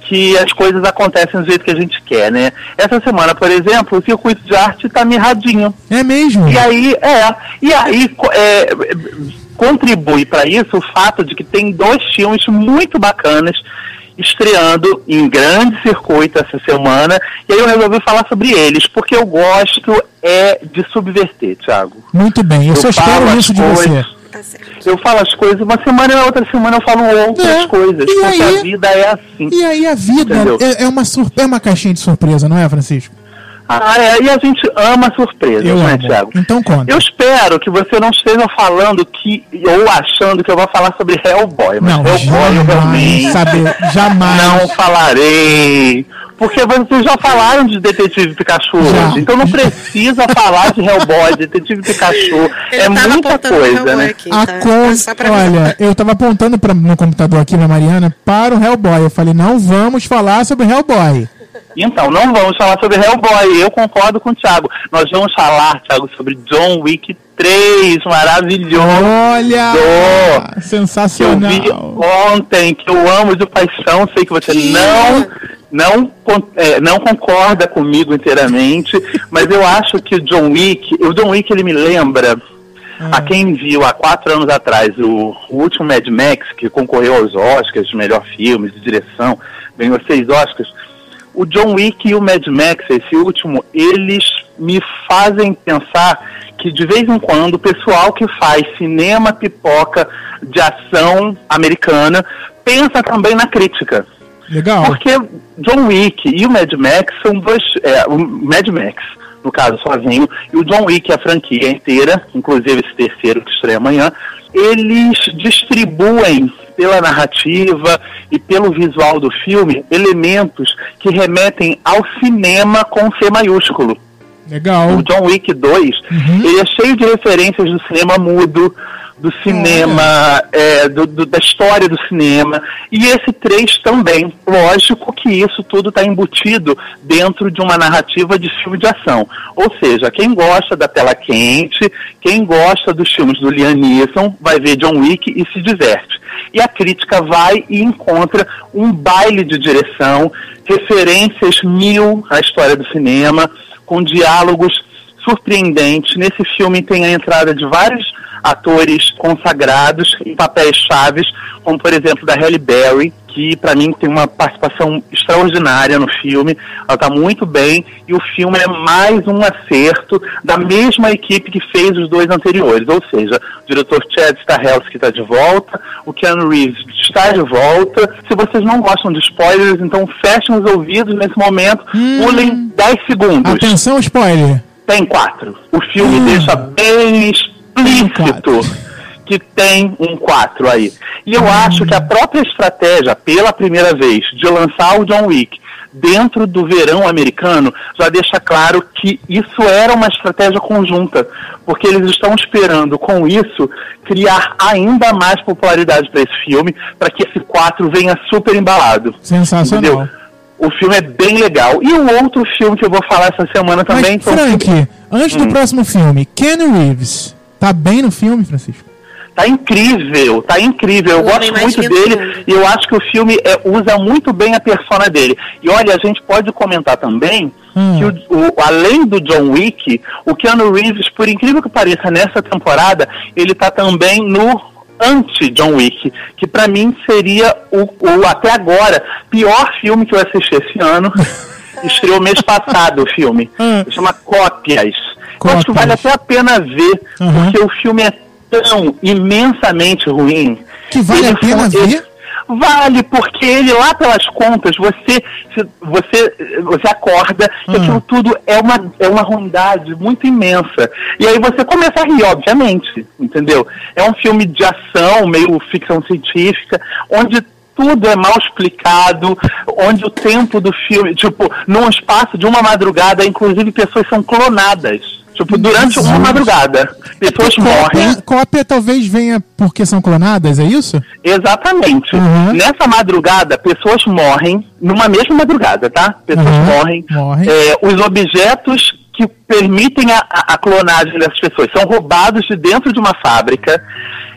que as coisas acontecem do jeito que a gente quer, né? Essa semana, por exemplo, o circuito de arte tá mirradinho. É mesmo? E aí, é, e aí co- é, contribui para isso o fato de que tem dois filmes muito bacanas estreando em grande circuito essa semana, e aí eu resolvi falar sobre eles, porque eu gosto é de subverter, Thiago. Muito bem, eu só falo espero as isso de coisas- você. Tá certo. Eu falo as coisas uma semana e na outra semana eu falo outras É, coisas, e aí? porque a vida é assim. E aí a vida Entendeu? é, é uma sur- é uma caixinha de surpresa, não é, Francisco? Ah, é, e a gente ama surpresas, Eu né, amo. Tiago? Então conta. Eu espero que você não esteja falando que ou achando que eu vou falar sobre Hellboy, mas Não, Hellboy eu jamais realmente saber. Jamais. não falarei. Porque vocês já falaram de Detetive Pikachu Já. hoje, então não precisa falar de Hellboy, Detetive Pikachu, Ele é tava muita apontando pro coisa, Hellboy né? Então, aqui, A tá? con- Só pra avisar. Olha, eu tava apontando pra, no computador aqui na Mariana para o Hellboy. Eu falei, não vamos falar sobre Hellboy. Então, não vamos falar sobre Hellboy, eu concordo com o Thiago. Nós vamos falar, Thiago, sobre John Wick 3, maravilhoso. Olha! Dó. que eu vi Sensacional! ontem, que eu amo de paixão, sei que você não, não, con- é, não concorda comigo inteiramente, mas eu acho que o John Wick, o John Wick ele me lembra a quem viu há quatro anos atrás o, o último Mad Max, que concorreu aos Oscars de melhor filme, de direção, ganhou seis Oscars. O John Wick e o Mad Max, esse último, eles me fazem pensar que de vez em quando o pessoal que faz cinema pipoca de ação americana pensa também na crítica. Legal. Porque John Wick e o Mad Max são dois. É, o Mad Max, no caso, sozinho, e o John Wick, a franquia inteira, inclusive esse terceiro que estreia amanhã, eles distribuem pela narrativa e pelo visual do filme elementos que remetem ao cinema com C maiúsculo. Legal. O John Wick 2, ele é cheio de referências do cinema mudo, do cinema, é, do- do- da história do cinema. E esse 3 também. Lógico que isso tudo está embutido dentro de uma narrativa de filme de ação. Ou seja, quem gosta da tela quente, quem gosta dos filmes do Liam Neeson, vai ver John Wick e se diverte. E a crítica vai e encontra um baile de direção, referências mil à história do cinema, com diálogos surpreendentes. Nesse filme tem a entrada de vários atores consagrados em papéis chaves, como por exemplo da Halle Berry, que para mim tem uma participação extraordinária no filme. Ela tá muito bem e o filme é mais um acerto da mesma equipe que fez os dois anteriores, ou seja, o diretor Chad Stahelski está de volta, o Keanu Reeves está de volta. Se vocês não gostam de spoilers, então fechem os ouvidos nesse momento, pulem 10 segundos. Atenção, spoiler. Tem quatro. O filme Ah. deixa bem explícito quatro. Hum. que tem um quatro aí. E eu acho que a própria estratégia, pela primeira vez, de lançar o John Wick dentro do verão americano, já deixa claro que isso era uma estratégia conjunta, porque eles estão esperando, com isso, criar ainda mais popularidade para esse filme, para que esse quatro venha super embalado. Sensacional. Entendeu? O filme é bem legal. E o outro filme que eu vou falar essa semana Mas, também. que é um Frank, antes do próximo filme, Ken Reeves. Tá bem no filme, Francisco? Tá incrível, tá incrível. Eu O homem gosto mais muito lindo do dele mundo. e eu acho que o filme é, usa muito bem a persona dele. E olha, a gente pode comentar também Hum. que, o, o- além do John Wick, o Keanu Reeves, por incrível que pareça, nessa temporada, ele tá também no anti-John Wick, que pra mim seria o, o, até agora, pior filme que eu assisti esse ano. Estreou mês passado o filme. Hum. Chama Cópias. Eu acho que Cópias. vale até a pena ver, Uhum. porque o filme é tão imensamente ruim. Que vale a Ele pena foi- ver? Vale, porque ele lá pelas contas, você se- você, você acorda e Hum. aquilo tudo é uma, é uma ruindade muito imensa. E aí você começa a rir, obviamente, entendeu? É um filme de ação, meio ficção científica, onde tudo é mal explicado, onde o tempo do filme, tipo, num espaço de uma madrugada, inclusive pessoas são clonadas. Tipo, durante uma madrugada, pessoas morrem. Cópia, cópia talvez venha porque são clonadas, é isso? Exatamente. Uhum. Nessa madrugada, pessoas morrem, numa mesma madrugada, tá? Pessoas Uhum. morrem. Morrem. É, os objetos que permitem a, a- a clonagem dessas pessoas são roubados de dentro de uma fábrica,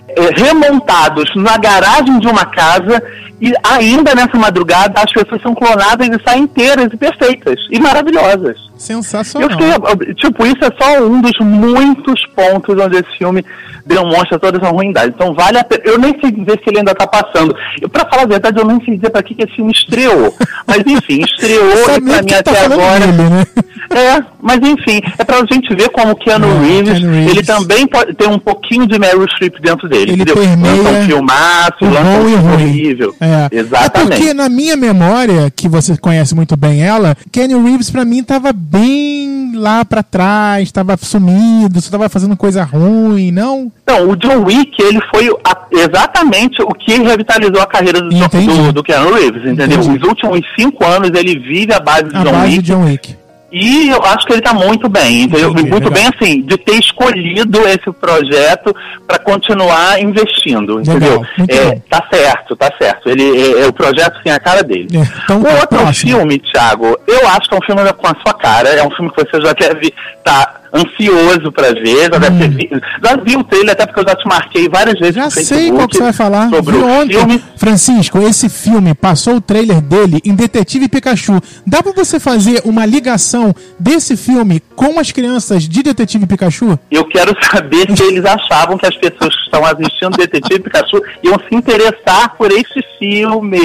é, remontados na garagem de uma casa, e ainda nessa madrugada as pessoas são clonadas e saem inteiras e perfeitas e maravilhosas. Eu Sensacional. fiquei, eu- tipo, isso é só um dos muitos pontos onde esse filme demonstra toda essa ruindade. Então vale a pena. Eu nem sei dizer se ele ainda tá passando. Eu, pra falar a verdade, eu nem sei dizer pra que, que esse filme estreou. Mas enfim, estreou e pra Sabia mim que tá até falando agora. dele, né? É, mas enfim, é pra gente ver como o Keanu, Ah, Reeves, Keanu Reeves. ele também pode ter um pouquinho de Meryl Streep dentro dele. Ele entendeu? permeia lança um filmaço, o lança bom um e o filme ruim. horrível. É. Exatamente. É porque na minha memória, que você conhece muito bem ela, Kenny Reeves pra mim tava bem lá pra trás, tava sumido, só tava fazendo coisa ruim, não? Então, o John Wick, ele foi a- exatamente o que revitalizou a carreira do, John- Entendi. do, do Keanu Reeves, entendeu? Entendi. Os últimos cinco anos ele vive à base do A John base Wick. de John Wick. E eu acho que ele tá muito bem, entendeu? Entendi, muito legal. bem, assim, de ter escolhido esse projeto para continuar investindo, Legal, entendeu? muito É, bom. tá certo, tá certo. Ele, é, é, o projeto tem a cara dele. É, então o tá, outro próximo. filme, Thiago, eu acho que é um filme com a sua cara, é um filme que você já deve tá ansioso para ver, já deve ter visto. Já vi o trailer, até porque eu já te marquei várias vezes Hum. Já no sei Facebook qual que você vai falar. um sobre Vi o ontem. filme. Francisco, esse filme passou o trailer dele em Detetive Pikachu. Dá pra você fazer uma ligação desse filme com as crianças de Detetive Pikachu? Eu quero saber se eles achavam que as pessoas que estão assistindo Detetive Pikachu iam se interessar por esse filme.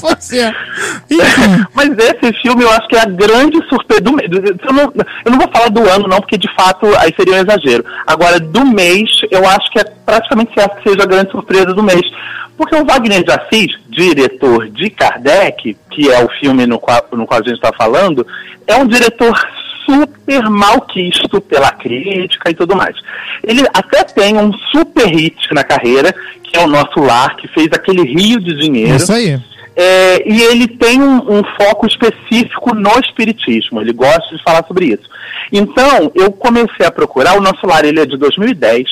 Pode ser. Enfim, Mas esse filme eu acho que é a grande surpresa do mês. Eu não, eu não vou falar do ano, não, porque de fato aí seria um exagero. Agora, do mês, eu acho que é praticamente certo que seja a grande surpresa do mês. Porque o Wagner de Assis, diretor de Kardec, que é o filme no qual, no qual a gente está falando, é um diretor super malquisto pela crítica e tudo mais. Ele até tem um super hit na carreira, que é o Nosso Lar, que fez aquele rio de dinheiro. isso aí. É, e ele tem um, um foco específico no espiritismo, ele gosta de falar sobre isso. Então, eu comecei a procurar, o nosso lar ele é de 2010,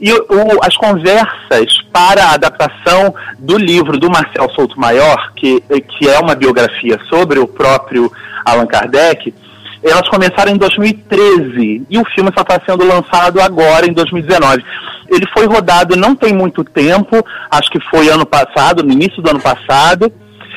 e o- o- as conversas para a adaptação do livro do Marcel Souto Maior, que, que é uma biografia sobre o próprio Allan Kardec, elas começaram em 2013 e o filme só está sendo lançado agora, em 2019. Ele foi rodado não tem muito tempo, acho que foi ano passado, no início do ano passado.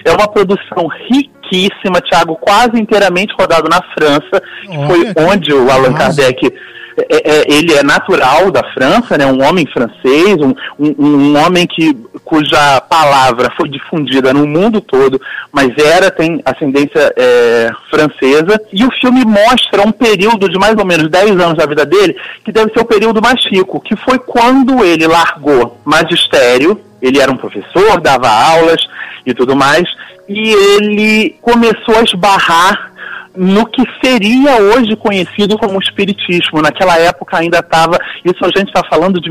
É uma produção riquíssima, Thiago, quase inteiramente rodado na França, que Olha foi que onde o Allan massa. Kardec. é- é- ele é natural da França, né? um homem francês, um, um- um homem que, cuja palavra foi difundida no mundo todo, mas era, tem ascendência é, francesa. E o filme mostra um período de mais ou menos 10 anos da vida dele, que deve ser o período mais rico, que foi quando ele largou magistério, ele era um professor, dava aulas e tudo mais, e ele começou a esbarrar no que seria hoje conhecido como espiritismo. Naquela época ainda estava. Isso a gente está falando de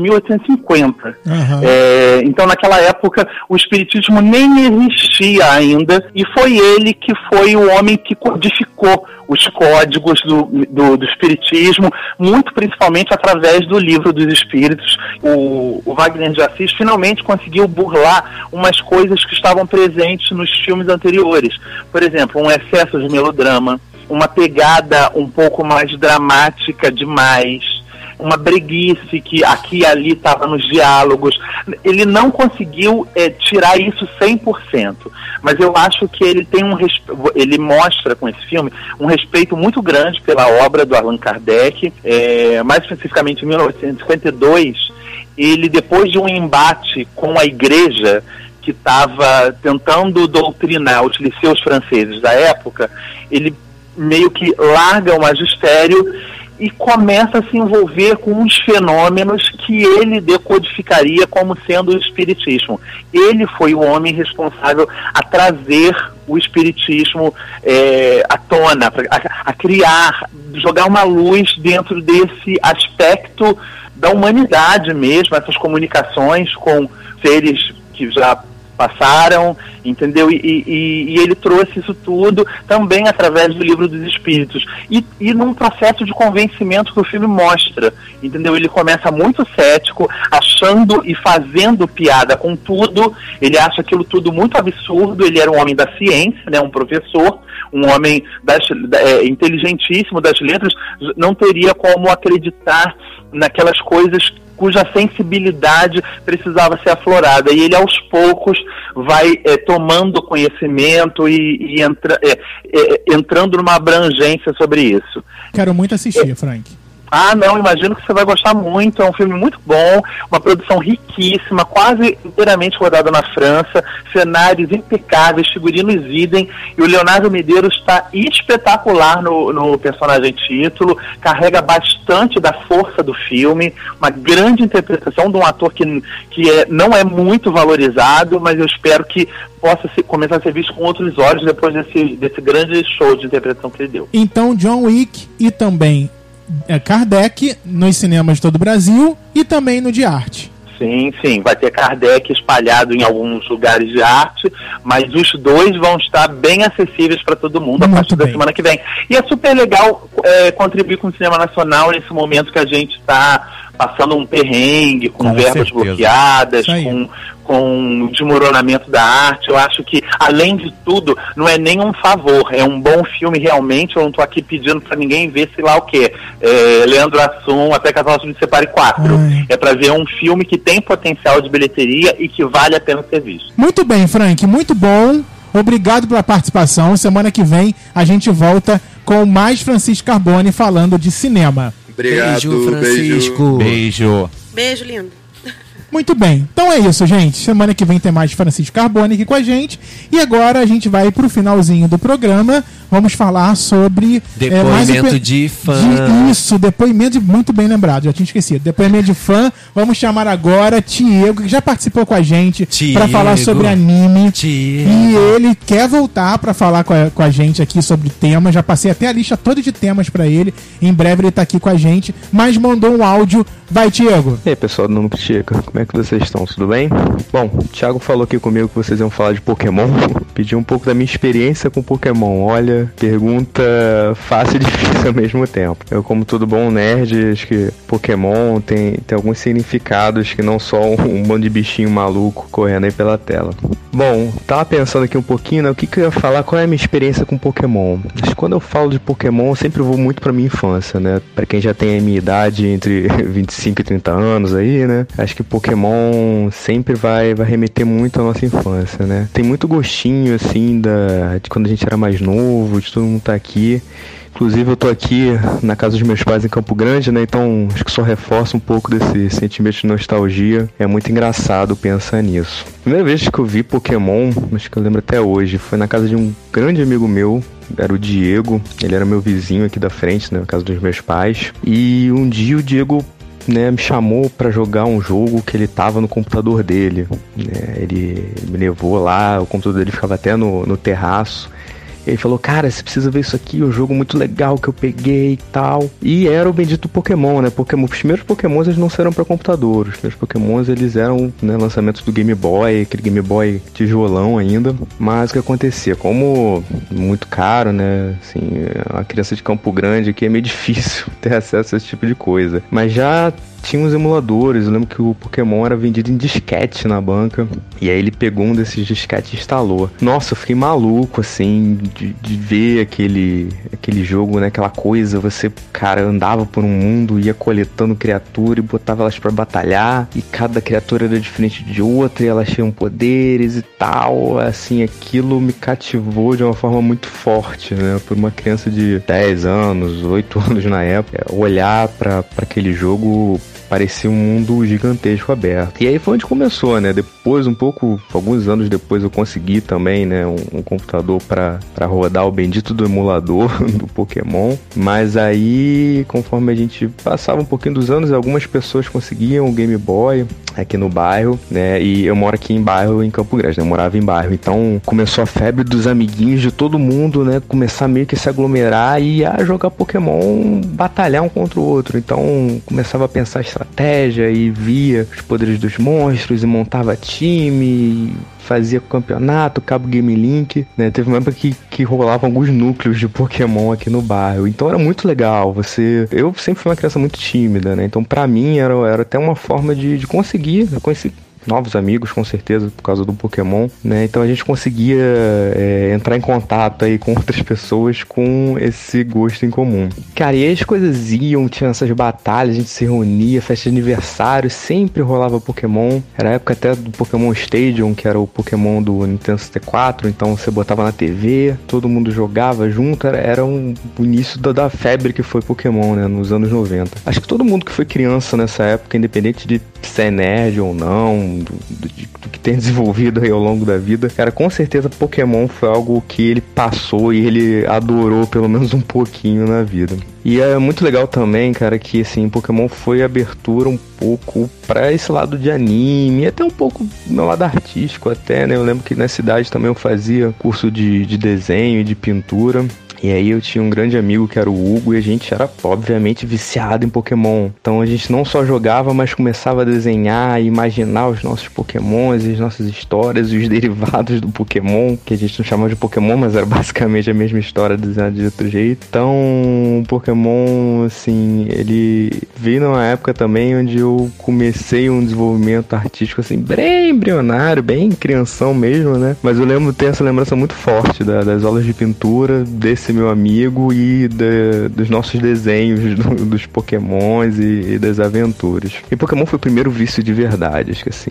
1850. Aham. É, então, naquela época, o espiritismo nem existia ainda. E foi ele que foi o homem que codificou os códigos do, do, do espiritismo, muito principalmente através do livro dos espíritos. O, o Wagner de Assis finalmente conseguiu burlar umas coisas que estavam presentes nos filmes anteriores. Por exemplo, um excesso de melodrama, uma pegada um pouco mais dramática demais uma breguice que aqui e ali estava nos diálogos. Ele não conseguiu eh, tirar isso 100%, mas eu acho que ele tem um res- ele mostra com esse filme um respeito muito grande pela obra do Allan Kardec, eh, mais especificamente em 1952, ele depois de um embate com a igreja que estava tentando doutrinar os liceus franceses da época, ele meio que larga o magistério e começa a se envolver com uns fenômenos que ele decodificaria como sendo o espiritismo. Ele foi o homem responsável a trazer o espiritismo eh, à tona, pra- a, a criar, jogar uma luz dentro desse aspecto da humanidade mesmo, essas comunicações com seres que já passaram, entendeu? E, e- e- e ele trouxe isso tudo também através do livro dos Espíritos. E, e num processo de convencimento que o filme mostra, entendeu? Ele começa muito cético, achando e fazendo piada com tudo, ele acha aquilo tudo muito absurdo, ele era um homem da ciência, né? um professor, um homem das- da- é, inteligentíssimo das letras, não teria como acreditar naquelas coisas cuja sensibilidade precisava ser aflorada. E ele, aos poucos, vai eh, tomando conhecimento e, é, e entra- eh, eh, entrando numa abrangência sobre isso. Quero muito assistir, Frank. Ah, não, imagino que você vai gostar muito. É um filme muito bom, uma produção riquíssima, quase inteiramente rodada na França, cenários impecáveis, figurinos idem. E o Leonardo Medeiros está espetacular no, no personagem título, carrega bastante da força do filme, uma grande interpretação de um ator que, que é, não é muito valorizado, mas eu espero que possa se- começar a ser visto com outros olhos depois desse, desse grande show de interpretação que ele deu. Então, John Wick e também é, Kardec nos cinemas de todo o Brasil e também no de arte. Sim, sim, vai ter Kardec espalhado em alguns lugares de arte, mas os dois vão estar bem acessíveis para todo mundo a Muito partir da bem. semana que vem. E é super legal é, contribuir com o cinema nacional nesse momento que a gente está passando um perrengue, com, Com verbas certeza. bloqueadas, Isso aí. com, com desmoronamento da arte. Eu acho que, além de tudo, não é nem um favor, é um bom filme realmente. Eu não estou aqui pedindo para ninguém ver sei lá o quê. É, Leandro Assum, até que a nossa me separe quatro. Ai. É pra ver um filme que tem potencial de bilheteria e que vale a pena ser visto. Muito bem, Frank, muito bom. Obrigado pela participação. Semana que vem a gente volta com mais Francisco Carbone falando de cinema. Obrigado, beijo. Beijo. Beijo, lindo. Muito bem, então é isso, gente. Semana que vem tem mais Francisco Carbone aqui com a gente. E agora a gente vai pro finalzinho do programa. Vamos falar sobre. é, mais um Depoimento pe- de fã. de- isso, depoimento de, muito bem lembrado, já tinha esquecido. Depoimento de fã. Vamos chamar agora Tiego, que já participou com a gente para Tiego. falar sobre anime. Tiego. E ele quer voltar para falar com a, com a gente aqui sobre temas. Já passei até a lista toda de temas para ele. Em breve ele tá aqui com a gente, mas mandou um áudio. Vai, Tiego. E aí pessoal do Não Critica, como é que vocês estão? Tudo bem? Bom, o Thiago falou aqui comigo que vocês iam falar de Pokémon. Pedi um pouco da minha experiência com Pokémon. Olha, pergunta fácil e difícil ao mesmo tempo. Eu, como todo bom nerd, acho que Pokémon tem, tem alguns significados que não só um, um bando de bichinho maluco correndo aí pela tela. Bom, tava pensando aqui um pouquinho, né? O que, que eu ia falar? Qual é a minha experiência com Pokémon? Acho que quando eu falo de Pokémon, eu sempre vou muito pra minha infância, né? Pra quem já tem a minha idade entre 25 e 30 anos aí, né? Acho que Pokémon sempre vai, vai remeter muito à nossa infância, né? Tem muito gostinho, assim, da, de quando a gente era mais novo, de todo mundo tá aqui. Inclusive eu tô aqui na casa dos meus pais em Campo Grande, né? Então acho que só reforça um pouco desse sentimento de nostalgia. É muito engraçado pensar nisso. Primeira vez que eu vi Pokémon, hum, acho que eu lembro até hoje, foi na casa de um grande amigo meu, era o Diego. Ele era meu vizinho aqui da frente, né? Na casa dos meus pais. E um dia o Diego né, me chamou pra jogar um jogo que ele tava no computador dele. né? Ele me levou lá, o computador dele ficava até no, no terraço. Ele falou, cara, você precisa ver isso aqui, é um jogo muito legal que eu peguei e tal. E era o bendito Pokémon, né? Pokémon, os primeiros Pokémons eles não saíram pra computador. Os primeiros Pokémons eles eram né, lançamentos do Game Boy, aquele Game Boy tijolão ainda. Mas o que acontecia? Como muito caro, né? Assim, uma criança de Campo Grande aqui é meio difícil ter acesso a esse tipo de coisa. Mas já tinha uns emuladores, eu lembro que o Pokémon era vendido em disquete na banca. E aí ele pegou um desses disquetes e instalou. Nossa, eu fiquei maluco, assim, de, de ver aquele, aquele jogo, né? Aquela coisa, você, cara, andava por um mundo, ia coletando criatura e botava elas pra batalhar. E cada criatura era diferente de outra, e elas tinham poderes e tal. Assim, aquilo me cativou de uma forma muito forte, né? Por uma criança de 10 anos, 8 anos na época, olhar pra pra aquele jogo parecia um mundo gigantesco aberto. E aí foi onde começou, né? Depois, um pouco, alguns anos depois, eu consegui também, né, um, um computador pra pra rodar o bendito do emulador do Pokémon. Mas aí, conforme a gente passava um pouquinho dos anos, algumas pessoas conseguiam o Game Boy aqui no bairro, né? E eu moro aqui em bairro, em Campo Grande, né? Eu morava em bairro. Então começou a febre dos amiguinhos de todo mundo, né? Começar meio que se aglomerar e a jogar Pokémon, batalhar um contra o outro. Então começava a pensar estratégia e via os poderes dos monstros e montava time. e Fazia campeonato, Cabo Game Link, né? Teve uma época que, que rolavam alguns núcleos de Pokémon aqui no bairro. Então era muito legal. Você. Eu sempre fui uma criança muito tímida, né? Então pra mim era, era até uma forma de, de conseguir. Eu conheci novos amigos, com certeza, por causa do Pokémon, né? Então a gente conseguia é, entrar em contato aí com outras pessoas com esse gosto em comum. Cara, e aí as coisas iam, tinha essas batalhas, a gente se reunia, festa de aniversário, sempre rolava Pokémon. Era a época até do Pokémon Stadium, que era o Pokémon do Nintendo 64, então você botava na TV, todo mundo jogava junto, era, era um, o início da, da febre que foi Pokémon, né, nos anos 90. Acho que todo mundo que foi criança nessa época, independente de ser nerd ou não, do, do- de- do que tem desenvolvido aí ao longo da vida, cara, com certeza Pokémon foi algo que ele passou e ele adorou pelo menos um pouquinho na vida. E é muito legal também, cara, que assim, Pokémon foi abertura um pouco pra esse lado de anime, até um pouco meu lado artístico até, né? Eu lembro que na cidade também eu fazia curso de, de desenho e de pintura. E aí eu tinha um grande amigo que era o Hugo e a gente era obviamente viciado em Pokémon. Então a gente não só jogava, mas começava a desenhar e imaginar os nossos Pokémons e as nossas histórias e os derivados do Pokémon, que a gente não chamava de Pokémon, mas era basicamente a mesma história desenhada de outro jeito. Então, o Pokémon, assim, ele veio numa época também onde eu comecei um desenvolvimento artístico assim, bem embrionário, bem crianção mesmo, né? Mas eu lembro ter essa lembrança muito forte da- das aulas de pintura desse meu amigo e da- dos nossos desenhos do- dos pokémons e, e das aventuras. E Pokémon foi o primeiro vício de verdade, acho que assim,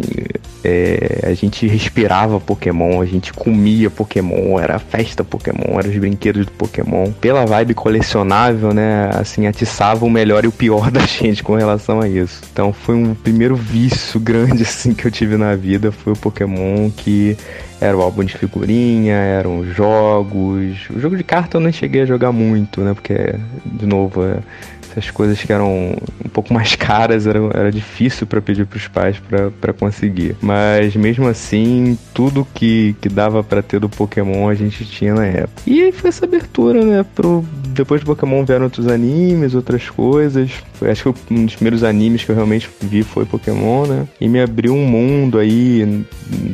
é, a gente respirava Pokémon, a gente comia Pokémon, era a festa Pokémon, eram os brinquedos do Pokémon. Pela vibe colecionável, né? Assim, atiçava o melhor e o pior da gente com relação a isso. Então foi um primeiro vício grande, assim, que eu tive na vida. Foi o Pokémon que era o álbum de figurinha, eram os jogos. O jogo de carta eu não cheguei a jogar muito, né? Porque, de novo, é- essas coisas que eram um pouco mais caras, era, era difícil para pedir pros pais pra pra conseguir. Mas mesmo assim, tudo que, que dava pra ter do Pokémon a gente tinha na época. E aí foi essa abertura, né? Pro... Depois do Pokémon vieram outros animes, outras coisas. Foi- acho que um dos primeiros animes que eu realmente vi foi Pokémon, né? E me abriu um mundo aí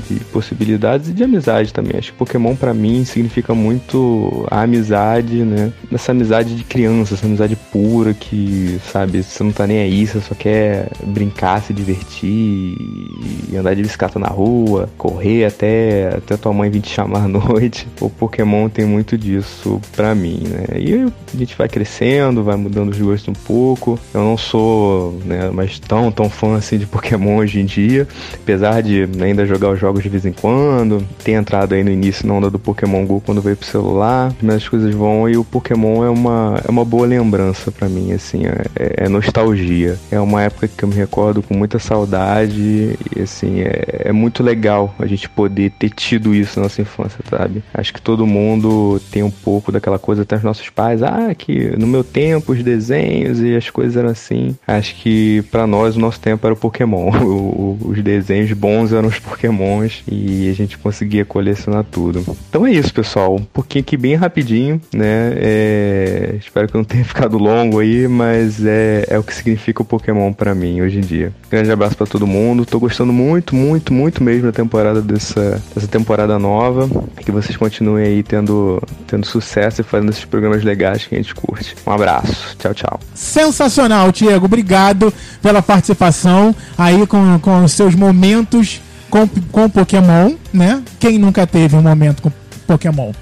de possibilidades e de amizade também. Acho que Pokémon pra mim significa muito a amizade, né? Essa amizade de criança, essa amizade pura que, sabe, você não tá nem aí, você só quer brincar, se divertir e andar de bicicleta na rua, correr até, até tua mãe vir te chamar à noite. O Pokémon tem muito disso pra mim, né? E a gente vai crescendo, vai mudando os gostos um pouco. Eu não sou, né, mas tão, tão fã assim de Pokémon hoje em dia apesar de ainda jogar os jogos de vez em quando, ter entrado aí no início na onda do Pokémon Go quando veio pro celular, mas as coisas vão e o Pokémon é uma, é uma boa lembrança pra mim, assim, é, é nostalgia. É uma época que eu me recordo com muita saudade e, assim, é, é muito legal a gente poder ter tido isso na nossa infância, sabe? Acho que todo mundo tem um pouco daquela coisa, até os nossos pais, ah, que no meu tempo os desenhos e as coisas eram assim. Acho que pra nós o nosso tempo era o Pokémon. O- o- os desenhos bons eram os Pokémons e a gente conseguia colecionar tudo. Então é isso, pessoal. Um pouquinho aqui bem rapidinho, né? É, Espero que não tenha ficado longo aí, mas é, é o que significa o Pokémon pra mim hoje em dia. Grande abraço pra todo mundo. Tô gostando muito, muito, muito mesmo da temporada dessa, dessa temporada nova. Que vocês continuem aí tendo, tendo sucesso e fazendo esses programas legais que a gente curte. Um abraço. Tchau, tchau. Sensacional, Diego. Obrigado pela participação aí com, com os seus momentos com, com Pokémon, né? Quem nunca teve um momento com Pokémon?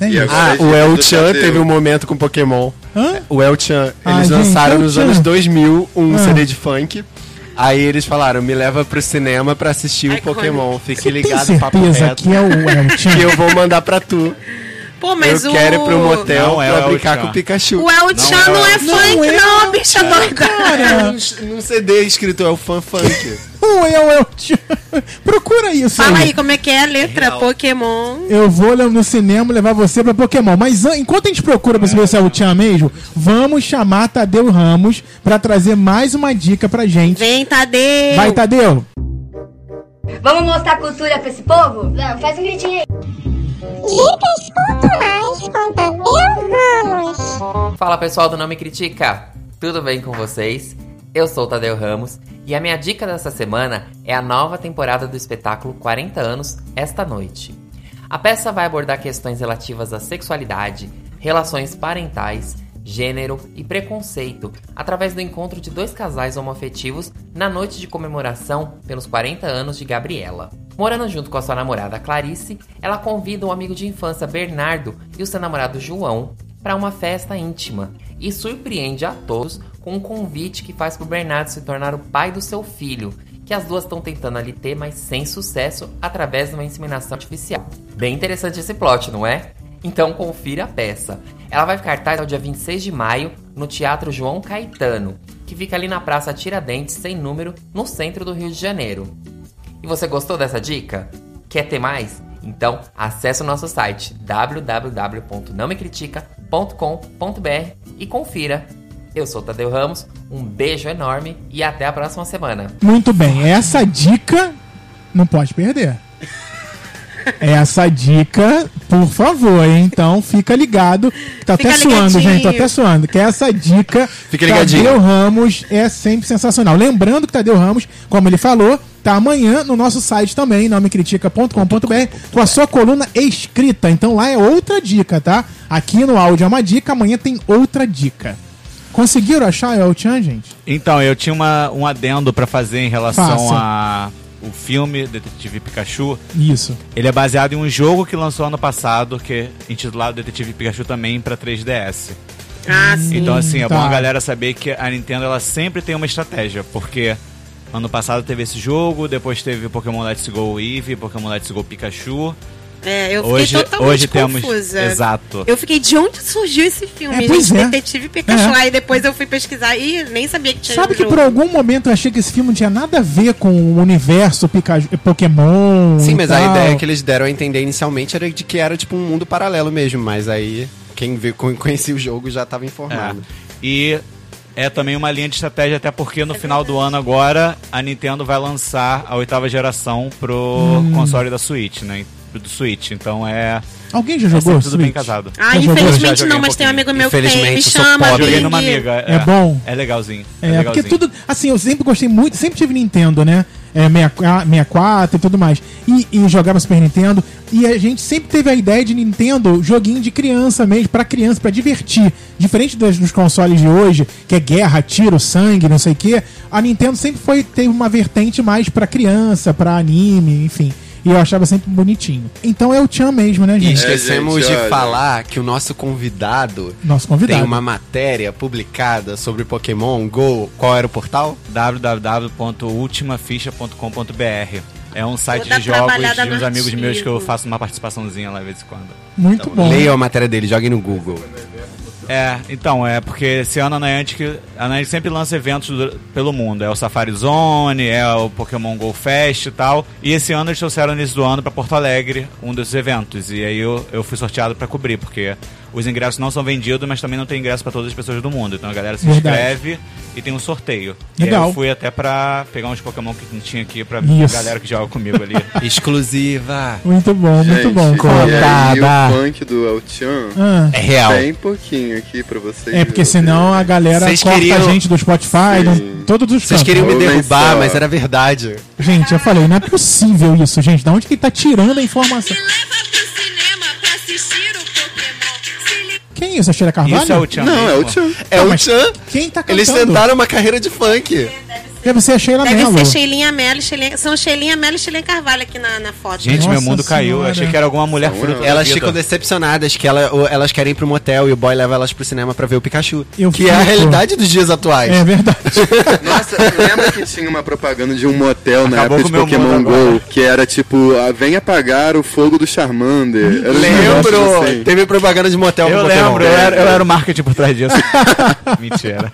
Né, E Diego? agora Ah, esse o é El do Chan Tadeu. teve um momento com Pokémon. Hã? O El Chan, Ah, eles gente, lançaram El nos Chan. anos 2000 um Ah. CD de funk. Aí eles falaram, me leva pro cinema pra assistir o Iconic. Pokémon. Fique Você tem ligado, papo certeza reto. que é o El Que Chan? eu vou mandar pra tu. Pô, mas eu o. quero ir pro motel Não, é pra o El brincar Chan. com o Pikachu. O El Chan não, é funk, não, bicha doida. Cara, Num CD escrito El Fan Funk. o El El Chan. Procura isso Fala aí como é que é a letra Pokémon. Eu vou lá no cinema levar você pra Pokémon. Mas an- enquanto a gente procura pra saber se é o Tchan mesmo, vamos chamar Tadeu Ramos pra trazer mais uma dica pra gente. Vem, Tadeu. Vai, Tadeu! Vamos mostrar cultura pra esse povo? Não, faz um gritinho aí. Dicas pontuais com Tadeu Ramos. Fala pessoal do Não Me Critica, tudo bem com vocês? Eu sou o Tadeu Ramos e a minha dica dessa semana é a nova temporada do espetáculo 40 anos esta noite. A peça vai abordar questões relativas à sexualidade, relações parentais, gênero e preconceito através do encontro de dois casais homoafetivos na noite de comemoração pelos 40 anos de Gabriela. Morando junto com a sua namorada Clarice, ela convida o amigo de infância Bernardo e o seu namorado João para uma festa íntima e surpreende a todos com um convite que faz para Bernardo se tornar o pai do seu filho, que as duas estão tentando ali ter, mas sem sucesso, através de uma inseminação artificial. Bem interessante esse plot, não é? Então confira a peça. Ela vai ficar tarde ao dia 26 de maio no Teatro João Caetano, que fica ali na Praça Tiradentes, sem número, no centro do Rio de Janeiro. E você gostou dessa dica? Quer ter mais? Então acesse o nosso site www.nãomecritica.com.br e confira. Eu sou Tadeu Ramos, um beijo enorme e até a próxima semana. Muito bem, essa dica não pode perder. Essa dica, por favor, hein? então fica ligado. que Tá Fica até suando, ligadinho. gente, tá até suando. Que essa dica, Fica ligadinho. Tadeu Ramos é sempre sensacional. Lembrando que Tadeu Ramos, como ele falou, tá amanhã no nosso site também, nomecritica.com.br, com a sua coluna escrita. Então lá é outra dica, tá? Aqui no áudio é uma dica, amanhã tem outra dica. Conseguiram achar El Chan, gente? Então, eu tinha uma, um adendo pra fazer em relação Faça. a o filme Detetive Pikachu. Isso. Ele é baseado em um jogo que lançou ano passado, que é intitulado Detetive Pikachu também pra 3DS. Ah, sim. Então, assim, é bom Tá. a galera saber que a Nintendo ela sempre tem uma estratégia, porque ano passado teve esse jogo, depois teve Pokémon Let's Go Eevee, Pokémon Let's Go Pikachu. É, eu fiquei Hoje- totalmente hoje temos- confusa. exato. Eu fiquei, de onde surgiu esse filme? É, pois gente, é. Detetive Pikachu. É. Aí depois eu fui pesquisar e nem sabia que tinha Sabe um que jogo. por algum momento eu achei que esse filme não tinha nada a ver com o universo Pikachu, Pokémon. Sim, e mas a tal. ideia é que eles deram a entender inicialmente era de que era tipo um mundo paralelo mesmo, mas aí quem vê, co- conhecia o jogo já tava informado. E é também uma linha de estratégia, até porque no final do ano agora a Nintendo vai lançar a oitava geração pro Hum. console da Switch, né? Do Switch. Então é. Alguém já é jogou sempre tudo bem Switch? casado. Ah, Já jogou? Já infelizmente joguei não, mas tem um pouquinho. amigo meu que tem. Me Infelizmente, sou chama, pobre. Joguei Big. numa amiga. É, É bom? É legalzinho. É, porque legalzinho. tudo. Assim, eu sempre gostei muito, sempre tive Nintendo, né? É, 64 64 e tudo mais. E, e jogava Super Nintendo. E a gente sempre teve a ideia de Nintendo, joguinho de criança mesmo, pra criança, pra divertir. Diferente das- dos consoles de hoje, que é guerra, tiro, sangue, não sei o quê. A Nintendo sempre foi, teve uma vertente mais pra criança, pra anime, enfim. E eu achava sempre bonitinho. Então é o Tchan mesmo, né, E gente? esquecemos gente, de olha. falar que o nosso convidado, Nosso convidado. tem uma matéria publicada sobre Pokémon Go. Qual era o portal? www.ultimaficha.com.br É um site Vou dar de jogos trabalhada de uns no amigos meus que eu artigo. faço uma participaçãozinha lá de vez em quando. Muito bom. Leiam a matéria dele, joguem no Google. É, então, é porque esse ano a Niantic, a Niantic sempre lança eventos do- pelo mundo. É o Safari Zone, é o Pokémon Go Fest e tal. E esse ano eles trouxeram no início do ano pra Porto Alegre um desses eventos. E aí eu, eu fui sorteado pra cobrir, porque os ingressos não são vendidos, mas também não tem ingresso pra todas as pessoas do mundo. Então a galera se Verdade. inscreve e tem um sorteio. E Legal. aí eu fui até pra pegar uns Pokémon que não tinha aqui pra Isso. Tá galera que joga comigo ali. Exclusiva! Muito bom, muito bom. E aí, Contada. o funk do Altian Ah. É real. Tem pouquinho aqui pra vocês. É porque senão a galera Vocês corta queriam- a gente do Spotify, do, todos os Vocês cantos. queriam me Olha derrubar, só. mas era verdade. Gente, eu falei, não é possível isso, gente. Da onde que ele tá tirando a informação? Quem é isso? A Sheila Carvalho? Isso é o Tchan Não, é o mesmo. Tchan. É Tá, o mas Tchan. Quem tá cantando? Eles tentaram uma carreira de funk. Deve ser a Sheila Deve Mello. ser Sheilinha Mello, e Sheilinha... São Sheilinha Mello e Sheilinha Carvalho aqui na, na foto. Gente, Nossa meu mundo caiu. Eu Senhora. achei que era alguma mulher fruta. da Elas vida. ficam decepcionadas que ela- ou elas querem ir pro motel e o boy leva elas pro cinema pra ver o Pikachu. Eu que é a fico. realidade dos dias atuais. É verdade. Nossa, lembra que tinha uma propaganda de um motel na Acabou época com de o meu Pokémon mundo Go agora. que era tipo, ah, vem apagar o fogo do Charmander. Era um Lembro! negócio assim. Teve propaganda de motel Eu com lembro, eu Pokémon. era, eu era o marketing por trás disso. Mentira.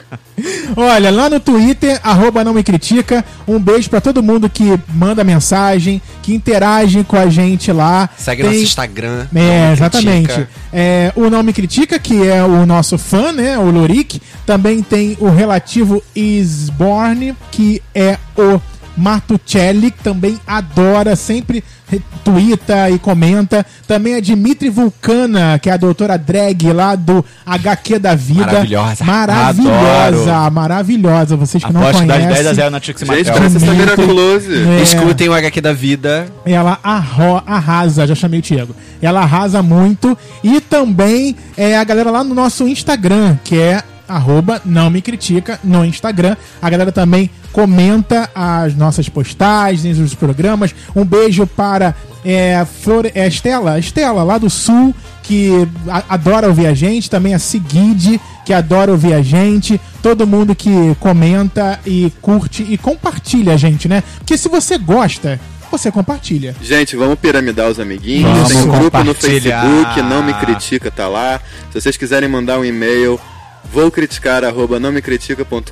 Olha, lá no Twitter, arroba não me critica. Um beijo pra todo mundo que manda mensagem, que interage com a gente lá. Segue Tem- nosso Instagram. É, Não exatamente. critica. É, o Não Me Critica, que é o nosso fã, né? O Lorik. Também tem o relativo Isborn, que é o Martuccelli, que também adora, sempre retuita e comenta. Também a Dimitri Vulcana, que é a doutora drag lá do HQ da Vida. Maravilhosa. Maravilhosa, Adoro. maravilhosa. Vocês que não Aposto que dá de conhecem. 10 a 0 na Trixie Mattel. comentem. É. Escutem o HQ da vida. Ela arro- arrasa, já chamei o Diego. Ela arrasa muito. E também é a galera lá no nosso Instagram, que é arroba não me critica no Instagram. A galera também comenta as nossas postagens, os programas. Um beijo para é, Flor, é, Estela, Estela, lá do Sul, que a- adora ouvir a gente. Também a Seguide, que adora ouvir a gente. Todo mundo que comenta e curte e compartilha a gente, né? Porque se você gosta, você compartilha. Gente, vamos piramidar os amiguinhos. Vamos Tem um grupo no compartilhar. Facebook, não me critica, tá lá. Se vocês quiserem mandar um e-mail, vou criticar arroba não me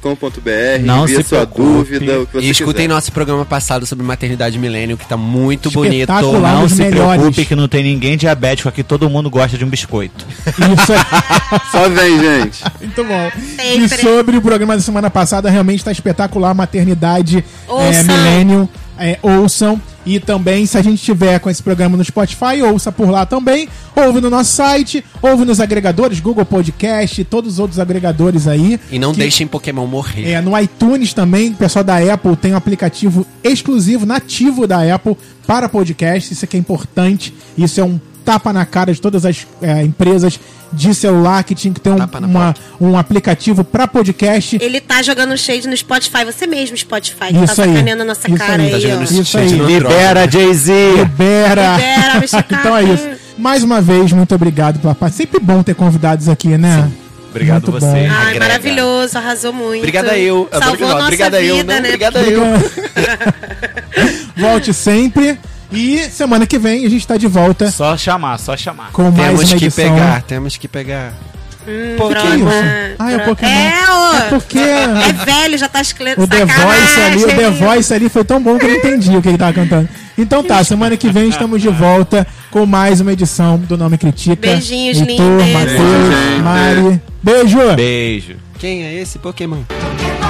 critica.com.br, Não envia se sua preocupe. dúvida, o que você E escutem quiser. nosso programa passado sobre maternidade milênio, que tá muito bonito. Bonito, não se preocupe que não tem ninguém diabético aqui, todo mundo gosta de um biscoito. Isso Só vem, gente. Muito bom. E sobre o programa da semana passada, realmente está espetacular. Maternidade é, Ouçam. Millennium. É, ouçam. E também, se a gente tiver com esse programa no Spotify, ouça por lá também. Ouve no nosso site, ouve nos agregadores, Google Podcast, todos os outros agregadores aí. E não Que- deixem Pokémon morrer. É, no iTunes também, o pessoal da Apple tem um aplicativo exclusivo, nativo da Apple, para podcast. Isso aqui é importante. Isso é um tapa na cara de todas as é, empresas de celular que tinha que ter um, uma- um aplicativo para podcast. Ele tá jogando shade no Spotify, você mesmo, Spotify. que tá Isso aí. sacaneando a nossa Isso cara Tá aí, aí. Tá ó. Isso Gente, aí. não Libera, Jay-Z! Libera! Libera, bicho, então né? é isso. Mais uma vez, muito obrigado pela parte. Sempre bom ter convidados aqui, né? Obrigado Muito você. bom. Ai, Agrega. Ah, é maravilhoso, arrasou muito. Obrigada eu. Adoro que Salvou não. nossa Obrigada eu, vida, não. né? Obrigada Porque- Volte sempre. E semana que vem a gente tá de volta. Só chamar, só chamar. Com mais temos uma que edição. pegar, temos que pegar. Hum, Por que droga. isso? Ah, é o Droga. Pokémon. É, ô. É porque- É velho, já tá esclerosado. O The Voice ali, o The Voice ali foi tão bom que eu não entendi o que ele tava cantando. Então tá, semana que vem estamos de volta com mais uma edição do Nome Critica. Beijinhos, Heitor, lindas. Matheus, Beijo, gente. Mari. Beijo! Beijo. Quem é esse Pokémon? É é